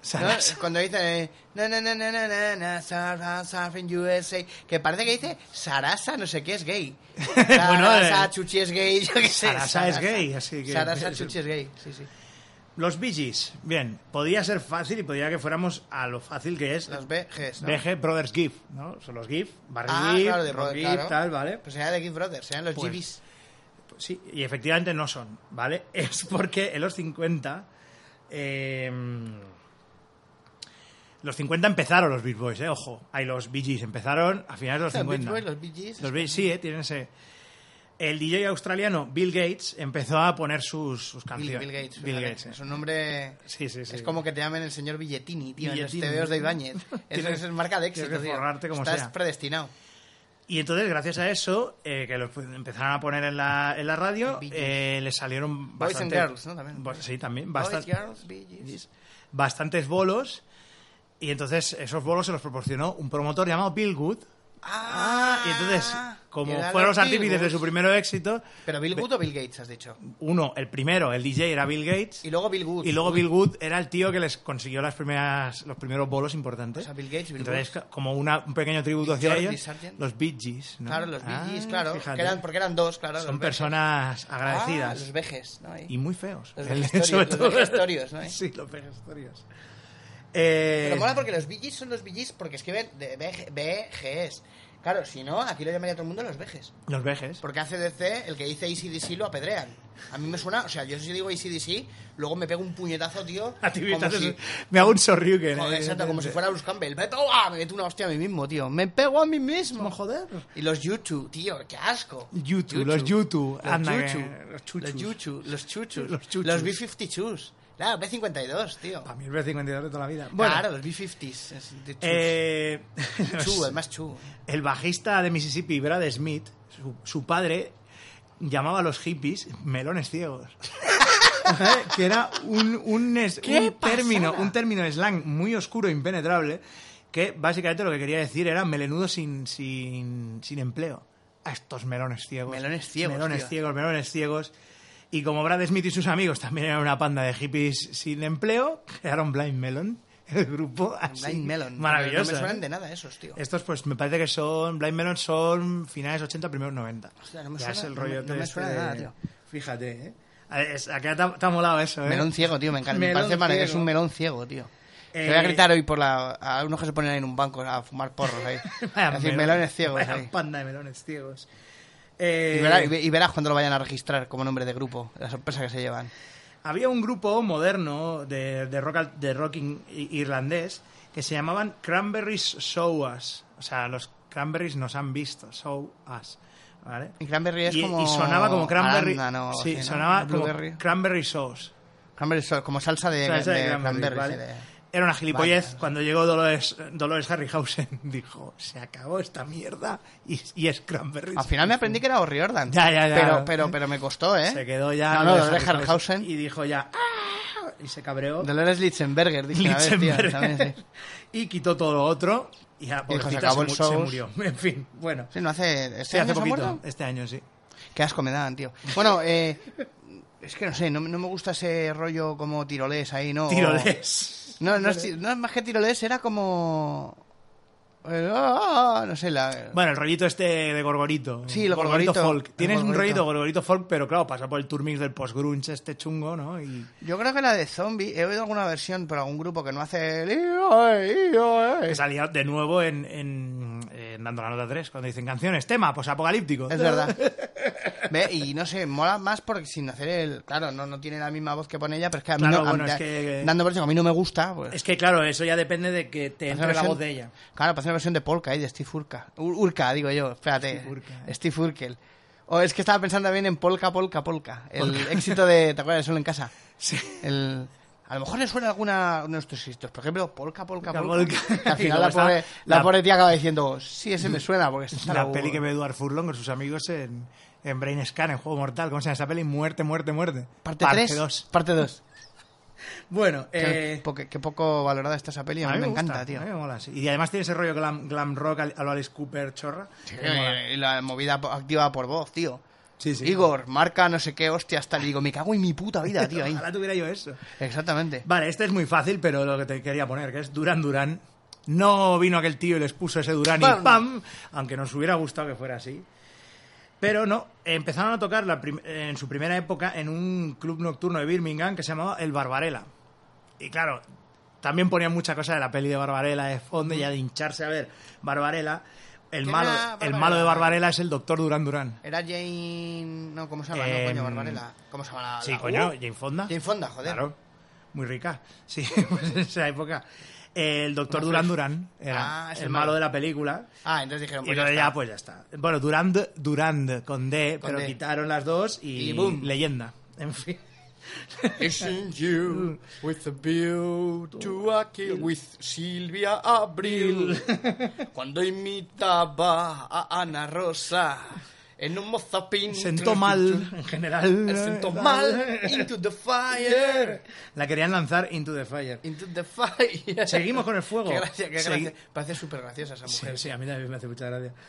S2: Sarasa.
S3: ¿no? Cuando dice no, no, no, no, no, no, no, Sarasa, Surfing USA, que parece que dice Sarasa, no sé qué, es gay. Sarasa,
S2: Bueno, eh,
S3: Chuchi es gay, yo qué sé.
S2: Sarasa es gay, así que-
S3: Sarasa, Chuchi es gay, sí, sí.
S2: Los Billys. Bien, podía ser fácil y podía que fuéramos a lo fácil que es.
S3: Los BGs, ¿no?
S2: BG Brothers GIF, ¿no? Son los GIF, Barry
S3: Ah,
S2: GIF,
S3: claro, de
S2: Rock
S3: Brother,
S2: GIF,
S3: claro.
S2: tal, ¿vale?
S3: Pues serían de King Brothers, serían los
S2: Pues,
S3: GBs.
S2: Sí, y efectivamente no son, ¿vale? Es porque en los 50. eh, los 50 empezaron los Beach Boys, ¿eh? Ojo. Ahí los Bee Gees empezaron a finales de los
S3: Los Beach
S2: 50.
S3: Boys, los Bee Gees.
S2: Los Bee- sí, ¿eh? Tienen ese. El DJ australiano Bill Gates empezó a poner sus, sus
S3: Bill,
S2: canciones.
S3: Bill Gates.
S2: Bill
S3: fíjate,
S2: Gates,
S3: Es
S2: ¿eh?
S3: un nombre.
S2: Sí, sí, sí.
S3: Es como que te llamen el señor Billetini, tío.
S2: Billetini.
S3: En los TVOs de Ibáñez. Eso,
S2: Tienes-
S3: eso es marca de
S2: tienes
S3: éxito.
S2: que
S3: tío.
S2: forrarte como
S3: Estás
S2: sea.
S3: predestinado.
S2: Y entonces, gracias a eso, eh, que lo empezaron a poner en la, en la radio,
S3: Bee Gees.
S2: eh, le salieron
S3: Boys and
S2: bastante...
S3: girls, ¿no? También.
S2: Bo- Sí, también.
S3: Boys,
S2: Bastante,
S3: girls, Bee Gees.
S2: bastantes bolos. Y entonces esos bolos se los proporcionó un promotor llamado Bill Good.
S3: Ah,
S2: y entonces, como
S3: eran
S2: fueron los
S3: Bill
S2: artífices de su
S3: Goods.
S2: primer éxito,
S3: Pero Bill Good o Bill Gates, has dicho.
S2: uno, el primero, el DJ era Bill Gates,
S3: Y luego Bill Good.
S2: y luego Bill Good era el tío que les consiguió las primeras, los primeros bolos importantes.
S3: O sea, Bill Gates, Bill
S2: entonces, ca- como una- un pequeño tributo
S3: Y
S2: hacia
S3: George
S2: ellos,
S3: Sargent.
S2: los Bee Gees. ¿no?
S3: Claro, los Bee Gees,
S2: Ah,
S3: claro.
S2: fíjate.
S3: que eran- porque eran dos, claro.
S2: Son
S3: los Bee Gees.
S2: personas
S3: Ah,
S2: agradecidas
S3: los vejes, ¿no? Ahí.
S2: y muy feos.
S3: Los
S2: El-
S3: vejestorios,
S2: sobre
S3: los
S2: todo-
S3: vejestorios, ¿no?
S2: Sí, los vejestorios. Eh,
S3: Pero mola porque los BGs son los BGs porque escriben de BG BGs. Claro, si no, aquí lo llamaría todo el mundo los vejes.
S2: Los vejes.
S3: Porque ACDC, el que dice ACDC lo apedrean. A mí me suena, o sea, yo si digo ACDC, luego me pego un puñetazo, tío.
S2: A ti me
S3: como
S2: estás-
S3: si,
S2: Me hago un sorriuken.
S3: como-
S2: eh,
S3: exacto, como
S2: eh,
S3: si fuera Bruce Campbell. Me pego, ¡ah! me meto una hostia a mí mismo, tío. Me pego a mí mismo.
S2: Como joder.
S3: Y los YouTube, tío, qué asco.
S2: U2, los U2,
S3: Los
S2: anda,
S3: Yuchu.
S2: que- los chuchus.
S3: Los Yuchu, los chuchus.
S2: Los
S3: Los,
S2: chuchus.
S3: B52s. Claro, B52, tío.
S2: A mí el B52 de toda la vida. Bueno,
S3: claro, los B50s. es de chus.
S2: eh,
S3: Chu, el más chu.
S2: el bajista de Mississippi, Brad Smith, su, su padre llamaba a los hippies melones ciegos. ¿Eh? que era un, un, es-
S3: ¡Qué
S2: un término,
S3: pasada!
S2: un término slang muy oscuro e impenetrable que básicamente lo que quería decir era melenudo sin, sin, sin empleo. A estos melones ciegos.
S3: Melones ciegos,
S2: Melones
S3: tío.
S2: ciegos, melones ciegos. Y como Brad Smith y sus amigos también eran una panda de hippies sin empleo, crearon Blind Melon, el grupo así.
S3: Blind Melon.
S2: Maravilloso.
S3: No me suenan
S2: ¿eh?
S3: de nada esos, tío.
S2: Estos, pues me parece que son. Blind Melon son finales 80, primeros 90.
S3: Hostia, no me
S2: ya
S3: suena-
S2: es el
S3: no
S2: rollo este
S3: me- no me suena de nada, tío.
S2: Fíjate, ¿eh? A ver, es- Acá te ha- te ha molado eso, ¿eh?
S3: Melón ciego, tío, me encanta.
S2: Melón
S3: me parece para que
S2: ciego.
S3: es un melón ciego, tío.
S2: Eh,
S3: Te voy a gritar hoy por la, a unos que se ponen ahí en un banco a fumar porros ahí.
S2: Vaya
S3: a decir
S2: melón-
S3: melones ciegos
S2: vaya
S3: ahí.
S2: panda de melones ciegos.
S3: Y
S2: Eh,
S3: verá- y ve- y verás cuando lo vayan a registrar como nombre de grupo, la sorpresa que se llevan.
S2: Había un grupo moderno de, de rock, al- de rocking irlandés que se llamaban Cranberries Show Us. O sea, los cranberries nos han visto, Show Us. ¿Vale?
S3: Y Cranberry es
S2: y,
S3: como.
S2: y sonaba como cranberry.
S3: arándano o
S2: sí,
S3: así, ¿no?
S2: sonaba como
S3: Blueberry.
S2: cranberry sauce.
S3: Cranberry es como salsa de,
S2: Salsa de
S3: de
S2: cranberry,
S3: cranberry.
S2: ¿vale?
S3: sí, de-
S2: Era una gilipollas.
S3: Vale.
S2: Cuando llegó Dolores, Dolores Harryhausen, dijo: Se acabó esta mierda y, y es cranberry.
S3: Al final ¿eh? me aprendí que era O'Riordan.
S2: Ya, ya, ya.
S3: Pero, pero, pero me costó, ¿eh?
S2: Se quedó ya.
S3: No, no,
S2: Dolores
S3: lo de Harryhausen.
S2: Y dijo ya. "Ah", Y se cabreó.
S3: Dolores Litzenberger, dice una vez, tío,
S2: Lichtenberg.
S3: también, sí.
S2: y quitó todo lo otro. Y ya,
S3: Dijo, se
S2: pobrecita,
S3: acabó
S2: se,
S3: el
S2: mu- se
S3: shows.
S2: murió. En fin, bueno.
S3: Sí, no hace. ¿Este
S2: Sí,
S3: año
S2: hace
S3: se
S2: poquito.
S3: ha muerto?
S2: Este año sí.
S3: Qué asco me dan, tío. Bueno, eh, es que no sé, no, no me gusta ese rollo como Oh. tirolés ahí, ¿no?
S2: Tirolés.
S3: No, no, es, ti- no es más que tirolés, era como... el- ah, ah, no sé, la...
S2: Bueno, el rollito este de Gorgorito.
S3: Sí, el Gorgorito.
S2: folk.
S3: El
S2: Tienes un
S3: Gorgorito.
S2: rollito Gorgorito folk, pero claro, pasa por el turmix del post-grunge este chungo, ¿no? Y...
S3: Yo creo que la de zombie, he oído alguna versión por algún grupo que no hace el... e, "Ioe, ioe".
S2: Que salía de nuevo en, en, en Dando la Nota 3, cuando dicen canciones, tema, pues apocalíptico.
S3: Es verdad. Ve, y no sé, mola más porque sin hacer el... Claro, no, no tiene la misma voz que pone ella, pero es que a mí
S2: Claro,
S3: no- a
S2: bueno,
S3: mí-
S2: es que-
S3: dando por eso que a mí no me gusta, pues...
S2: Es que claro, eso ya depende de que te
S3: Parece
S2: entre
S3: una
S2: la voz de
S3: versión-
S2: ella.
S3: Claro, parece una versión de Polka, ¿eh? de Steve Urka. Ur- Urka, digo yo, espérate.
S2: Steve
S3: Steve,
S2: Urka. eh.
S3: Urkel. O es que estaba pensando también en Polka, Polka, Polka. El éxito de, ¿te acuerdas de Solo en Casa?
S2: Sí.
S3: El- a lo mejor le suena alguna uno de nuestros éxitos. Por ejemplo, Polka, Polka,
S2: Polka,
S3: Polka.
S2: Polka.
S3: Que Al
S2: Y
S3: final
S2: luego
S3: la
S2: está
S3: pobre, la
S2: la-
S3: pobre tía acaba diciendo, sí, ese me suena, porque está
S2: La peli que ve Eduard Furlong con sus amigos en, en Brain Scan, en Juego Mortal. ¿Cómo se llama esa peli? Muerte, muerte, muerte.
S3: Parte 3.
S2: 2.
S3: Parte 2.
S2: Bueno,
S3: Qué,
S2: eh...
S3: poco- qué poco valorada está esa peli, a mí, pues me,
S2: gusta,
S3: encanta, tío.
S2: a mí me mola, sí. Y además tiene ese rollo glam, glam rock al- a lo Alice Cooper chorra.
S3: Sí, eh,
S2: que mola.
S3: y la movida po- activa por voz, tío.
S2: Sí, sí.
S3: Igor, marca no sé qué, hostia, hasta le digo, me cago en mi puta vida, tío, ahí.
S2: Ojalá tuviera yo eso.
S3: Exactamente.
S2: Vale, este es muy fácil, pero lo que te quería poner, que es Duran Duran. No vino aquel tío y les puso ese Duran y
S3: Pam.
S2: ¡pam! Aunque nos hubiera gustado que fuera así. Pero no, empezaron a tocar la prim- en su primera época en un club nocturno de Birmingham que se llamaba El Barbarella. Y claro, también ponían mucha cosa de la peli de Barbarella de fondo y ya de hincharse a ver Barbarella. El
S3: ¿Quién
S2: malo,
S3: era
S2: el
S3: Barbarella?
S2: malo de Barbarella es el doctor Duran Duran.
S3: Era Jane... No, ¿cómo se llama?
S2: Em,
S3: No, coño, Barbarella. ¿Cómo se llama la...?
S2: Sí,
S3: la-
S2: coño,
S3: Uh,
S2: Jane Fonda.
S3: Jane Fonda, joder.
S2: Claro, muy rica. Sí, pues en esa época. El doctor
S3: Una
S2: Durán
S3: flecha.
S2: Durán era
S3: Ah, es
S2: el
S3: el
S2: malo
S3: malo.
S2: de la película.
S3: Ah, entonces dijeron...
S2: Y
S3: Pues
S2: luego
S3: ya
S2: ya,
S3: está.
S2: pues ya está. Bueno, Durand, Durand con D,
S3: Con
S2: pero
S3: D.
S2: quitaron las dos y,
S3: Y boom.
S2: leyenda. En fin. pues,
S5: Isn't you with the beauty I kill with Silvia Abril cuando imitaba a Ana Rosa en un mozapín
S2: Sentó mal, en general.
S5: sentó mal into the fire
S2: La querían lanzar Into the Fire.
S5: into the fire
S2: Seguimos con el fuego.
S3: Qué gracia, qué
S2: Segui-
S3: gracia. Parece súper graciosa esa
S2: Sí,
S3: mujer.
S2: sí, a mí también me hace mucha gracia.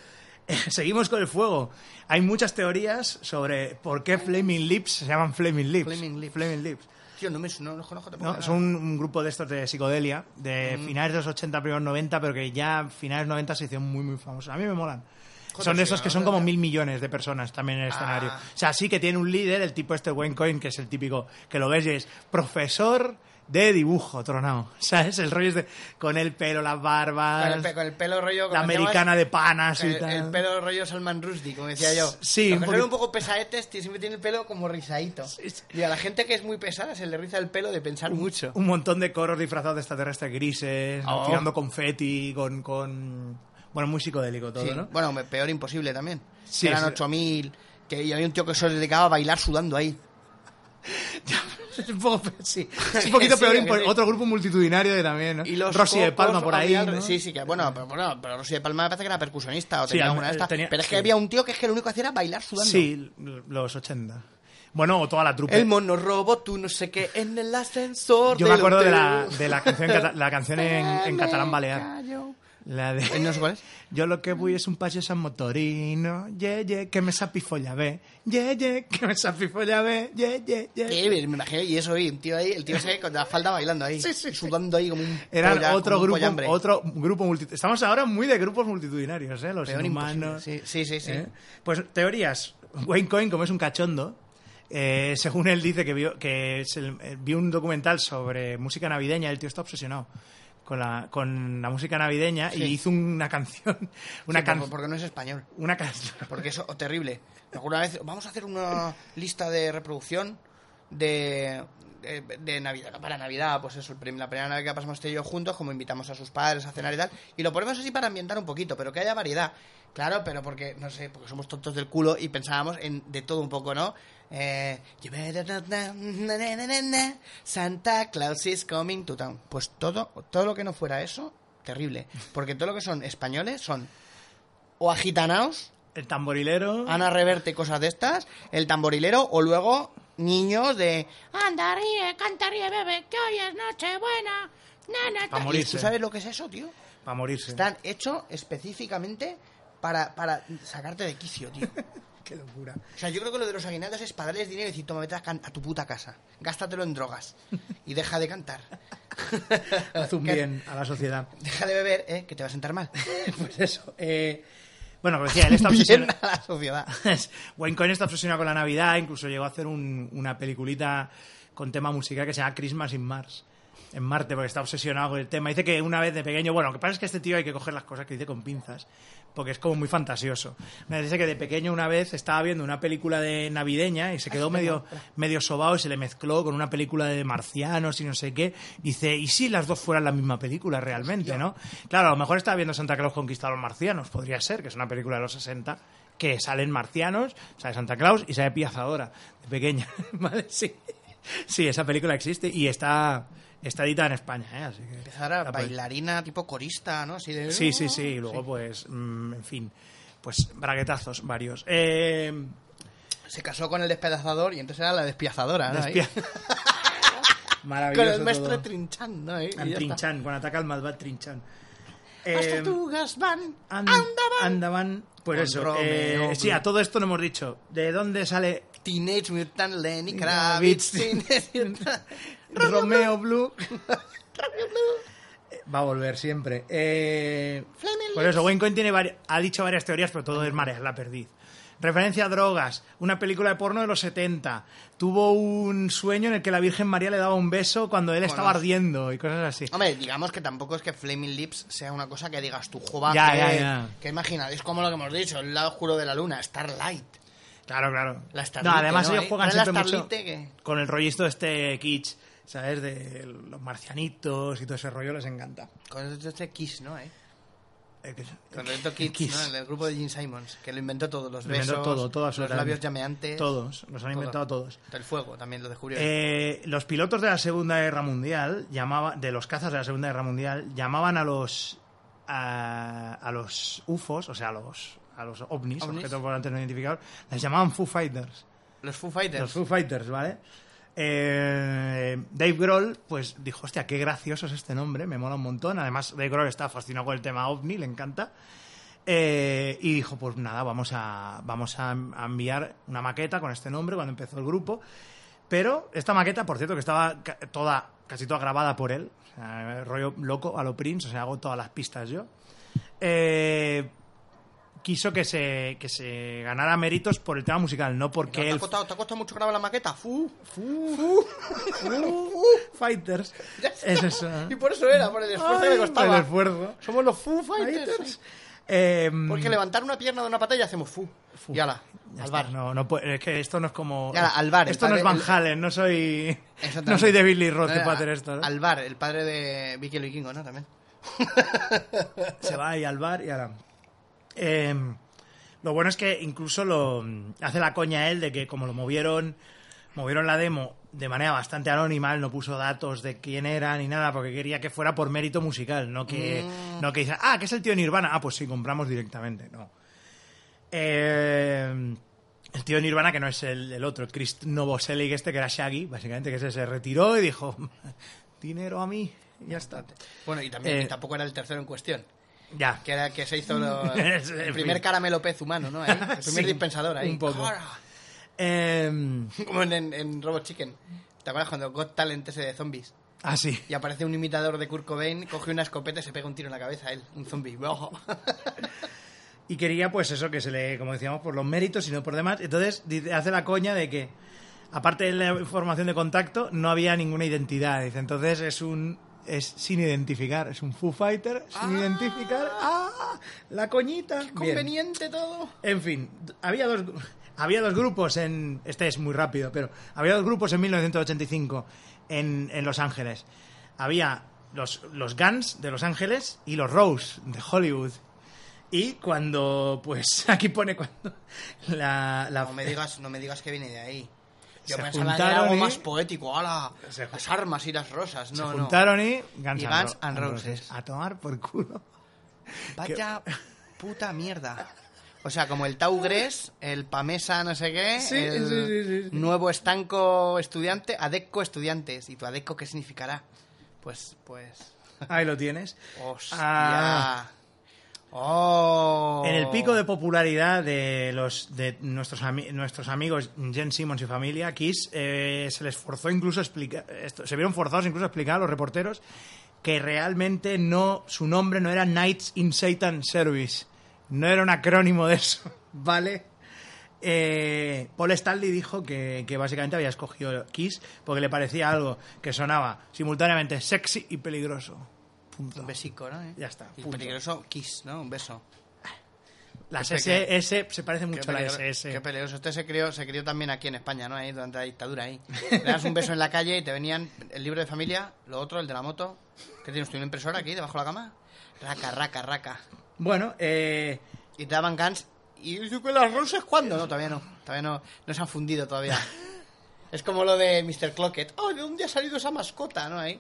S2: Eh, Seguimos con el fuego. Hay muchas teorías sobre por qué Flaming Lips se llaman Flaming Lips.
S3: Flaming Lips.
S2: Flaming Lips.
S3: Tío, no me no los conozco tampoco.
S2: ¿no? Son un, un grupo de estos de psicodelia, de finales de los 80, primeros 90, pero que ya finales 90 se hicieron muy, muy famosos. A mí me molan. Son de esos que son como mil millones de personas también en el escenario.
S3: Ah.
S2: O sea, sí que tiene un líder, el tipo este Wayne Coyne, que es el típico que lo ves y es profesor de dibujo, tronado. ¿Sabes? El rollo es de con el pelo, las barbas.
S3: Con el, pe- con el pelo rollo...
S2: La
S3: como decíamos,
S2: americana de panas y
S3: El,
S2: tal.
S3: el pelo rollo Salman Rushdie, como decía yo.
S2: Sí,
S3: Los
S2: un
S3: que son
S2: poquito.
S3: un poco pesaetes, tío, siempre tiene el pelo como rizadito.
S2: sí.
S3: Y a la gente que es muy pesada se le riza el pelo de pensar mucho.
S2: Un montón de coros disfrazados de extraterrestres grises,
S3: Oh.
S2: tirando confeti, con, con... Bueno, muy psicodélico todo,
S3: Sí,
S2: ¿no?
S3: Bueno, me- peor imposible también.
S2: Sí,
S3: Que eran
S2: sí.
S3: 8000, que y había un tío que se dedicaba a bailar sudando ahí.
S2: Es un, poco, sí, es un poquito
S3: Sí,
S2: peor.
S3: que
S2: impo-
S3: sí.
S2: Otro grupo multitudinario de también, ¿no?
S3: Y los
S2: Rosy de
S3: copos
S2: Palma por ahí.
S3: había alre-
S2: ¿no?
S3: Sí, sí, que bueno, pero, bueno, pero Rosy de Palma me parece que era percusionista o
S2: Sí,
S3: tenía
S2: al-
S3: alguna de estas.
S2: tenía-
S3: pero es que
S2: sí.
S3: había un tío que es que lo único que hacía era bailar sudando.
S2: Sí, l- los 80. Bueno, o toda la trupe.
S5: el mono robot tú no sé qué en el ascensor
S2: Yo me
S5: del
S2: acuerdo de la,
S5: hotel.
S2: de la canción, cata- la canción en, en catalán balear. La
S3: Eh, No sé
S2: de...
S3: cuál es.
S2: Yo lo que voy es un paseo San Motorino, ye, ye, que me sapifolla ve, ye, ye, que me sapifolla ve, ye, ye, ye.
S3: Eh, me imagino, y eso, y un tío ahí, el tío ese con la falda bailando ahí,
S2: Sí, sí, sí.
S3: sudando ahí como un
S2: Eran
S3: polla-
S2: otro
S3: como un
S2: grupo,
S3: pollambre.
S2: otro grupo multi- Estamos ahora muy de grupos multitudinarios, ¿eh? Los
S3: Peor
S2: humanos.
S3: imposible. Sí, sí, sí, sí.
S2: Pues teorías. Wayne Coyne, como es un cachondo, eh, según él dice que vio, que es el- eh, vio un documental sobre música navideña, el tío está obsesionado. Con la, con la música navideña y
S3: Sí.
S2: hizo una canción una
S3: Sí,
S2: canción
S3: por- Porque no es español.
S2: una canción
S3: Porque eso es terrible. Alguna vez vamos a hacer una lista de reproducción de, de, de Navidad. Para Navidad, pues eso, el prim- la primera Navidad que pasamos este y yo juntos, como invitamos a sus padres a cenar y tal. Y lo ponemos así para ambientar un poquito, pero que haya variedad. Claro, pero porque, no sé, porque somos tontos del culo y pensábamos en de todo un poco, ¿no? Eh, you better not- na- na- na- na- na- na, Santa Claus is coming to town. Pues todo, todo lo que no fuera eso, terrible. Porque todo lo que son españoles son o agitanaos,
S2: el tamborilero
S3: Ana Reverte y cosas de estas, el tamborilero, o luego niños de...
S6: Anda, ríe, canta, ríe, bebe, que hoy es noche buena. Nana,
S2: para
S3: ¿Y ¿Tú
S2: morirse
S3: sabes lo que es eso, tío?
S2: para morirse
S3: Están hechos específicamente para, para sacarte de quicio, tío.
S2: Qué locura.
S3: O sea, yo creo que lo de los aguinaldos es para darles dinero y decir, toma, vete a, can- a tu puta casa, gástatelo en drogas y deja de cantar.
S2: Haz un
S3: Que-
S2: bien a la sociedad.
S3: Deja de beber, ¿eh? que te va a sentar mal.
S2: Pues eso. eh, bueno, como decía, él está
S3: Bien
S2: obsesionado.
S3: a la sociedad.
S2: Wayne Coyne está obsesionado con la Navidad, incluso llegó a hacer un- una peliculita con tema musical que se llama Christmas in Mars. En Marte, porque está obsesionado con el tema. Dice que una vez de pequeño, bueno, lo que pasa es que este tío hay que coger las cosas que dice con pinzas, porque es como muy fantasioso. Me dice que de pequeño una vez estaba viendo una película de navideña y se quedó medio, medio sobao y se le mezcló con una película de marcianos y no sé qué. Dice, ¿y si las dos fueran la misma película realmente, no? Claro, a lo mejor estaba viendo Santa Claus conquista a los marcianos, podría ser, que es una película de los 60, que salen marcianos, sale Santa Claus y sale Piazadora, de pequeña, ¿vale? Sí. Sí, esa película existe y está, está editada en España, ¿eh? Así que
S3: Empezar a
S2: la podéis-
S3: bailarina tipo corista, ¿no? Así de...
S2: Sí, sí, sí. Y luego, pues, mm, en fin, pues braguetazos varios. Eh,
S3: Se casó con el despedazador y entonces era la despiazadora, ¿no? Ahí.
S2: despia-
S3: Con
S2: Maravilloso.
S3: el maestro
S2: todo.
S3: trinchando, ¿eh? Y
S2: Al
S3: ya está.
S2: Trinchan, con ataca al malvado Trinchan.
S3: Las
S2: Eh,
S3: tortugas van,
S2: and-
S3: andaban.
S2: Andaban. Pues
S3: Con
S2: eso.
S3: Romeo,
S2: eh, sí,
S3: Blue.
S2: a todo esto no hemos dicho. ¿De dónde sale
S3: Teenage Mutant Lenny
S2: Kravitz.
S3: Kravitz. Teenage Mutant-
S2: Romeo Blue? Eh, Va a volver siempre. Eh,
S3: Flaming
S2: por eso, Wayne Coyne tiene vari- ha dicho varias teorías, pero todo es mareas la perdiz. Referencia a drogas, una película de porno de los 70. Tuvo un sueño en el que la Virgen María le daba un beso cuando él estaba
S3: Bueno.
S2: ardiendo y cosas así.
S3: Hombre, digamos que tampoco es que Flaming Lips sea una cosa que digas tú, jova,
S2: Ya,
S3: que,
S2: ya, ya.
S3: que imagina, es como lo que hemos dicho, el lado oscuro de la luna, Starlight.
S2: Claro, claro.
S3: La Starlite,
S2: no, además
S3: ¿no?
S2: ellos
S3: Ahí-
S2: juegan
S3: ¿no es la
S2: siempre mucho
S3: Starlite que-
S2: con el rollito este kitsch, ¿sabes? De los marcianitos y todo ese rollo les encanta.
S3: Con esto este Kiss, ¿no? ¿Eh?
S2: Eh, que-
S3: Con esto Kiss,
S2: Kiss.
S3: ¿no? El del grupo de Gene Simons, que lo inventó todos los
S2: Lo
S3: besos,
S2: inventó todo, todo
S3: los
S2: absolutamente.
S3: labios llameantes.
S2: Todos, los han
S3: todo.
S2: inventado todos.
S3: El fuego también lo descubrió. él.
S2: Eh, los pilotos de la Segunda Guerra Mundial llamaba, de los cazas de la Segunda Guerra Mundial llamaban a los a, a los UFOs, o sea, a los a los ovnis,
S3: ¿Ovnis?
S2: objetos volantes no identificados, les llamaban Foo Fighters.
S3: los Foo Fighters.
S2: Los Foo Fighters, ¿vale? Eh, Dave Grohl, pues dijo, hostia, qué gracioso es este nombre, me mola un montón. Además, Dave Grohl está fascinado con el tema ovni, le encanta. Eh, y dijo, pues nada, vamos a, vamos a a enviar una maqueta con este nombre cuando empezó el grupo. Pero esta maqueta, por cierto, que estaba ca- toda, casi toda grabada por él, o sea, rollo loco a lo Prince, o sea, hago todas las pistas yo. Eh, quiso que se, que se ganara méritos por el tema musical, no
S3: ¿Te,
S2: porque
S3: ha
S2: él
S3: costado, te ha costado mucho grabar la maqueta? Fu.
S2: Fighters.
S3: Ya está.
S2: Es eso. ¿eh?
S3: Y por eso era, por el esfuerzo que le
S2: Ay,
S3: costaba.
S2: por el esfuerzo.
S3: Somos los Foo Fighters.
S2: Fighters. Eh,
S3: Porque levantar una pierna de una pata y hacemos Fu.
S2: Fu.
S3: Y ala,
S2: ya
S3: al
S2: está,
S3: bar.
S2: No, no puede- es que esto no es como.
S3: Ya, al bar, el
S2: Esto no es
S3: padre-
S2: Van
S3: el-
S2: Halen, no soy.
S3: Exactamente.
S2: No soy de Billy Roth
S3: No,
S2: para
S3: a-
S2: hacer esto. ¿no?
S3: Al bar, el padre de Vicky Vikingo, ¿no? También.
S2: Se va ahí al bar y ahora. Eh, lo bueno es que incluso lo hace la coña él de que como lo movieron, movieron la demo de manera bastante anónima, él no puso datos de quién era ni nada, porque quería que fuera por mérito musical, no que, no que dice, ah, que es el tío de Nirvana, ah, pues sí, compramos directamente, no. Eh, el tío de Nirvana, que no es el, el otro, Chris Novoselic, este que era Shaggy, básicamente, que ese se retiró y dijo, dinero a mí, y ya está.
S3: Bueno, y también
S2: Eh.
S3: y tampoco era el tercero en cuestión.
S2: Ya.
S3: Que era el que se hizo lo-
S2: Es- en
S3: el primer
S2: fin.
S3: caramelo pez humano, ¿no? Ahí, el primer
S2: Sí,
S3: dispensador ahí.
S2: un poco.
S3: Cara.
S2: Eh,
S3: Como en, en, en Robot Chicken. ¿Te acuerdas cuando Got Talent ese de zombies?
S2: ah, sí.
S3: Y aparece un imitador de Kurt Cobain, coge una escopeta y se pega un tiro en la cabeza a él, un zombie.
S2: Y quería, pues eso, que se le, como decíamos, por los méritos y no por demás. Entonces dice- hace la coña de que, aparte de la información de contacto, no había ninguna identidad. Dice, entonces es un. Es sin identificar, es un Foo Fighter, sin identificar. ¡Ah! La coñita. Bien.
S3: Conveniente todo.
S2: En fin, d- había dos, gru- había dos grupos en. Este es muy rápido, pero. Había dos grupos en 1985 en, en Los Ángeles. Había los, los Guns de Los Ángeles y los Rose de Hollywood. Y cuando. Pues aquí pone cuando. La. la
S3: No me digas, no me digas que viene de ahí. Yo
S2: Se
S3: pensaba que
S2: juntaron
S3: era algo
S2: y-
S3: más poético, ala,
S2: Se ju-
S3: las armas y las rosas.
S2: se
S3: No, no.
S2: juntaron y. Guns, and
S3: Y Guns
S2: Ro-
S3: and
S2: and
S3: Roses.
S2: A tomar por culo.
S3: Vaya puta mierda. O sea, como el Taugres, el Pamesa no sé qué,
S2: Sí,
S3: el
S2: sí, sí, sí, sí.
S3: nuevo estanco estudiante, Adecco estudiantes. ¿Y tu Adecco qué significará? Pues, pues...
S2: Ahí lo tienes.
S3: Hostia.
S2: Ah.
S3: Oh.
S2: En el pico de popularidad de los de nuestros ami- nuestros amigos Jen Simmons y familia, Kiss eh, se les forzó incluso a explicar, esto- se vieron forzados incluso a explicar a los reporteros que realmente no su nombre no era Knights in Satan Service, no era un acrónimo de eso, ¿vale? Eh, Paul Stanley dijo que, que básicamente había escogido Kiss porque le parecía algo que sonaba simultáneamente sexy y peligroso. Punto.
S3: Un besico, ¿no? Eh?
S2: Ya está,
S3: Y
S2: punto.
S3: peligroso kiss, ¿no? Un beso.
S2: Las
S3: Este que-
S2: SS se parece
S3: Qué
S2: mucho a la
S3: peligro-
S2: SS.
S3: Qué peligroso. Usted se crió, se crió también aquí en España, ¿no? Ahí durante la dictadura, ahí. Le das un beso en la calle y te venían el libro de familia, lo otro, el de la moto. ¿Qué tienes tú, una impresora aquí debajo de la cama? Raca, raca, raca.
S2: Bueno, eh,
S3: Y te daban Gans. ¿Y tú con las rosas cuándo? No, todavía no. Todavía no, no se han fundido todavía. Es como lo de Mr. Clocket. Oh, ¿de dónde ha salido esa mascota, no? Ahí.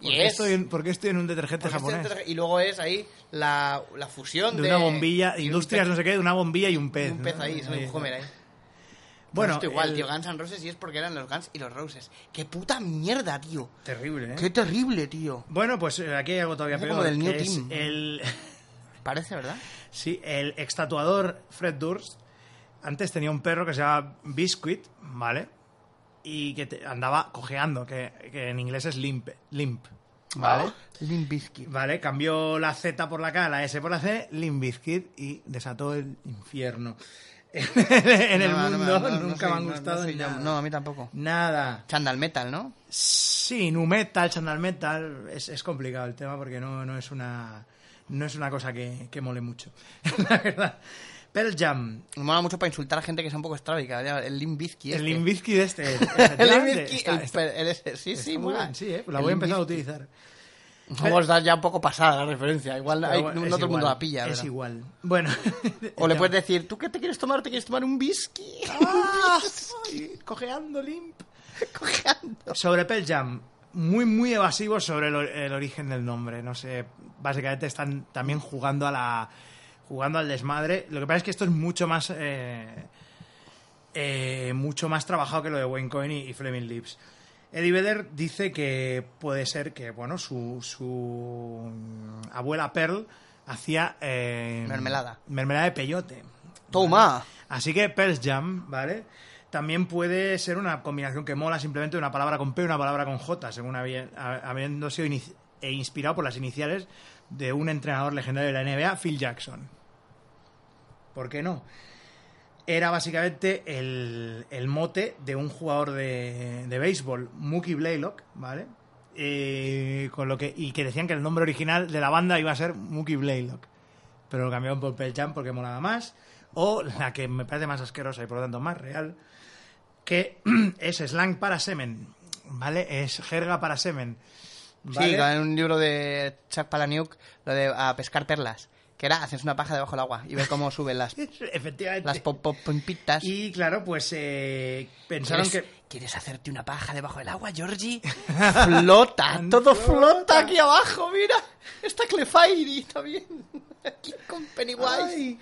S2: ¿por,
S3: Y
S2: qué
S3: es-
S2: estoy en, por qué estoy en un detergente
S3: porque este
S2: japonés?
S3: tra- Y luego es ahí la, la fusión de,
S2: de una bombilla,
S3: y un
S2: industrias,
S3: pez-
S2: no sé qué, de una bombilla y un
S3: y
S2: pez.
S3: un pez
S2: ¿no? Eh,
S3: ahí, es un Homer ahí.
S2: Bueno,
S3: Esto igual,
S2: el-
S3: tío, Guns N' Roses y es porque eran los Guns y los Roses. ¡Qué puta mierda, tío!
S2: Terrible, ¿eh?
S3: ¡Qué terrible, tío!
S2: Bueno, pues eh, aquí hay algo todavía
S3: Parece
S2: peor.
S3: como del New
S2: que es
S3: Team.
S2: el,
S3: Parece, ¿verdad?
S2: sí, el extatuador Fred Durst antes tenía un perro que se llamaba Biscuit, ¿vale? Y que te- andaba cojeando, que, que en inglés es limp, limp, ¿vale?
S3: Limp Bizkit.
S2: Vale, cambió la Z por la K, la S por la C, Limbizkid y desató el infierno. en el
S3: No, no me-
S2: mundo
S3: no, no
S2: nunca
S3: soy-
S2: me han
S3: no-
S2: gustado
S3: No, soy yo.
S2: nada.
S3: No, a mí tampoco.
S2: Nada.
S3: Chandal Metal, ¿no?
S2: Sí, nu metal, chandal metal, es, es complicado el tema porque no, no es una no es una cosa que, que mole mucho. la verdad. Pearl Jam,
S3: Me mola mucho para insultar a gente que sea un poco estrábica. ya, El Limp Bizkit.
S2: el
S3: este.
S2: Limbizkid este.
S3: el Limp
S2: efectivamente,
S3: Bizkit,
S2: está-
S3: el
S2: está-
S3: per- el ese. Sí,
S2: está
S3: sí,
S2: muy
S3: mola.
S2: bien, sí, eh, la
S3: El
S2: voy a
S3: Limp
S2: empezar a
S3: Bizkit.
S2: utilizar.
S3: Vamos a dar ya un poco pasada la referencia. Igual
S2: Pero
S3: hay-
S2: bueno,
S3: no
S2: es
S3: todo el mundo
S2: igual,
S3: la pilla,
S2: Es
S3: ¿verdad?
S2: igual. Bueno.
S3: O le
S2: ya.
S3: puedes decir, ¿tú qué te quieres tomar? ¿Te quieres tomar un whisky?
S2: Cojeando limp.
S3: Cojeando.
S2: Sobre Pearl Jam, muy, muy evasivo sobre el, or- el origen del nombre. No sé, básicamente están también jugando a la jugando al desmadre. Lo que pasa es que esto es mucho más eh, eh, mucho más trabajado que lo de Wayne Coyne y, y Fleming Lips. Eddie Vedder dice que puede ser que bueno su, su mm, abuela Pearl hacía eh,
S3: Mermelada.
S2: mermelada de peyote.
S3: Toma.
S2: Así que Pearl Jam, ¿vale? También puede ser una combinación que mola simplemente una palabra con P y una palabra con J, según había- ha- habiendo sido inici- e inspirado por las iniciales de un entrenador legendario de la NBA, Phil Jackson. ¿Por qué no? Era básicamente el, el mote de un jugador de, de béisbol, Mookie Blaylock, ¿vale? Eh, con lo que, y que decían que el nombre original de la banda iba a ser Mookie Blaylock pero lo cambiaron por Pearl Jam porque molaba más. O la que me parece más asquerosa y por lo tanto más real, que es slang para semen, ¿vale? Es jerga para semen.
S3: Sí,
S2: ¿vale?
S3: en un libro de Chuck Palahniuk, lo de a pescar perlas, que era hacerse una paja debajo del agua y ver cómo suben las,
S2: Efectivamente.
S3: las pop pop pompitas.
S2: Y claro, pues eh, pensaron
S3: ¿Quieres,
S2: que...
S3: ¿Quieres hacerte una paja debajo del agua, Georgie? flota, todo flota aquí abajo, mira. Está Clefairy también. Aquí con Pennywise.
S2: Ay.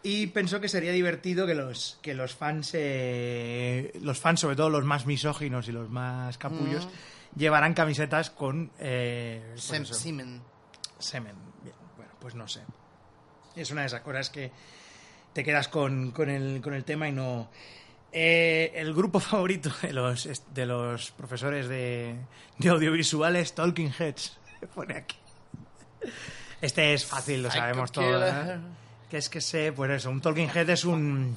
S2: Y pensó que sería divertido que los, que los fans, eh, los fans, sobre todo los más misóginos y los más capullos, llevaran camisetas con... eh, pues
S3: Sem
S2: eso.
S3: Semen.
S2: semen. Bien, bueno, pues no sé. Es una de esas cosas que te quedas con, con el, con el tema y no... Eh, el grupo favorito de los, est- de los profesores de, de audiovisuales, Talking Heads, pone aquí. Este es fácil, lo sabemos
S3: Psycho
S2: todos. ¿eh?
S3: killer.
S2: Que es que sé, pues eso, un Talking Head es un...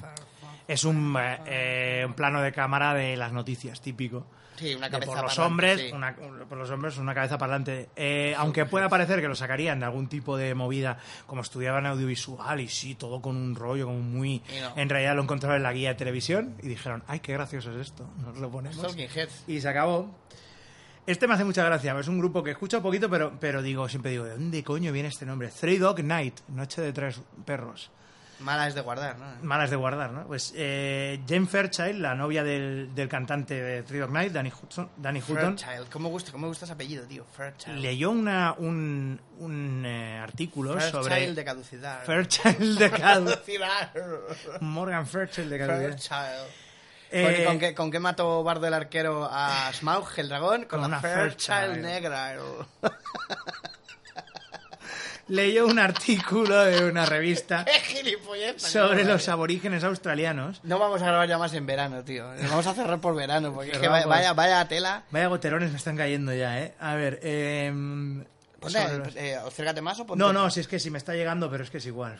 S2: Es un, eh, eh, un plano de cámara de las noticias, típico.
S3: Sí, una
S2: De
S3: cabeza
S2: Eh, por los
S3: parlante,
S2: hombres,
S3: sí.
S2: una, por los hombres una cabeza parlante. Eh, aunque pueda parecer que lo sacarían de algún tipo de movida, como estudiaban audiovisual y sí, todo con un rollo como muy...
S3: Y no.
S2: En realidad lo encontraron en la guía de televisión y dijeron, ay, qué gracioso es esto, nos lo ponemos.
S3: Talking Heads.
S2: Y se acabó. Este me hace mucha gracia, es un grupo que escucho poquito, pero, pero digo, siempre digo, ¿de dónde coño viene este nombre? Three Dog Night, Noche de Tres Perros
S3: Mala es de guardar, ¿no?
S2: malas de guardar, ¿no? Pues eh, Jane Fairchild, la novia del, del cantante de Three Dog Night, Danny Hudson, Danny Hutton,
S3: Fairchild. ¿Cómo me gusta, cómo me gusta ese apellido, tío? Fairchild.
S2: leyó una, un, un eh, artículo
S3: Fairchild
S2: sobre
S3: de caducidad.
S2: Fairchild de Cal,
S3: Caducidad.
S2: Morgan Fairchild de Cal.
S3: Fairchild.
S2: Eh,
S3: ¿Con, con qué, con qué mató Bardo el arquero a Smaug, el dragón?
S2: Con
S3: Con, la
S2: una
S3: Fairchild
S2: Fairchild.
S3: negra.
S2: leyó un artículo de una revista
S3: ¡Qué gilipollez!
S2: sobre los aborígenes australianos.
S3: No vamos a grabar ya más en verano, tío. Nos vamos a cerrar por verano, porque es que vaya,
S2: Cerramos.
S3: vaya, vaya tela.
S2: Vaya goterones me están cayendo ya, ¿eh? A ver, eh...
S3: Ponte,
S2: Pues sobre los-
S3: eh, acércate más o ponte...
S2: No, no, si es que si me está llegando, pero es que es igual.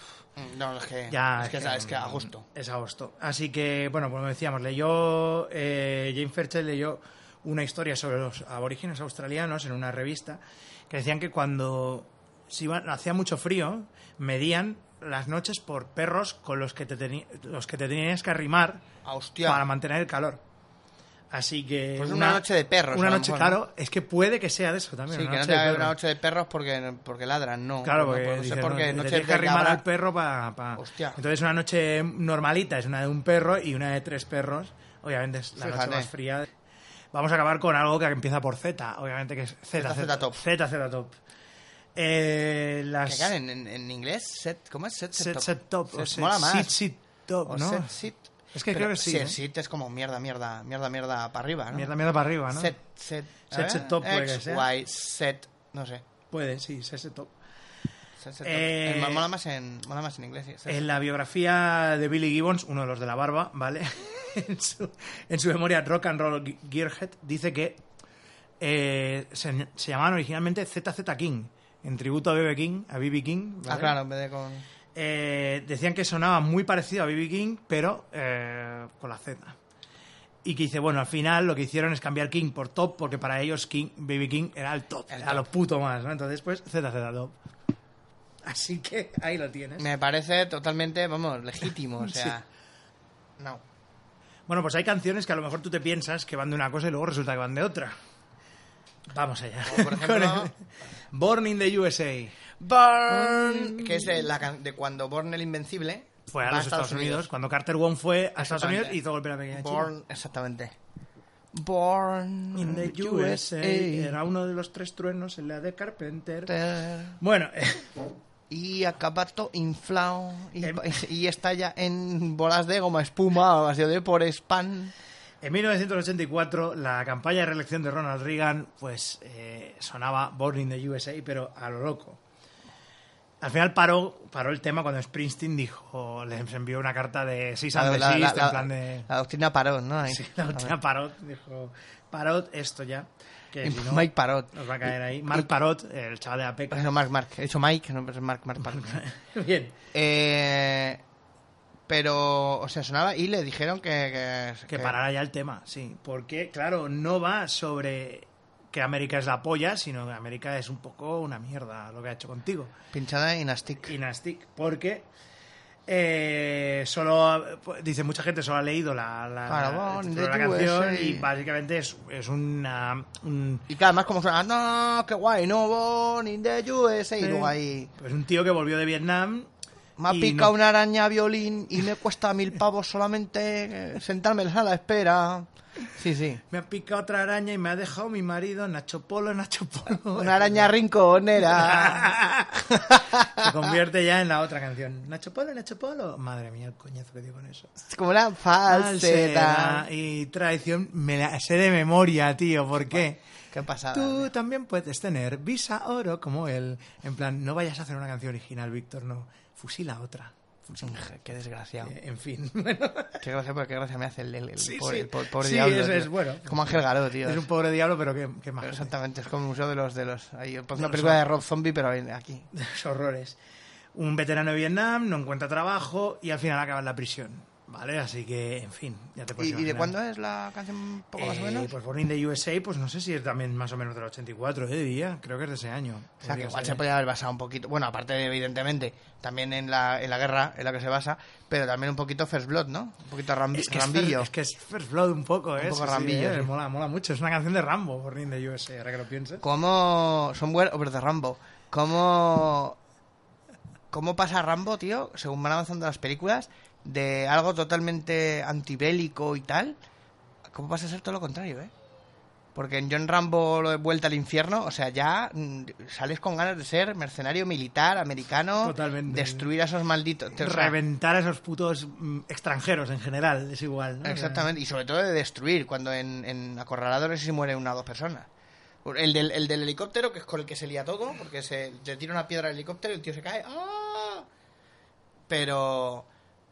S3: No, es que...
S2: Ya, em,
S3: es que, es que agosto.
S2: Es agosto. Así que, bueno, como decíamos, leyó. Eh, Jane Fairchild leyó una historia sobre los aborígenes australianos en una revista que decían que cuando se iban- hacía mucho frío, medían las noches por perros con los que te, teni- los que te tenías que arrimar
S3: Ah, hostia.
S2: para mantener el calor. Así que.
S3: Pues una noche de perros,
S2: Una
S3: a lo
S2: noche,
S3: mejor, ¿no?
S2: claro. Es que puede que sea de eso
S3: Sí,
S2: también.
S3: que
S2: una
S3: no
S2: noche
S3: te
S2: de
S3: hagas
S2: perros.
S3: una noche de perros porque, porque ladran, no.
S2: Claro,
S3: No,
S2: porque
S3: no, sé
S2: dices,
S3: por qué
S2: pues no, le
S3: noche
S2: tienes que
S3: de
S2: arrimar
S3: cabra-
S2: al perro para...
S3: Hostia.
S2: Entonces una noche normalita es una de un perro y una de tres perros. Obviamente es la
S3: Fíjate.
S2: noche más fría. Vamos a acabar con algo que empieza por Z, obviamente que es Z,
S3: Z, Z top.
S2: Z, Z top. Eh,
S3: Que
S2: las...
S3: claro, en, en- en inglés, set, ¿cómo es? Set, set
S2: set,
S3: top.
S2: set top. o
S3: Set-
S2: set-
S3: mola más.
S2: Sit, sit top,
S3: O
S2: ¿no?
S3: set, sit.
S2: Es que
S3: Pero
S2: creo que sí,
S3: si el
S2: ¿eh?
S3: sit es como mierda, mierda, mierda, mierda para arriba, ¿no?
S2: Mierda, mierda para arriba, ¿no?
S3: Set, set. a
S2: Set,
S3: ver,
S2: set top puede que
S3: X,
S2: sea.
S3: Y, set, no sé.
S2: Puede, sí, set, set top.
S3: Set, set top.
S2: Eh,
S3: El ma- mola, más en, mola más en inglés. sí, set.
S2: En la biografía de Billy Gibbons, uno de los de la barba, ¿vale? en, su, en su memoria Rock and Roll Ge- Gearhead, dice que eh, se, se llamaban originalmente ZZ King, en tributo a BB King, a BB King.
S3: Ah,
S2: ¿vale?
S3: claro, en vez de con...
S2: Eh, decían que sonaba muy parecido a BB King, pero eh, con la Z. Y que dice, bueno, al final lo que hicieron es cambiar King por top, porque para ellos King, BB King era el top,
S3: El
S2: era lo puto más, ¿no? Entonces, pues, ZZ Top. Así que ahí lo tienes.
S3: Me parece totalmente, vamos, legítimo, o sea... No.
S2: Bueno, pues hay canciones que a lo mejor tú te piensas que van de una cosa y luego resulta que van de otra. Vamos allá.
S3: Como por ejemplo-
S2: Con el Born in the USA.
S3: Burn, que es de, la can- de cuando Born el Invencible
S2: Fue a
S3: va
S2: los Estados, Unidos. Cuando Carter Wong fue a Estados Unidos
S3: Exactamente.
S2: y hizo golpe a la pequeña chica.
S3: Born, exactamente. Born
S2: In the USA. Era uno de los tres truenos en la de Carpenter. Bueno,
S3: Y acabato inflado y,
S2: Em-
S3: y estalla en bolas de goma espuma o vacío de por spam.
S2: en 1984 la campaña de reelección de Ronald Reagan pues eh, sonaba Born in the USA, pero a lo loco. Al final paró, paró el tema cuando Springsteen dijo, les envió una carta de sí and
S3: Ah, la,
S2: desist,
S3: la-
S2: en plan de...
S3: la doctrina Parot, ¿no? Ahí.
S2: Sí, la última Parot dijo, Parot, esto ya, que si no
S3: Mike Parot.
S2: nos va a caer ahí. Mark Parot, el chaval de la
S3: Pues
S2: PECA.
S3: no, Mark, Mark. He dicho Mike, no, pero es Mark, Mark Parot.
S2: Bien.
S3: eh, pero, o sea, sonaba y le dijeron que...
S2: Que parara ya el tema, sí. Porque, claro, no va sobre que América es la polla, sino que América es un poco una mierda lo que ha hecho contigo.
S3: Pinchada en Astic.
S2: Y Nastic, porque... eh, solo ha- dice mucha gente solo ha leído la, la,
S3: Claro,
S2: la-
S3: bon,
S2: el título de la
S3: de USA.
S2: canción y básicamente es, es una un,
S3: Y claro, además como suena, "Ah, no, qué guay, no, Born in the USA, y luego ahí,
S2: Pues un tío que volvió de Vietnam.
S3: me ha
S2: y
S3: picado
S2: no-
S3: una araña violín y me cuesta mil pavos solamente eh, sentarme en la sala de espera. Sí, sí.
S2: Me ha picado otra araña y me ha dejado mi marido Nacho Polo, Nacho Polo.
S3: Una araña rinconera.
S2: Se convierte ya en la otra canción. Nacho Polo, Nacho Polo. Madre mía, el coñazo que digo con eso.
S3: Como una falseta.
S2: Falsedad Y traición. Me la sé de memoria, tío. ¿Por qué?
S3: Qué pasada.
S2: Tú también puedes tener visa oro como él. En plan, no vayas a hacer una canción original, Víctor, no. Fusila otra.
S3: Qué desgraciado.
S2: Eh, En fin, bueno.
S3: Qué gracia, porque qué gracia me hace el, el- el
S2: Sí,
S3: pobre,
S2: sí.
S3: el po- pobre
S2: Sí,
S3: diablo.
S2: es-
S3: tío.
S2: es bueno.
S3: Como Ángel Garó, tío.
S2: Es un pobre diablo, pero qué, qué más.
S3: Exactamente, es como el museo de los... De los ahí, pues una
S2: los
S3: película de Rob Zombie, pero en- aquí.
S2: de los horrores. Un veterano de Vietnam no encuentra trabajo y al final acaba en la prisión. ¿Vale? Así que, en fin, ya te puedes
S3: ¿Y, y de
S2: imaginar.
S3: cuándo es la canción? un poco más o
S2: Eh,
S3: menos?
S2: Pues Born in the USA, pues no sé si es también más o menos del 84, eh, diría. Creo que es de ese año.
S3: O sea, que
S2: Podría
S3: igual
S2: ser.
S3: se podía haber basado un poquito. Bueno, aparte, de, evidentemente, también en la, en la guerra, en la que se basa, pero también un poquito First Blood, ¿no? Un poquito rambi-
S2: Es que es,
S3: rambillo.
S2: Fer- es que es First Blood un poco, ¿eh?
S3: Un poco
S2: Sí, sí,
S3: rambillo,
S2: eh,
S3: sí.
S2: Mola, mola mucho. Es una canción de Rambo, Born in the USA, ahora que lo pienses.
S3: ¿Cómo. Somewhere over the Rambo. ¿Cómo. ¿Cómo pasa Rambo, tío, según van avanzando las películas, de algo totalmente antibélico y tal? ¿Cómo pasa a ser todo lo contrario, eh? Porque en John Rambo lo de Vuelta al Infierno, o sea, ya mm, sales con ganas de ser mercenario militar americano,
S2: Totalmente.
S3: destruir a esos malditos. o sea,
S2: Reventar a esos putos mm, extranjeros en general, es igual, ¿no? O sea,
S3: Exactamente, y sobre todo de destruir, cuando en, en acorraladores se mueren una o dos personas. El del, el del helicóptero, que es con el que se lía todo, porque se le tira una piedra al helicóptero y el tío se cae. ¡Ah! Pero.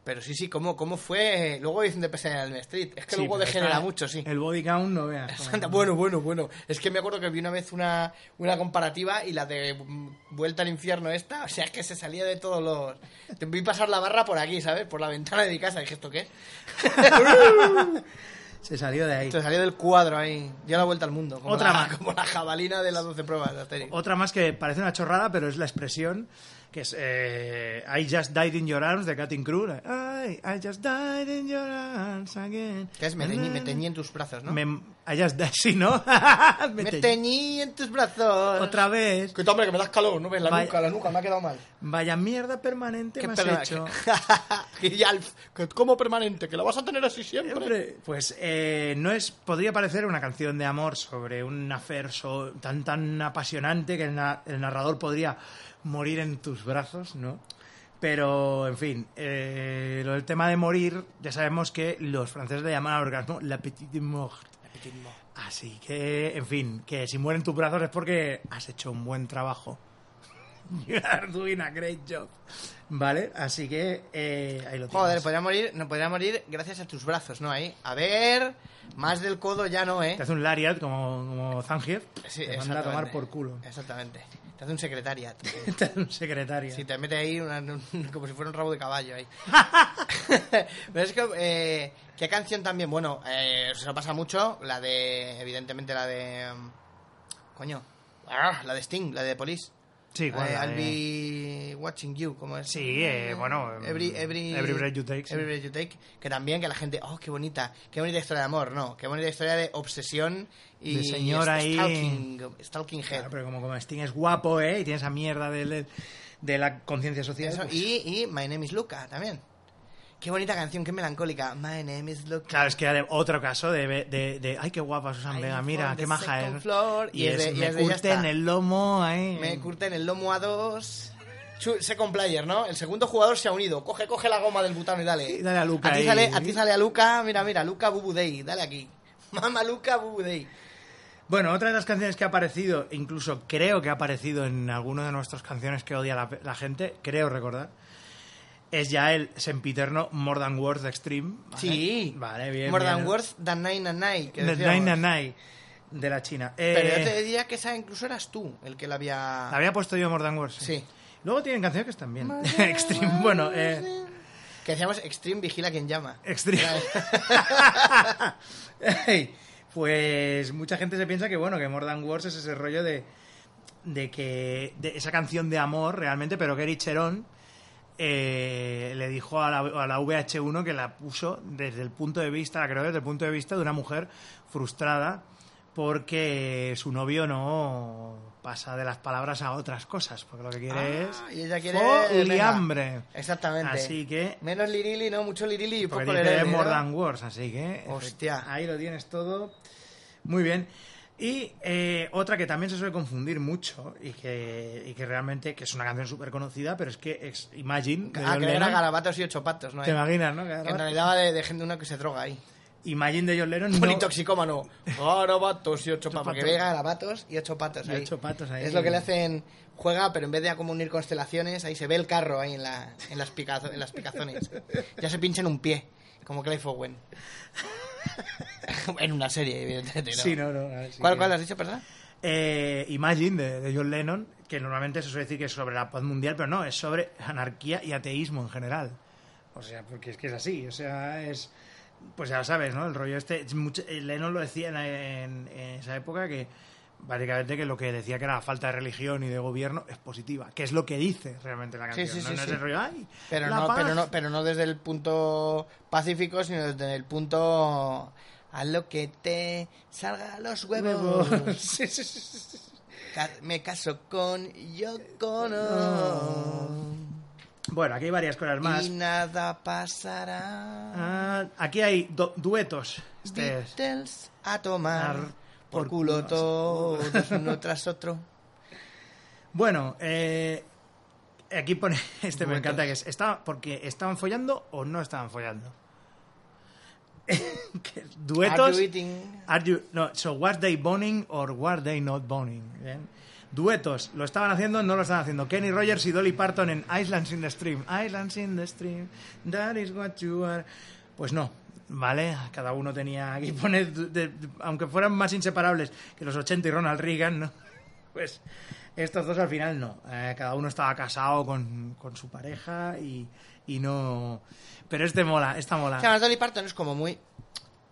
S3: Pero sí, sí, ¿cómo, cómo fue? Luego dicen de PC en el Street. Es que
S2: Sí,
S3: luego
S2: pero
S3: degenera
S2: está-
S3: mucho, sí.
S2: El body count no veas.
S3: Santa- bueno, bueno, bueno. Es que me acuerdo que vi una vez una, una comparativa y la de mm, Vuelta al Infierno esta, o sea, es que se salía de todos los... Te vi pasar la barra por aquí, ¿sabes? Por la ventana de mi casa. Dije, ¿esto qué?
S2: Se salió de ahí.
S3: Se salió del cuadro ahí. Dio la vuelta al mundo. Como
S2: Otra
S3: la,
S2: más.
S3: Como la jabalina de las 12 pruebas de Asterix.
S2: Otra más que parece una chorrada, pero es la expresión que es eh, I just died in your arms de Cutting Crew. La- I, I just died in your arms again.
S3: Que es me teñí, me teñí en tus brazos, ¿no? Me,
S2: Me- I just died, sí, ¿no? Me teñí.
S3: teñí en tus brazos.
S2: Otra vez.
S3: Que hombre, que me das calor, ¿no ves? La
S2: Vaya-
S3: nuca, la nuca, me ha quedado mal.
S2: Vaya mierda permanente me has
S3: pena,
S2: hecho.
S3: que- y Alf, que como permanente, que la vas a tener así siempre.
S2: Hombre, pues eh, no es podría parecer una canción de amor sobre un affair so- tan tan apasionante que el, na- el narrador podría morir en tus brazos, ¿no? Pero, en fin, eh, lo del tema de morir, ya sabemos que los franceses le llaman al orgasmo la petite mort. Así que, en fin, que si mueren tus brazos es porque has hecho un buen trabajo. You are doing a great job. ¿Vale? Así que eh, ahí lo tienes.
S3: Joder, podría morir, no podría morir gracias a tus brazos, ¿no? Ahí. A ver, más del codo ya no, ¿eh?
S2: Te hace un lariat como, como Zangief.
S3: Sí,
S2: te manda a tomar
S3: exactamente. Eh.
S2: por culo.
S3: Exactamente. Te hace un secretariat.
S2: Te hace un secretario.
S3: Si te mete ahí una- un- como si fuera un rabo de caballo ahí. Pero es que, eh, ¿qué canción también? Bueno, eh, se lo pasa mucho. La de, evidentemente, la de. mm, Coño. Ah, la de Sting, la de Police.
S2: Sí,
S3: La de
S2: bueno,
S3: I'll
S2: eh,
S3: be watching you, como es.
S2: Sí, eh, bueno, em,
S3: Every, every,
S2: Every Breath You Take, sí.
S3: Every Breath You Take, Que también que la gente, oh, qué bonita, qué bonita historia de amor, no, qué bonita historia de obsesión y
S2: De señora ahí.
S3: stalking, stalking head.
S2: claro, pero como, como Sting es guapo, ¿eh? Y tiene esa mierda de, de la conciencia social.
S3: Eso,
S2: pues-
S3: y, y My Name is Luca también. Qué bonita canción, qué melancólica. My name is Luca.
S2: Claro, es que era de- otro caso de, de, de, ay, qué guapa Susan
S3: I
S2: Vega,
S3: live
S2: mira,
S3: on
S2: qué
S3: the
S2: maja
S3: second
S2: es.
S3: floor.
S2: Y,
S3: Y es
S2: es,
S3: de- y
S2: me
S3: es de, ya
S2: curten
S3: está.
S2: el lomo eh". ahí.
S3: Me curten el lomo a dos. Chu- Second player, ¿no? El segundo jugador se ha unido. Coge, coge la goma del butano y dale.
S2: Sí, dale a Luca
S3: A ti
S2: ahí.
S3: sale, a ti sale a Luca. Mira, mira, Luca Bubu Day. Dale aquí. Mama Luca Bubu Day.
S2: Bueno, otra de las canciones que ha aparecido, incluso creo que ha aparecido en alguno de nuestras canciones que odia la, la gente, creo recordar, es ya el sempiterno More Than Words Extreme. ¿vale?
S3: Sí.
S2: Vale, bien.
S3: More
S2: bien.
S3: than words than nine and nine. que
S2: The
S3: decíamos.
S2: Nine and Nine de la China. Eh,
S3: Pero yo te diría que esa incluso eras tú el que la
S2: la
S3: había.
S2: había puesto yo More Than Words.
S3: Sí.
S2: Luego tienen canciones que están bien. Extreme, bueno, eh,
S3: Que decíamos Extreme Vigila quien llama.
S2: Extreme. Ey, pues mucha gente se piensa que bueno, que More Than Words es ese rollo de, de que de esa canción de amor realmente, pero que Eric Cherón eh, le dijo a la, a la VH1 que la puso desde el punto de vista, la creo desde el punto de vista de una mujer frustrada porque su novio no pasa de las palabras a otras cosas, porque lo que quiere es
S3: Ah, y ella quiere
S2: liambre.
S3: venga. Exactamente.
S2: Así que
S3: Menos lirili, no mucho lirili y poco
S2: porque dice
S3: lerele, ¿no?
S2: More Than Words, así que.
S3: Hostia.
S2: Ahí lo tienes todo. Muy bien. Y eh, otra que también se suele confundir mucho y que, y que realmente que es una canción súper conocida, pero es que es Imagine. de
S3: Ah,
S2: John
S3: que
S2: Lennon.
S3: era garabatos y ocho patos, ¿no?
S2: Te
S3: Eh,
S2: imaginas, ¿no? Que
S3: Que
S2: era-
S3: en realidad va de, de gente una que se droga ahí.
S2: Imagine de John Lennon. no-
S3: Politoxicómano. Garabatos y ocho
S2: Ocho
S3: patos. Porque
S2: patos.
S3: ve garabatos y ocho patos
S2: Y
S3: ahí.
S2: ocho patos ahí.
S3: Es lo que le hacen. Juega, pero en vez de como unir constelaciones, ahí se ve el carro ahí en, la, en, las, picazo- en las picazones. Ya se pincha en un pie, como Clive Owen. en una serie, evidentemente. ¿no?
S2: Sí, no, no. así
S3: ¿Cuál,
S2: que-
S3: cuál has dicho, perdón?
S2: Eh, Imagine de, de John Lennon, que normalmente se suele decir que es sobre la paz mundial, pero no, es sobre anarquía y ateísmo en general. O sea, porque es que es así, o sea, es... Pues ya sabes, ¿no? El rollo este... es mucho- eh, Lennon lo decía en, en- en esa época que básicamente que lo que decía que era la falta de religión y de gobierno es positiva, que es lo que dice realmente la
S3: Sí,
S2: canción.
S3: sí,
S2: no
S3: sí,
S2: No es
S3: sí.
S2: el rollo, "Ay,
S3: Pero
S2: la
S3: no,
S2: paz".
S3: pero no, pero no desde el punto pacífico, sino desde el punto a lo que te salga a los huevos.
S2: Sí, sí, sí, sí, sí.
S3: Ca- Me caso con Yocono.
S2: Bueno, aquí hay varias cosas más.
S3: Y nada pasará.
S2: Ah, aquí hay do- duetos. Este es-
S3: Beatles a tomar
S2: Ar-
S3: por
S2: por
S3: culo
S2: culo.
S3: todos uno tras otro.
S2: Bueno, eh, aquí pone, este me
S3: Duetos.
S2: encanta que es, ¿está, porque estaban follando o no estaban follando. que- duetos.
S3: Are you eating?
S2: Are you- no, so were they boning or were they not boning? Bien. Duetos, ¿lo estaban haciendo no lo estaban haciendo? Kenny Rogers y Dolly Parton en Islands in the Stream. Islands in the Stream, that is what you are. Pues no, ¿vale? Cada uno tenía que poner, de- de- aunque fueran más inseparables que los 80 y Ronald Reagan, ¿no? Pues estos dos al final no. Eh, cada uno estaba casado con, con su pareja y, y no. Pero este mola, esta mola.
S3: O sea, además Dolly Parton es como muy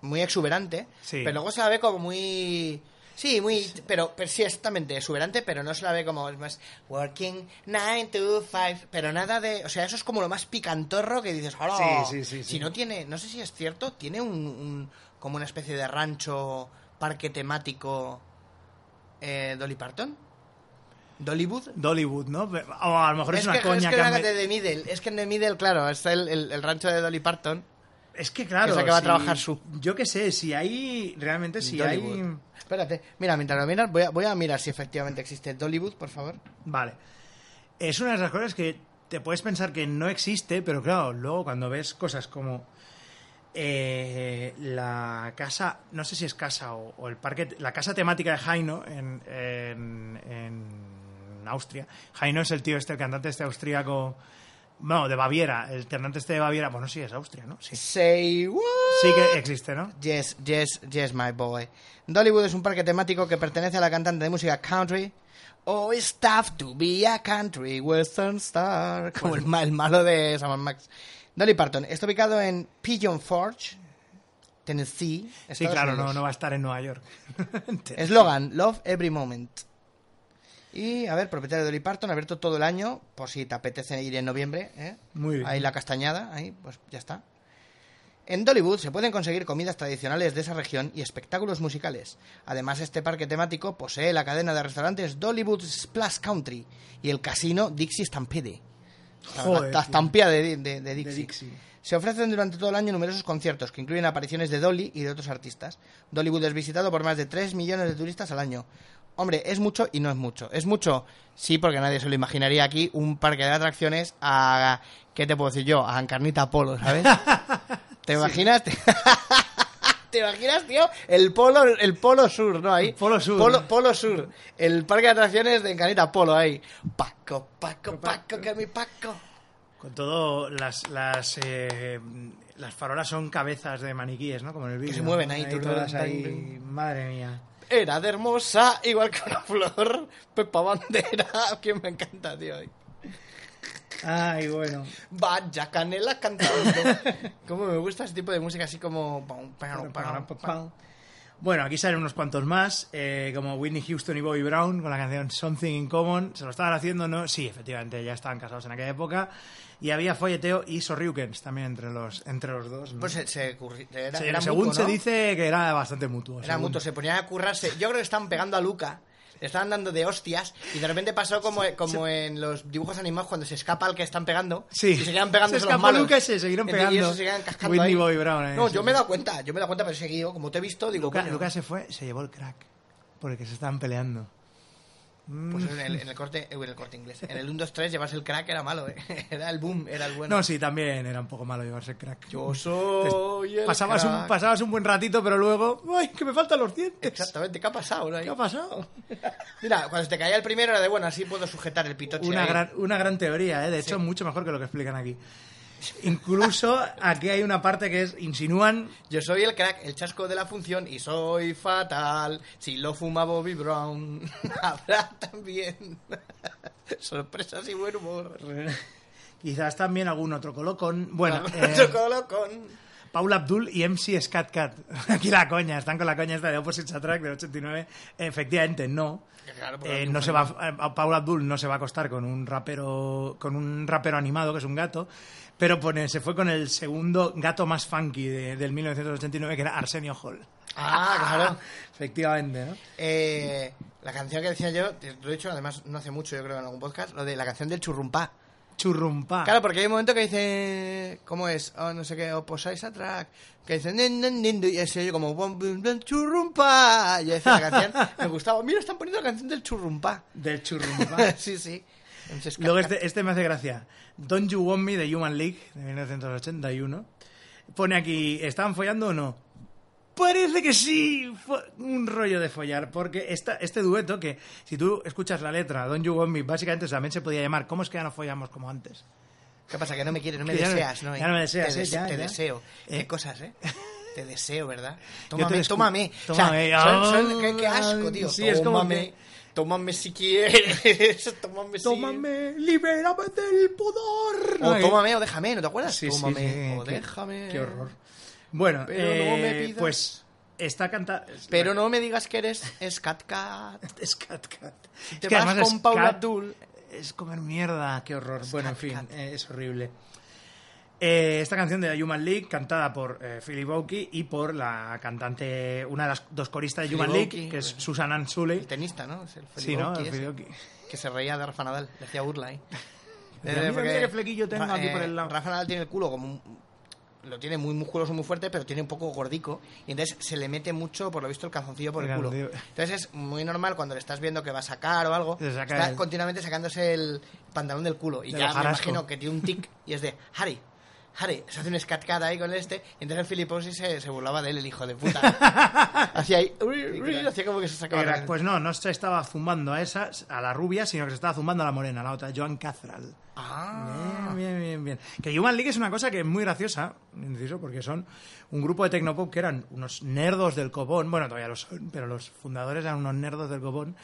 S3: muy exuberante,
S2: Sí.
S3: pero luego se la ve como muy sí, muy pero, pero sí exactamente exuberante, pero no se la ve como es más working 9 to 5, pero nada de, o sea, eso es como lo más picantorro que dices, "Hola".
S2: Sí, sí, sí, sí.
S3: Si no tiene, no sé si es cierto, tiene un, un- como una especie de rancho, parque temático eh, Dolly Parton. Dollywood.
S2: Dollywood, ¿no? O a lo mejor es,
S3: es,
S2: una
S3: que, es
S2: coña
S3: que
S2: que,
S3: era
S2: han met-
S3: de The Middle, es que en The Middle, claro, está el- el- el rancho de Dolly Parton.
S2: Es que claro.
S3: Es la que va a trabajar su-
S2: Yo qué sé, si hay. Realmente, si
S3: Dollywood.
S2: hay.
S3: Espérate, mira, mientras lo miras, voy a, voy a mirar si efectivamente existe Dollywood, por favor.
S2: Vale. Es una de las cosas que te puedes pensar que no existe, pero claro, luego cuando ves cosas como. eh, la casa, no sé si es casa o, o el parque, la casa temática de Jaino en, en, en Austria. Jaino es el tío este, el cantante este austríaco, no, de Baviera, el cantante este de Baviera, bueno, sí, es Austria, ¿no? Sí,
S3: Say what?
S2: sí que existe, ¿no?
S3: Yes, yes, yes, my boy. Dollywood es un parque temático que pertenece a la cantante de música country. Oh, it's tough to be a country western star. Como el, ma- el malo de Sam Max. Dolly Parton. Está ubicado en Pigeon Forge, Tennessee.
S2: Sí,
S3: Estados
S2: claro, no,
S3: Unidos.
S2: no va a estar en Nueva York.
S3: Eslogan, Love Every Moment. Y, a ver, propietario de Dolly Parton, abierto todo el año, por si te apetece ir en noviembre. ¿eh?
S2: Muy bien.
S3: Ahí la castañada, ahí, pues ya está. En Dollywood se pueden conseguir comidas tradicionales de esa región y espectáculos musicales. Además, este parque temático posee la cadena de restaurantes Dollywood Splash Country y el casino Dixie Stampede. La- la-
S2: Joder,
S3: la
S2: tío.
S3: estampida de, de- de Dixie.
S2: Dixie.
S3: Se ofrecen durante todo el año numerosos conciertos que incluyen apariciones de Dolly y de otros artistas. Dollywood es visitado por más de 3 millones de turistas al año. Hombre, es mucho y no es mucho. Es mucho, sí, porque nadie se lo imaginaría aquí, un parque de atracciones a... ¿Qué te puedo decir yo? A Encarnita Polo, ¿sabes? ¿Te imaginas? ¿Te, ¿Te imaginas, tío? El polo, el polo sur, ¿no? Ahí.
S2: Polo Sur.
S3: Polo, Polo sur. El parque de atracciones de Encarnita Polo, ahí. Paco, Paco, Paco, que mi Paco.
S2: Con todo, las, las, eh, las farolas son cabezas de maniquíes, ¿no? Como en el vídeo.
S3: se mueven ahí, tururú,
S2: todas
S3: tan,
S2: ahí.
S3: tan.
S2: Madre mía.
S3: Era de hermosa, igual que una flor. Pepa Bandera, que me encanta, tío.
S2: Ay, bueno.
S3: Vaya canela cantando. Cómo me gusta ese tipo de música así como... pam, pam, pam, pam.
S2: Bueno, aquí salen unos cuantos más, eh, como Whitney Houston y Bobby Brown con la canción Something in Common. ¿Se lo estaban haciendo no? Sí, efectivamente, ya estaban casados en aquella época. Y había folleteo y sorriukens también entre los, entre los dos. ¿no?
S3: Pues se, se curri- era,
S2: Sí,
S3: era
S2: según
S3: mutuo,
S2: se
S3: ¿no?
S2: dice que era bastante mutuo.
S3: Era
S2: según-
S3: mutuo, se ponían a currarse. Yo creo que estaban pegando a Luca. Le estaban dando de hostias y de repente pasó como, como en los dibujos animados cuando se escapa al que están pegando
S2: Sí.
S3: y se quedan pegando
S2: Se
S3: los
S2: escapa
S3: malos.
S2: Luca y se seguirán
S3: Entonces, y
S2: pegando.
S3: esos se quedan cascando
S2: Whitney
S3: ahí.
S2: Bobby Brown, eh,
S3: no,
S2: sí.
S3: yo me he dado cuenta, yo me he dado cuenta, pero he seguido. Como te he visto, digo,
S2: Luca,
S3: coño,
S2: Luca se fue, se llevó el crack. Porque se estaban peleando.
S3: pues en el, en el corte, en el corte inglés. En el 1, 2, 3 llevarse el crack era malo, eh. Era el boom, era el bueno.
S2: No, sí, también era un poco malo llevarse el crack.
S3: Yo soy el
S2: pasabas,
S3: crack.
S2: Un, pasabas un buen ratito, pero luego. ¡Ay, que me faltan los dientes!
S3: Exactamente, ¿qué ha pasado? no? Ahí?
S2: ¿Qué ha pasado?
S3: Mira, cuando se te caía el primero era de bueno, así puedo sujetar el pitoche.
S2: Una
S3: ahí.
S2: gran, una gran teoría, ¿eh? de hecho, mucho mejor que lo que explican aquí. Incluso aquí hay una parte que es insinúan
S3: Yo soy el crack, el chasco de la función y soy fatal. Si lo fuma Bobby Brown, habrá también sorpresas y buen humor.
S2: quizás también algún otro colocón. Bueno, eh,
S3: Chocolocón.
S2: Paula Abdul y MC Scat Cat. Aquí la coña, están con la coña esta de Opposite Attract del 89. Efectivamente, no.
S3: Claro, porque
S2: Eh,
S3: no
S2: no se va, a- Paula Abdul no se va a acostar con un rapero con un rapero animado que es un gato, pero pone- se fue con el segundo gato más funky de- del 1989 que era Arsenio Hall.
S3: Ah, claro.
S2: Efectivamente, ¿no?
S3: Eh, la canción que decía yo, te lo he dicho además no hace mucho, yo creo, en algún podcast, lo de la canción del churrumpá.
S2: Churrumpa.
S3: Claro, porque hay un momento que dice, ¿cómo es? Oh, no sé qué, o posáis a track. Que dice, nin, nin, nin, y ese yo como, bum, bum, bum, churrumpa. Y yo decía la canción, me gustaba. Mira, están poniendo la canción del churrumpa.
S2: Del churrumpa.
S3: sí, sí. Entonces,
S2: Luego
S3: ca-
S2: este, este me hace gracia. Don't You Want Me de Human League de 1981. Pone aquí, ¿están follando o no? Parece que sí, fue un rollo de follar, porque esta, este dueto que, si tú escuchas la letra, Don You Want Me, básicamente también se podía llamar, ¿cómo es que ya no follamos como antes?
S3: ¿Qué pasa? Que no me quieres, no me
S2: Que ya no-
S3: deseas, ¿no?
S2: ya no me deseas,
S3: Te,
S2: ¿eh? Ya, ya.
S3: te deseo.
S2: Eh.
S3: Qué cosas, ¿eh? Te deseo, ¿verdad?
S2: Yo te
S3: Tómame,
S2: descu-
S3: tómame. O sea,
S2: Tómame.
S3: son- son-
S2: Ah,
S3: qué, qué asco, tío.
S2: Sí, es como
S5: Tómame,
S2: que-
S5: tómame si quieres, tómame si...
S2: Tómame, libérame del pudor.
S3: O
S2: Ay.
S3: tómame o déjame, ¿no te acuerdas?
S2: Sí, sí,
S3: tómame
S2: sí,
S3: o
S2: qué-
S3: déjame.
S2: Qué horror. Bueno,
S5: Pero no me
S2: eh,
S5: pidas-
S2: pues está cantando.
S3: Pero no me digas que eres Scat Cat.
S2: Es Cat Cat.
S3: Te vas con Paula Abdul.
S2: Es comer mierda, qué horror. bueno, en
S3: Cat
S2: fin,
S3: Cat.
S2: eh, es horrible. Eh, esta canción de la Human League, cantada por eh, Philip Oakey y por la cantante, una de las dos coristas de
S3: Philip
S2: Human League,
S3: Oakey,
S2: que es
S3: pues.
S2: Susan Ann Suley.
S3: El tenista, ¿no? Es el
S2: Sí, ¿no?
S3: Felipe
S2: Philip
S3: ese,
S2: Oakey.
S3: Que se reía de Rafa Nadal. Le hacía burla ahí.
S2: Mira, mira, mira qué flequillo tengo
S3: Ra-
S2: aquí
S3: eh,
S2: por el lado.
S3: Rafa Nadal tiene el culo como un- Lo tiene muy musculoso, muy fuerte, pero tiene un poco gordico. Y entonces se le mete mucho, por lo visto, el calzoncillo por el
S2: El
S3: culo.
S2: calzoncillo.
S3: Entonces es muy normal cuando le estás viendo que va a sacar o algo.
S2: Se saca
S3: está
S2: el-
S3: continuamente sacándose el pantalón del culo. Y
S2: Del
S3: ya me
S2: jarasco.
S3: imagino que tiene un tic y es de Harry. Harry, se hace un escatcada ahí con este. Y entonces el Filiposi se, se burlaba de él, el hijo de puta. hacía ahí. "Uy, uy", hacía como que se sacaba.
S2: Era-
S3: la-
S2: pues no, no se estaba zumbando a esa, a la rubia, sino que se estaba zumbando a la morena, a la otra, Joan Cazral.
S3: Ah.
S2: Bien, bien, bien, bien. Que Human League es una cosa que es muy graciosa, inciso, porque son un grupo de tecnopop que eran unos nerdos del copón, bueno, todavía lo son, pero los fundadores eran unos nerdos del copón.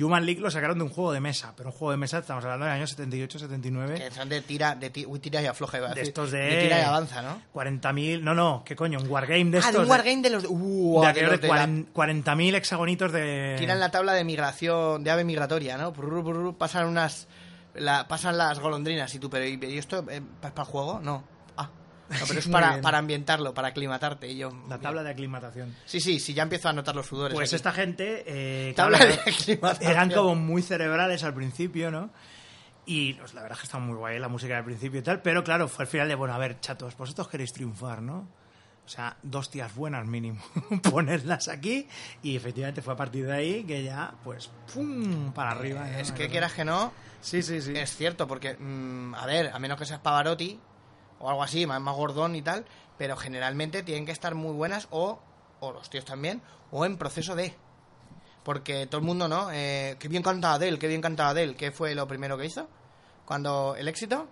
S2: Human League lo sacaron de un juego de mesa, pero un juego de mesa, estamos hablando del año 78, 79.
S3: Que son de tira, de ti- uy, tira y afloja. iba a
S2: ¿Eh? De
S3: decir.
S2: estos de...
S3: tira y avanza, ¿no?
S2: 40.000... No, no, qué coño, un wargame de
S3: ah,
S2: estos.
S3: de un wargame de los. Uh,
S2: de
S3: de
S2: aquellos
S3: los
S2: de
S3: de la-
S2: 40- 40.000 hexagonitos de...
S3: Tiran la tabla de migración, de ave migratoria, ¿no? Purru, purru, pasan unas. la- pasan las golondrinas y tú, pero ¿y, y esto eh, pa- es para el juego? No. Ah, no, pero es
S2: Muy
S3: para,
S2: bien.
S3: para ambientarlo, para aclimatarte. Y yo,
S2: La tabla de aclimatación.
S3: Sí, sí, sí, ya empiezo a notar los sudores.
S2: Pues
S3: aquí.
S2: esta gente. eh,
S3: Tabla
S2: claro,
S3: de aclimatación.
S2: Eran como muy cerebrales al principio, ¿no? Y pues, la verdad es que está muy guay la música del principio y tal, pero claro, fue al final de, bueno, a ver, chatos, vosotros queréis triunfar, ¿no? O sea, dos tías buenas mínimo, ponerlas aquí y efectivamente fue a partir de ahí que ya, pues, ¡pum! para arriba. ¿no?
S3: Eh, Es que quieras que no,
S2: Sí, sí, sí.
S3: es cierto, porque, mm, a ver, a menos que seas Pavarotti o algo así, más, más gordón y tal, pero generalmente tienen que estar muy buenas o, o los tíos también, o en proceso de. Porque todo el mundo, ¿no? Eh, qué bien cantaba Adele, qué bien cantaba Adele. ¿Qué fue lo primero que hizo? Cuando el éxito,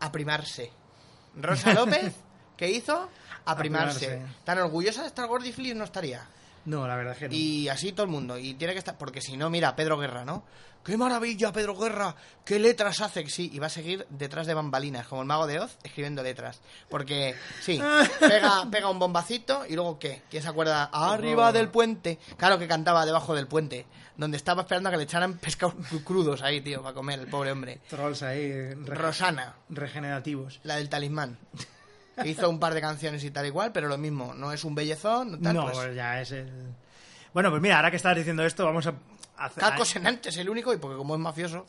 S3: aprimarse. Rosa López, ¿qué hizo? Aprimarse.
S2: Aprimarse.
S3: Tan orgullosa de estar gordi feliz no estaría.
S2: No, la verdad es que no.
S3: Y así todo el mundo. Y tiene que estar. Porque si no, mira, Pedro Guerra, ¿no? ¡Qué maravilla, Pedro Guerra! ¡Qué letras hace! Sí, y va a seguir detrás de bambalinas, como el mago de Oz, escribiendo letras. Porque, sí, pega, pega un bombacito y luego ¿qué? ¿Quién se acuerda? ¡Arriba del puente! Claro que cantaba debajo del puente, donde estaba esperando a que le echaran pescados crudos ahí, tío, para comer, el pobre hombre.
S2: Trolls ahí. re-
S3: Rosana,
S2: Regenerativos.
S3: la del talismán. Hizo un par de canciones y tal igual, pero lo mismo, no es un bellezón, no tal,
S2: no,
S3: pues,
S2: ya es el. Bueno, pues mira, ahora que estás diciendo esto, vamos a. hacer-
S3: Caco Senante es el único, y porque como es mafioso,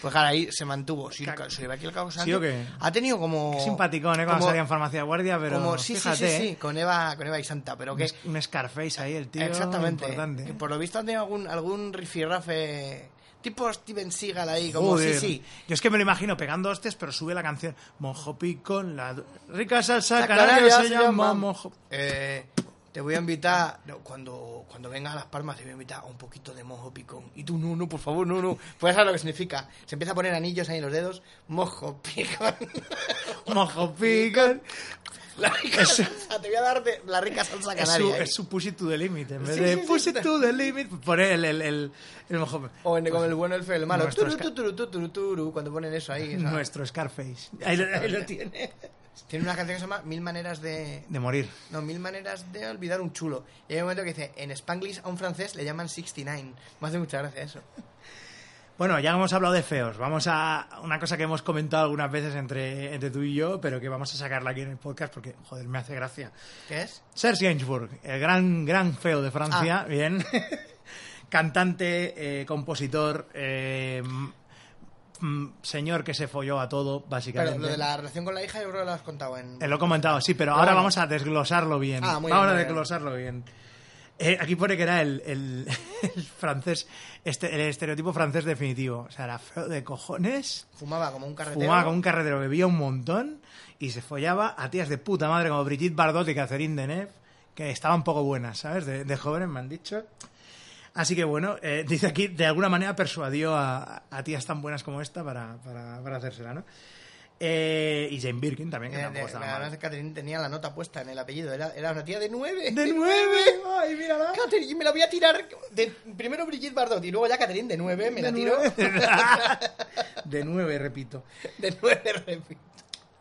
S3: pues claro, ahí se mantuvo. Si,
S2: Caco.
S3: si va aquí el Caco
S2: ¿Sí o
S3: Senante,
S2: qué?
S3: ha tenido como.
S2: Qué simpaticón, ¿eh? Cuando
S3: como-
S2: salía en farmacia de guardia, pero
S3: como- sí, sí,
S2: fíjate,
S3: sí, sí,
S2: ¿eh?
S3: con Eva, con Eva y Santa, pero que.
S2: Un- un Scarface ahí, el tío.
S3: exactamente.
S2: Importante.
S3: Que
S2: ¿eh?
S3: por lo visto ha tenido algún, algún rifirrafe. Tipo Steven Seagal ahí, como
S2: Joder.
S3: sí, sí.
S2: Yo es que me lo imagino pegando hostias, pero sube la canción Mojo Picón, la du- rica salsa
S3: La
S2: canaria
S3: canaria
S2: se llama Mojo.
S3: Eh, te voy a invitar, no, cuando, cuando vengas a Las Palmas, te voy a invitar a un poquito de mojo picón. Y tú, no, no, por favor, no, no. Pues sabes lo que significa. Se empieza a poner anillos ahí en los dedos. Mojo picón.
S2: Mojo Picón.
S3: La rica salsa, te voy a dar de- la rica salsa
S2: Es su,
S3: canaria. ¿eh?
S2: es su Push It to the Limit. En vez
S3: Sí,
S2: de
S3: sí, sí,
S2: Push It
S3: está.
S2: to the Limit, poner el, el, el, el Mojo
S3: O en, como el bueno, el feo y el malo.
S2: Nuestro
S3: Turu,
S2: esca-
S3: turu, turu, turu, turu, cuando ponen eso ahí. o sea,
S2: Nuestro Scarface. Ahí lo, ahí lo tiene.
S3: Tiene una canción que se llama Mil maneras de...
S2: De morir.
S3: No, mil maneras de olvidar un chulo. Y hay un momento que dice, en Spanglish a un francés le llaman 69. Me hace mucha gracia eso.
S2: Bueno, ya hemos hablado de feos. Vamos a una cosa que hemos comentado algunas veces entre, entre tú y yo, pero que vamos a sacarla aquí en el podcast porque, joder, me hace gracia.
S3: ¿Qué es?
S2: Serge Gainsbourg, el gran, gran feo de
S3: Ah.
S2: Francia, bien. Cantante, eh, compositor, eh, mm, mm, señor que se folló a todo,
S3: Pero
S2: básicamente.
S3: lo de la relación con la hija yo creo que lo has contado en...
S2: Eh, Lo he comentado, sí, pero
S3: Pero
S2: ahora
S3: bueno.
S2: vamos a desglosarlo bien.
S3: Ah, muy bien,
S2: vamos a
S3: muy bien.
S2: desglosarlo bien. Eh, aquí pone que era el, el- el francés, este, el estereotipo francés definitivo. O sea, era feo de cojones,
S3: Fumaba como un carretero.
S2: fumaba con un carretero, bebía un montón y se follaba a tías de puta madre como Brigitte Bardot y Catherine Deneuve, que estaban poco buenas, ¿sabes? De, de jóvenes me han dicho. Así que bueno, eh, dice aquí, de alguna manera persuadió a, a tías tan buenas como esta para, para, para hacérsela, ¿no? Eh, y Jane Birkin también,
S3: Eh,
S2: que
S3: de-
S2: tampoco estaba
S3: la
S2: mal.
S3: verdad es que Catherine tenía la nota puesta en el apellido. Era, era una tía de nueve.
S2: ¡De nueve! ¡Ay, mírala!
S3: Catherine, y me la voy a tirar. De, primero Brigitte Bardot y luego ya Catherine de nueve. Me la tiro.
S2: De nueve, repito.
S3: De nueve, repito.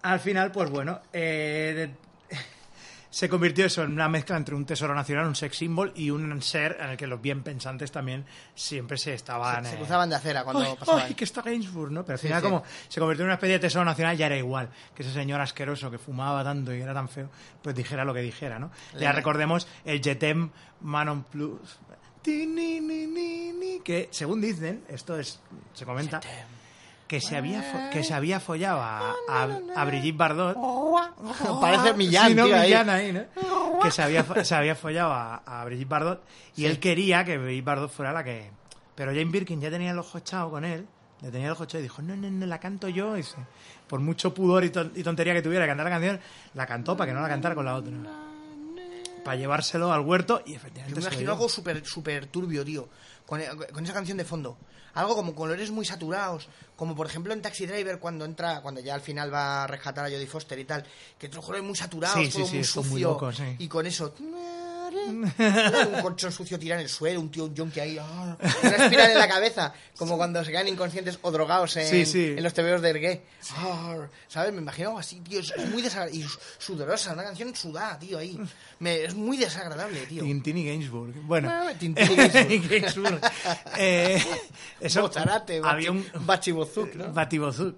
S2: Al final, pues bueno, eh, de- se convirtió eso en una mezcla entre un tesoro nacional, un sex symbol y un ser en el que los bien pensantes también siempre se estaban...
S3: Se
S2: eh,
S3: cruzaban de acera cuando
S2: ¡Ay,
S3: pasaban.
S2: ay, que está Gainsbourg, ¿no? Pero al
S3: Sí,
S2: final
S3: sí.
S2: como se convirtió en una especie de tesoro nacional ya era igual que ese señor asqueroso que fumaba tanto y era tan feo, pues dijera lo que dijera, ¿no? Ya
S3: Le-
S2: recordemos el Jetem Manon Plus, ti, ni, ni, ni, ni, que según dicen, esto es se comenta que se había fo- que se había follado a, a- a Brigitte Bardot
S3: Parece Millán,
S2: Sí, no,
S3: tío, ahí.
S2: Millán ahí, ¿no? Que se había, fo- se había follado a, a Brigitte Bardot y él quería que Brigitte Bardot fuera la que... Pero Jane Birkin ya tenía el ojo echado con él, le tenía el ojo echado y dijo, no, no, no, la canto yo. Y dice, por mucho pudor y, ton- y tontería que tuviera que cantar la canción, la cantó para que no la cantara con la otra. Para llevárselo al huerto y
S3: Yo
S2: efectivamente
S3: me
S2: se lo
S3: imagino
S2: llevó.
S3: algo súper super turbio, tío. Con, con esa canción de fondo. Algo como colores muy saturados. Como por ejemplo en Taxi Driver cuando entra, cuando ya al final va a rescatar a Jodie Foster y tal. Que los colores muy saturados,
S2: Sí, sí,
S3: todo
S2: sí,
S3: muy
S2: esto
S3: sucio.
S2: muy loco, sí.
S3: Y con eso. un colchón sucio tirado en el suelo, un tío un yonki ahí. ah, una espiral en la cabeza. Como cuando se quedan inconscientes o drogados en,
S2: Sí, sí.
S3: en los tebeos del gay. Ah, ¿Sabes? Me imagino algo así, tío. Es, es muy desagradable. Y su- sudorosa, una canción sudada, tío, ahí. Me- es muy desagradable, tío.
S2: Tintín y Gainsbourg. Bueno.
S3: Ah, Tintín y Gainsbourg.
S2: Gainsbourg. Eh, eso,
S3: Bocharate,
S2: había un,
S3: Bachibozuk, ¿no?
S2: Batibozuk.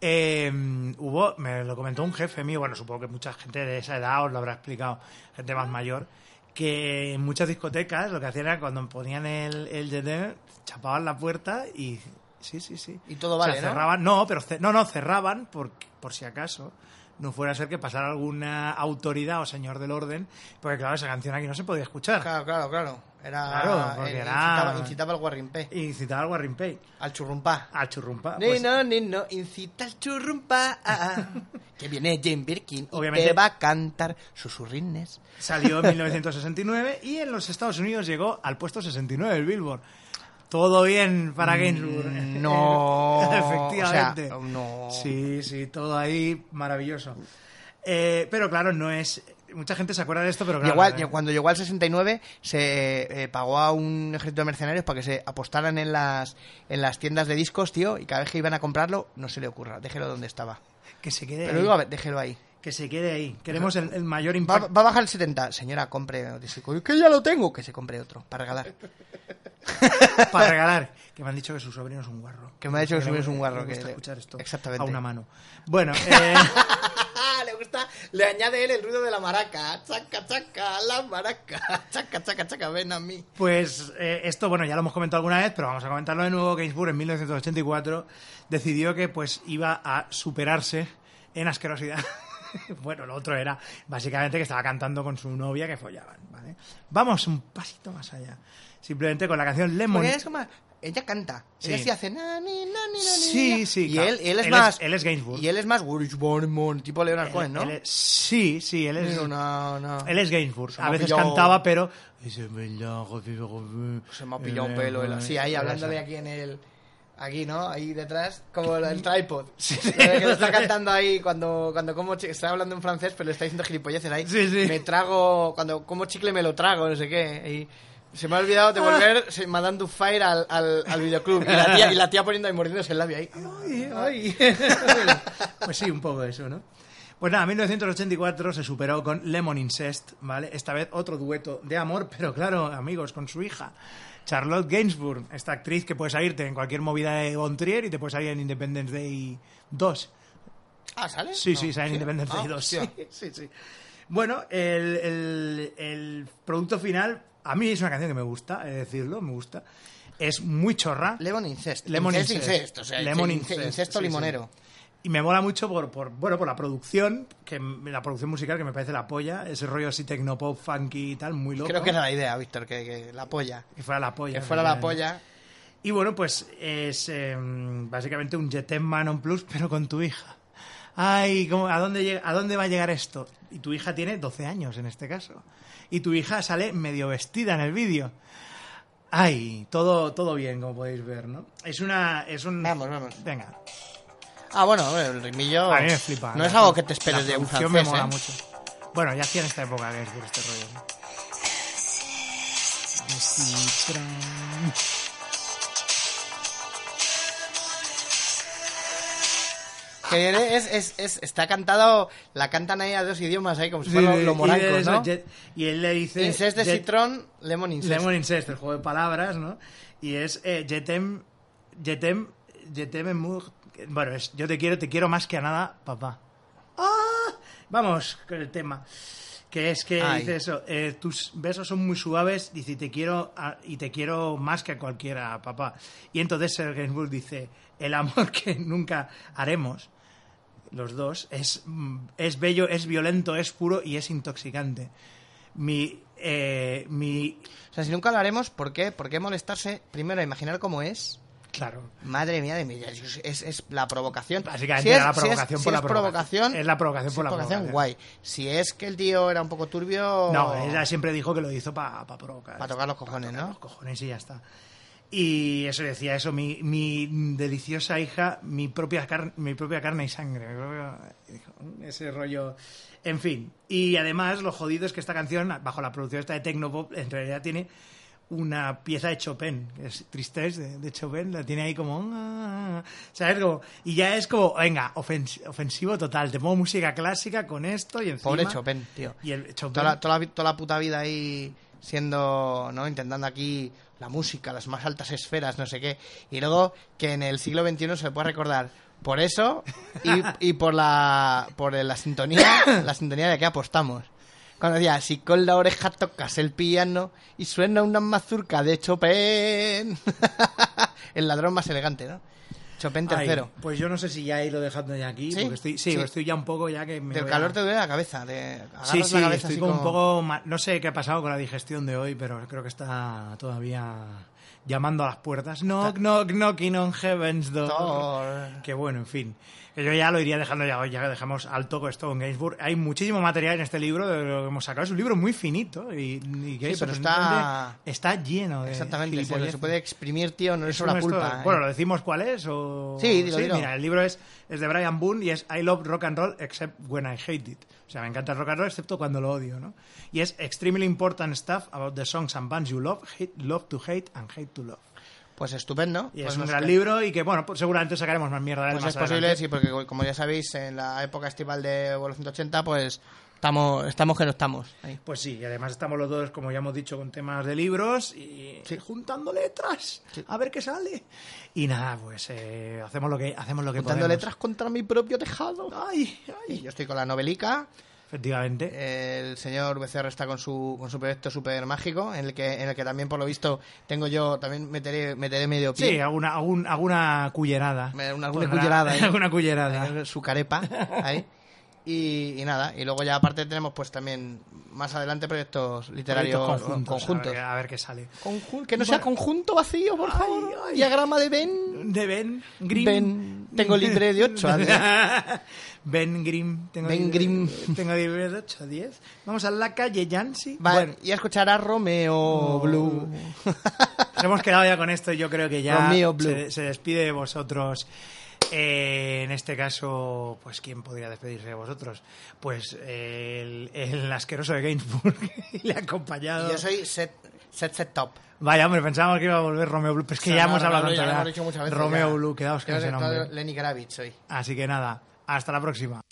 S2: Eh, hubo, me lo comentó un jefe mío, bueno, supongo que mucha gente de esa edad os lo habrá explicado, gente más mayor, que en muchas discotecas lo que hacían era cuando ponían el, el yetén, chapaban la puerta y... Sí, sí, sí.
S3: Y todo
S2: O sea,
S3: vale, ¿no?
S2: cerraban, no, pero ce- no, no, cerraban por, por si acaso no fuera a ser que pasara alguna autoridad o señor del orden, porque claro, esa canción aquí no se podía escuchar.
S3: Claro, claro, claro. Era,
S2: Claro, porque
S3: eh,
S2: era-
S3: Incitaba, incitaba al guarrimpé,
S2: Y citaba al Warrimpey,
S3: al churrumpá.
S2: al churrumpa.
S3: Ni
S2: pues-
S3: no, ni no, incita al churrumpá. Ah, que viene Jane Birkin y
S2: Obviamente.
S3: te va a cantar susurrines.
S2: Salió en 1969 y en los Estados Unidos llegó al puesto 69 del Billboard. Todo bien para Gainsbourg.
S3: Mm, no.
S2: Efectivamente.
S3: O sea, no.
S2: Sí, sí, todo ahí maravilloso. Eh, pero claro, no es. Mucha gente se acuerda de esto, pero claro.
S3: Llegó al-
S2: eh,
S3: cuando llegó al 69 se eh, pagó a un ejército de mercenarios para que se apostaran en las, en las tiendas de discos, tío, y cada vez que iban a comprarlo, no se le ocurra, déjelo donde estaba.
S2: que se quede
S3: Pero
S2: ahí.
S3: digo, a ver, déjelo ahí.
S2: Que se quede ahí. Queremos el, el mayor
S3: Va,
S2: impacto.
S3: va a bajar el 70. Señora, compre otro disco. Es que ya lo tengo. Que se compre otro para regalar.
S2: para regalar. Que me han dicho que su sobrino es un guarro.
S3: Que me ha dicho que su sobrino es un
S2: le-
S3: guarro,
S2: le
S3: que
S2: gusta
S3: le-
S2: escuchar esto
S3: Exactamente.
S2: A una mano. Bueno, eh,
S3: le gusta. Le añade él el ruido de la maraca. Chaca, chaca, la maraca. Chaca, chaca, chaca, ven a mí.
S2: Pues eh, esto, bueno, ya lo hemos comentado alguna vez, pero vamos a comentarlo de nuevo. Gainsbourg en 1984 decidió que pues iba a superarse en asquerosidad. bueno, lo otro era básicamente que estaba cantando con su novia que follaban, ¿vale? Vamos un pasito más allá. Simplemente con la canción Lemon.
S3: Porque es como. Ella canta.
S2: Sí.
S3: Ella sí hace. na, ni, na, ni, na, ni,
S2: Sí,
S3: na.
S2: sí,
S3: Y
S2: claro.
S3: él,
S2: Él
S3: él es
S2: es-
S3: más.
S2: él es Gainsbourg.
S3: Y él es más. Where's Bormon? Tipo Leonard Cohen, ¿no?
S2: Él es- sí, sí, él es,
S3: No, no, no.
S2: él es Gainsbourg.
S3: Se me
S2: A
S3: ha
S2: veces
S3: pillado-
S2: cantaba, pero... Se
S3: pues Se
S2: Eh,
S3: me ha pillado un pelo. él así, ahí hablándole aquí en el. Aquí, ¿no? Ahí detrás, como el tripod. Que lo está cantando ahí cuando, cuando como chicle. Está hablando en francés, pero le está diciendo gilipolleces ahí.
S2: Sí, sí.
S3: Me trago. Cuando como chicle me lo trago, no sé qué. Y se me ha olvidado de volver se- Madame Dufire al, al, al videoclub. Y la, tía, y la tía poniendo ahí mordiéndose el labio ahí.
S2: Ay, ay. pues sí, un poco eso, ¿no? Pues nada, 1984 se superó con Lemon Incest, ¿vale? Esta vez otro dueto de amor, pero claro, amigos, con su hija. Charlotte Gainsbourg, esta actriz que puede salirte en cualquier movida de Bontrier y te puede salir en Independence Day 2.
S3: Ah, ¿sale?
S2: Sí,
S3: No.
S2: sí, sale en Independence
S3: Ah,
S2: Day 2.
S3: hostia.
S2: Sí, sí, sí. Bueno, el, el- el producto final, a mí es una canción que me gusta, he de decirlo, me gusta. Es muy chorra.
S3: Lemon incest.
S2: Lemon
S3: incest,
S2: incest.
S3: incest, o sea,
S2: Lemon
S3: ince-
S2: incest,
S3: incesto
S2: sí, sí.
S3: limonero.
S2: Y me mola mucho por, por, bueno, por la producción, que m- la producción musical que me parece la polla, ese rollo así tecnopop, funky y tal, muy loco.
S3: Creo que era la idea, Víctor, que, que la polla.
S2: Que fuera la ¿eh? polla.
S3: Que fuera la
S2: efectivamente.
S3: polla.
S2: Y bueno, pues es eh, básicamente un Jetem Manon Plus, pero con tu hija. Ay, ¿cómo- a, dónde llega- ¿a dónde va a llegar esto? Y tu hija tiene 12 años en este caso. Y tu hija sale medio vestida en el vídeo. Ay, todo, todo bien, como podéis ver, ¿no? Es una... Es un...
S3: Vamos, vamos.
S2: Venga.
S3: Ah, bueno, el ritmillo.
S2: A mí me flipa.
S3: No
S2: La
S3: es algo que te
S2: la
S3: esperes de un
S2: producción
S3: francés.
S2: me mola
S3: ¿eh?
S2: mucho. Bueno, ya hacía en esta época que es duro este rollo. ¿no?
S3: Que viene- es, es, es- está cantado, la cantan ahí a dos idiomas, ahí como si fuera
S2: Sí,
S3: lo
S2: y
S3: moranco,
S2: de eso,
S3: ¿no?
S2: Jet- Y él le dice...
S3: Incest de
S2: Jet-
S3: Citron, Lemon Incest.
S2: Lemon Incest, el juego de palabras, ¿no? Y es eh, Jetem, Jetem, Jetem Emur- Bueno, es Yo te quiero, te quiero más que a nada, papá. ¡Ah! Vamos con el tema. Que es que
S3: Ay.
S2: dice eso, eh, tus besos son muy suaves, dice, te quiero a- y te quiero más que a cualquiera, papá. Y entonces Sergey Gainsbourg dice, el amor que nunca haremos, los dos, es, mm, es bello, es violento, es puro y es intoxicante. Mi, eh, mi
S3: O sea, si nunca lo haremos, ¿por qué? ¿Por qué molestarse primero a imaginar cómo es?
S2: Claro.
S3: Madre mía de mi vida, es, es- es la provocación.
S2: Básicamente era la provocación por la provocación. Es la provocación por la provocación.
S3: Guay. Si es que el tío era un poco turbio.
S2: No, ella siempre dijo que lo hizo para provocar.
S3: Pa tocar los cojones,
S2: tocar
S3: ¿no?
S2: Los cojones y ya está. Y eso decía eso, mi, mi deliciosa hija, mi propia, car- mi propia carne y sangre. mi propio- dijo, Ese rollo. En fin. Y además, lo jodido es que esta canción, bajo la producción esta de Tecnopop, en realidad tiene una pieza de Chopin, que es Tristez de, de Chopin, la tiene ahí como... ah, ¿Sabes? Como, y ya es como, venga, ofens- ofensivo total, te pongo música clásica con esto y encima...
S3: Pobre Chopin, tío.
S2: Y el Chopin...
S3: Toda la, toda la vi- toda la puta vida ahí siendo, ¿no? Intentando aquí la música, las más altas esferas, no sé qué. Y luego que en el siglo XXI se le puede recordar por eso y, y por la por la sintonía, la sintonía de que apostamos. Cuando decía, si con la oreja tocas el piano y suena una mazurca de Chopin. el ladrón más elegante, ¿no? Chopin
S2: Ay,
S3: tercero.
S2: pues yo no sé si ya irlo dejando ya aquí.
S3: ¿Sí?
S2: Porque estoy, sí,
S3: Sí.
S2: estoy ya un poco ya que me
S3: Del
S2: voy a-
S3: calor te duele la cabeza. De,
S2: Sí,
S3: agarras
S2: sí,
S3: la cabeza
S2: estoy
S3: así
S2: como un
S3: como-
S2: poco... ma- No sé qué ha pasado con la digestión de hoy, pero creo que está todavía llamando a las puertas. Knock, knock, knocking on heaven's door.
S3: Thor.
S2: Que bueno, en fin. Que yo ya lo iría dejando ya hoy, ya que dejamos alto con esto con Gainsbourg. Hay muchísimo material en este libro de lo que hemos sacado. Es un libro muy finito y, y que
S3: Sí, pero
S2: sorprendentemente está lleno de
S3: Exactamente, se, lo-
S2: gilipolleces.
S3: se puede exprimir, tío, no es
S2: Bueno,
S3: una
S2: esto-
S3: culpa. ¿eh?
S2: Bueno, ¿lo decimos cuál es? O...
S3: Sí, dilo, dilo.
S2: Mira, el libro es, es de Brian Boone y es I love rock and roll except when I hate it. O sea, me encanta el rock and roll excepto cuando lo odio, ¿no? Y es Extremely Important Stuff About the Songs and Bands You Love, hate, Love to Hate and Hate to Love.
S3: Pues estupendo.
S2: Y
S3: pues
S2: es un
S3: nos-
S2: gran libro y que, bueno, pues seguramente sacaremos más mierda de él
S3: Pues
S2: más
S3: es posible,
S2: adelante.
S3: sí, porque co- como ya sabéis, en la época estival de Vuelo 180, pues estamos, estamos que no estamos. ahí.
S2: Pues sí, y además estamos los dos, como ya hemos dicho, con temas de libros y juntando letras, a ver qué sale. Y nada, pues eh, hacemos lo que hacemos lo que
S3: Juntando
S2: podemos.
S3: letras contra mi propio tejado.
S2: Ay,
S3: Y
S2: ay.
S3: Yo estoy con la novelica.
S2: Efectivamente.
S3: El señor Becerra está con su, con su proyecto super mágico, en el que, en el que también, por lo visto, tengo yo, también meteré, meteré medio pie.
S2: Sí, alguna, algún- alguna cullerada.
S3: Me- una- alguna
S2: Pondrá-
S3: cullerada, ¿eh?
S2: alguna cullerada.
S3: su carepa ahí. Y, y nada, y luego ya aparte tenemos pues también más adelante proyectos literarios
S2: Proyectos
S3: conjuntos.
S2: A ver, a ver qué sale.
S3: Conjun- que no sea conjunto vacío, por favor.
S2: ay.
S3: Diagrama de Ben.
S2: De Ben Grimm.
S3: Ben, tengo libre de 8 a 10.
S2: ben Grimm. Tengo
S3: Ben
S2: libre-
S3: Grimm.
S2: Tengo libre de 8 a 10. Vamos a la calle Yancy.
S3: Va,
S2: Bueno, Oh.
S3: Y a escuchar a Romeo Blue.
S2: nos hemos quedado ya con esto y yo creo que ya
S3: Lo mío, Blue.
S2: se, se despide de vosotros. Eh, en este caso, pues ¿quién podría despedirse de vosotros? Pues eh, el, el asqueroso de Gainsbourg le ha acompañado.
S3: Y yo soy set, set, set top.
S2: Vaya, hombre, pensábamos que iba a volver Romeo Blue, pero es que
S3: O
S2: ya
S3: sea, no,
S2: hemos
S3: no,
S2: hablado
S3: no,
S2: tanto
S3: ya lo
S2: ya.
S3: hemos dicho muchas veces,
S2: Romeo
S3: ya.
S2: Blue, quedaos con
S3: Yo
S2: ese
S3: soy todo
S2: nombre.
S3: Lenny Kravitz soy.
S2: Así que nada, hasta la próxima.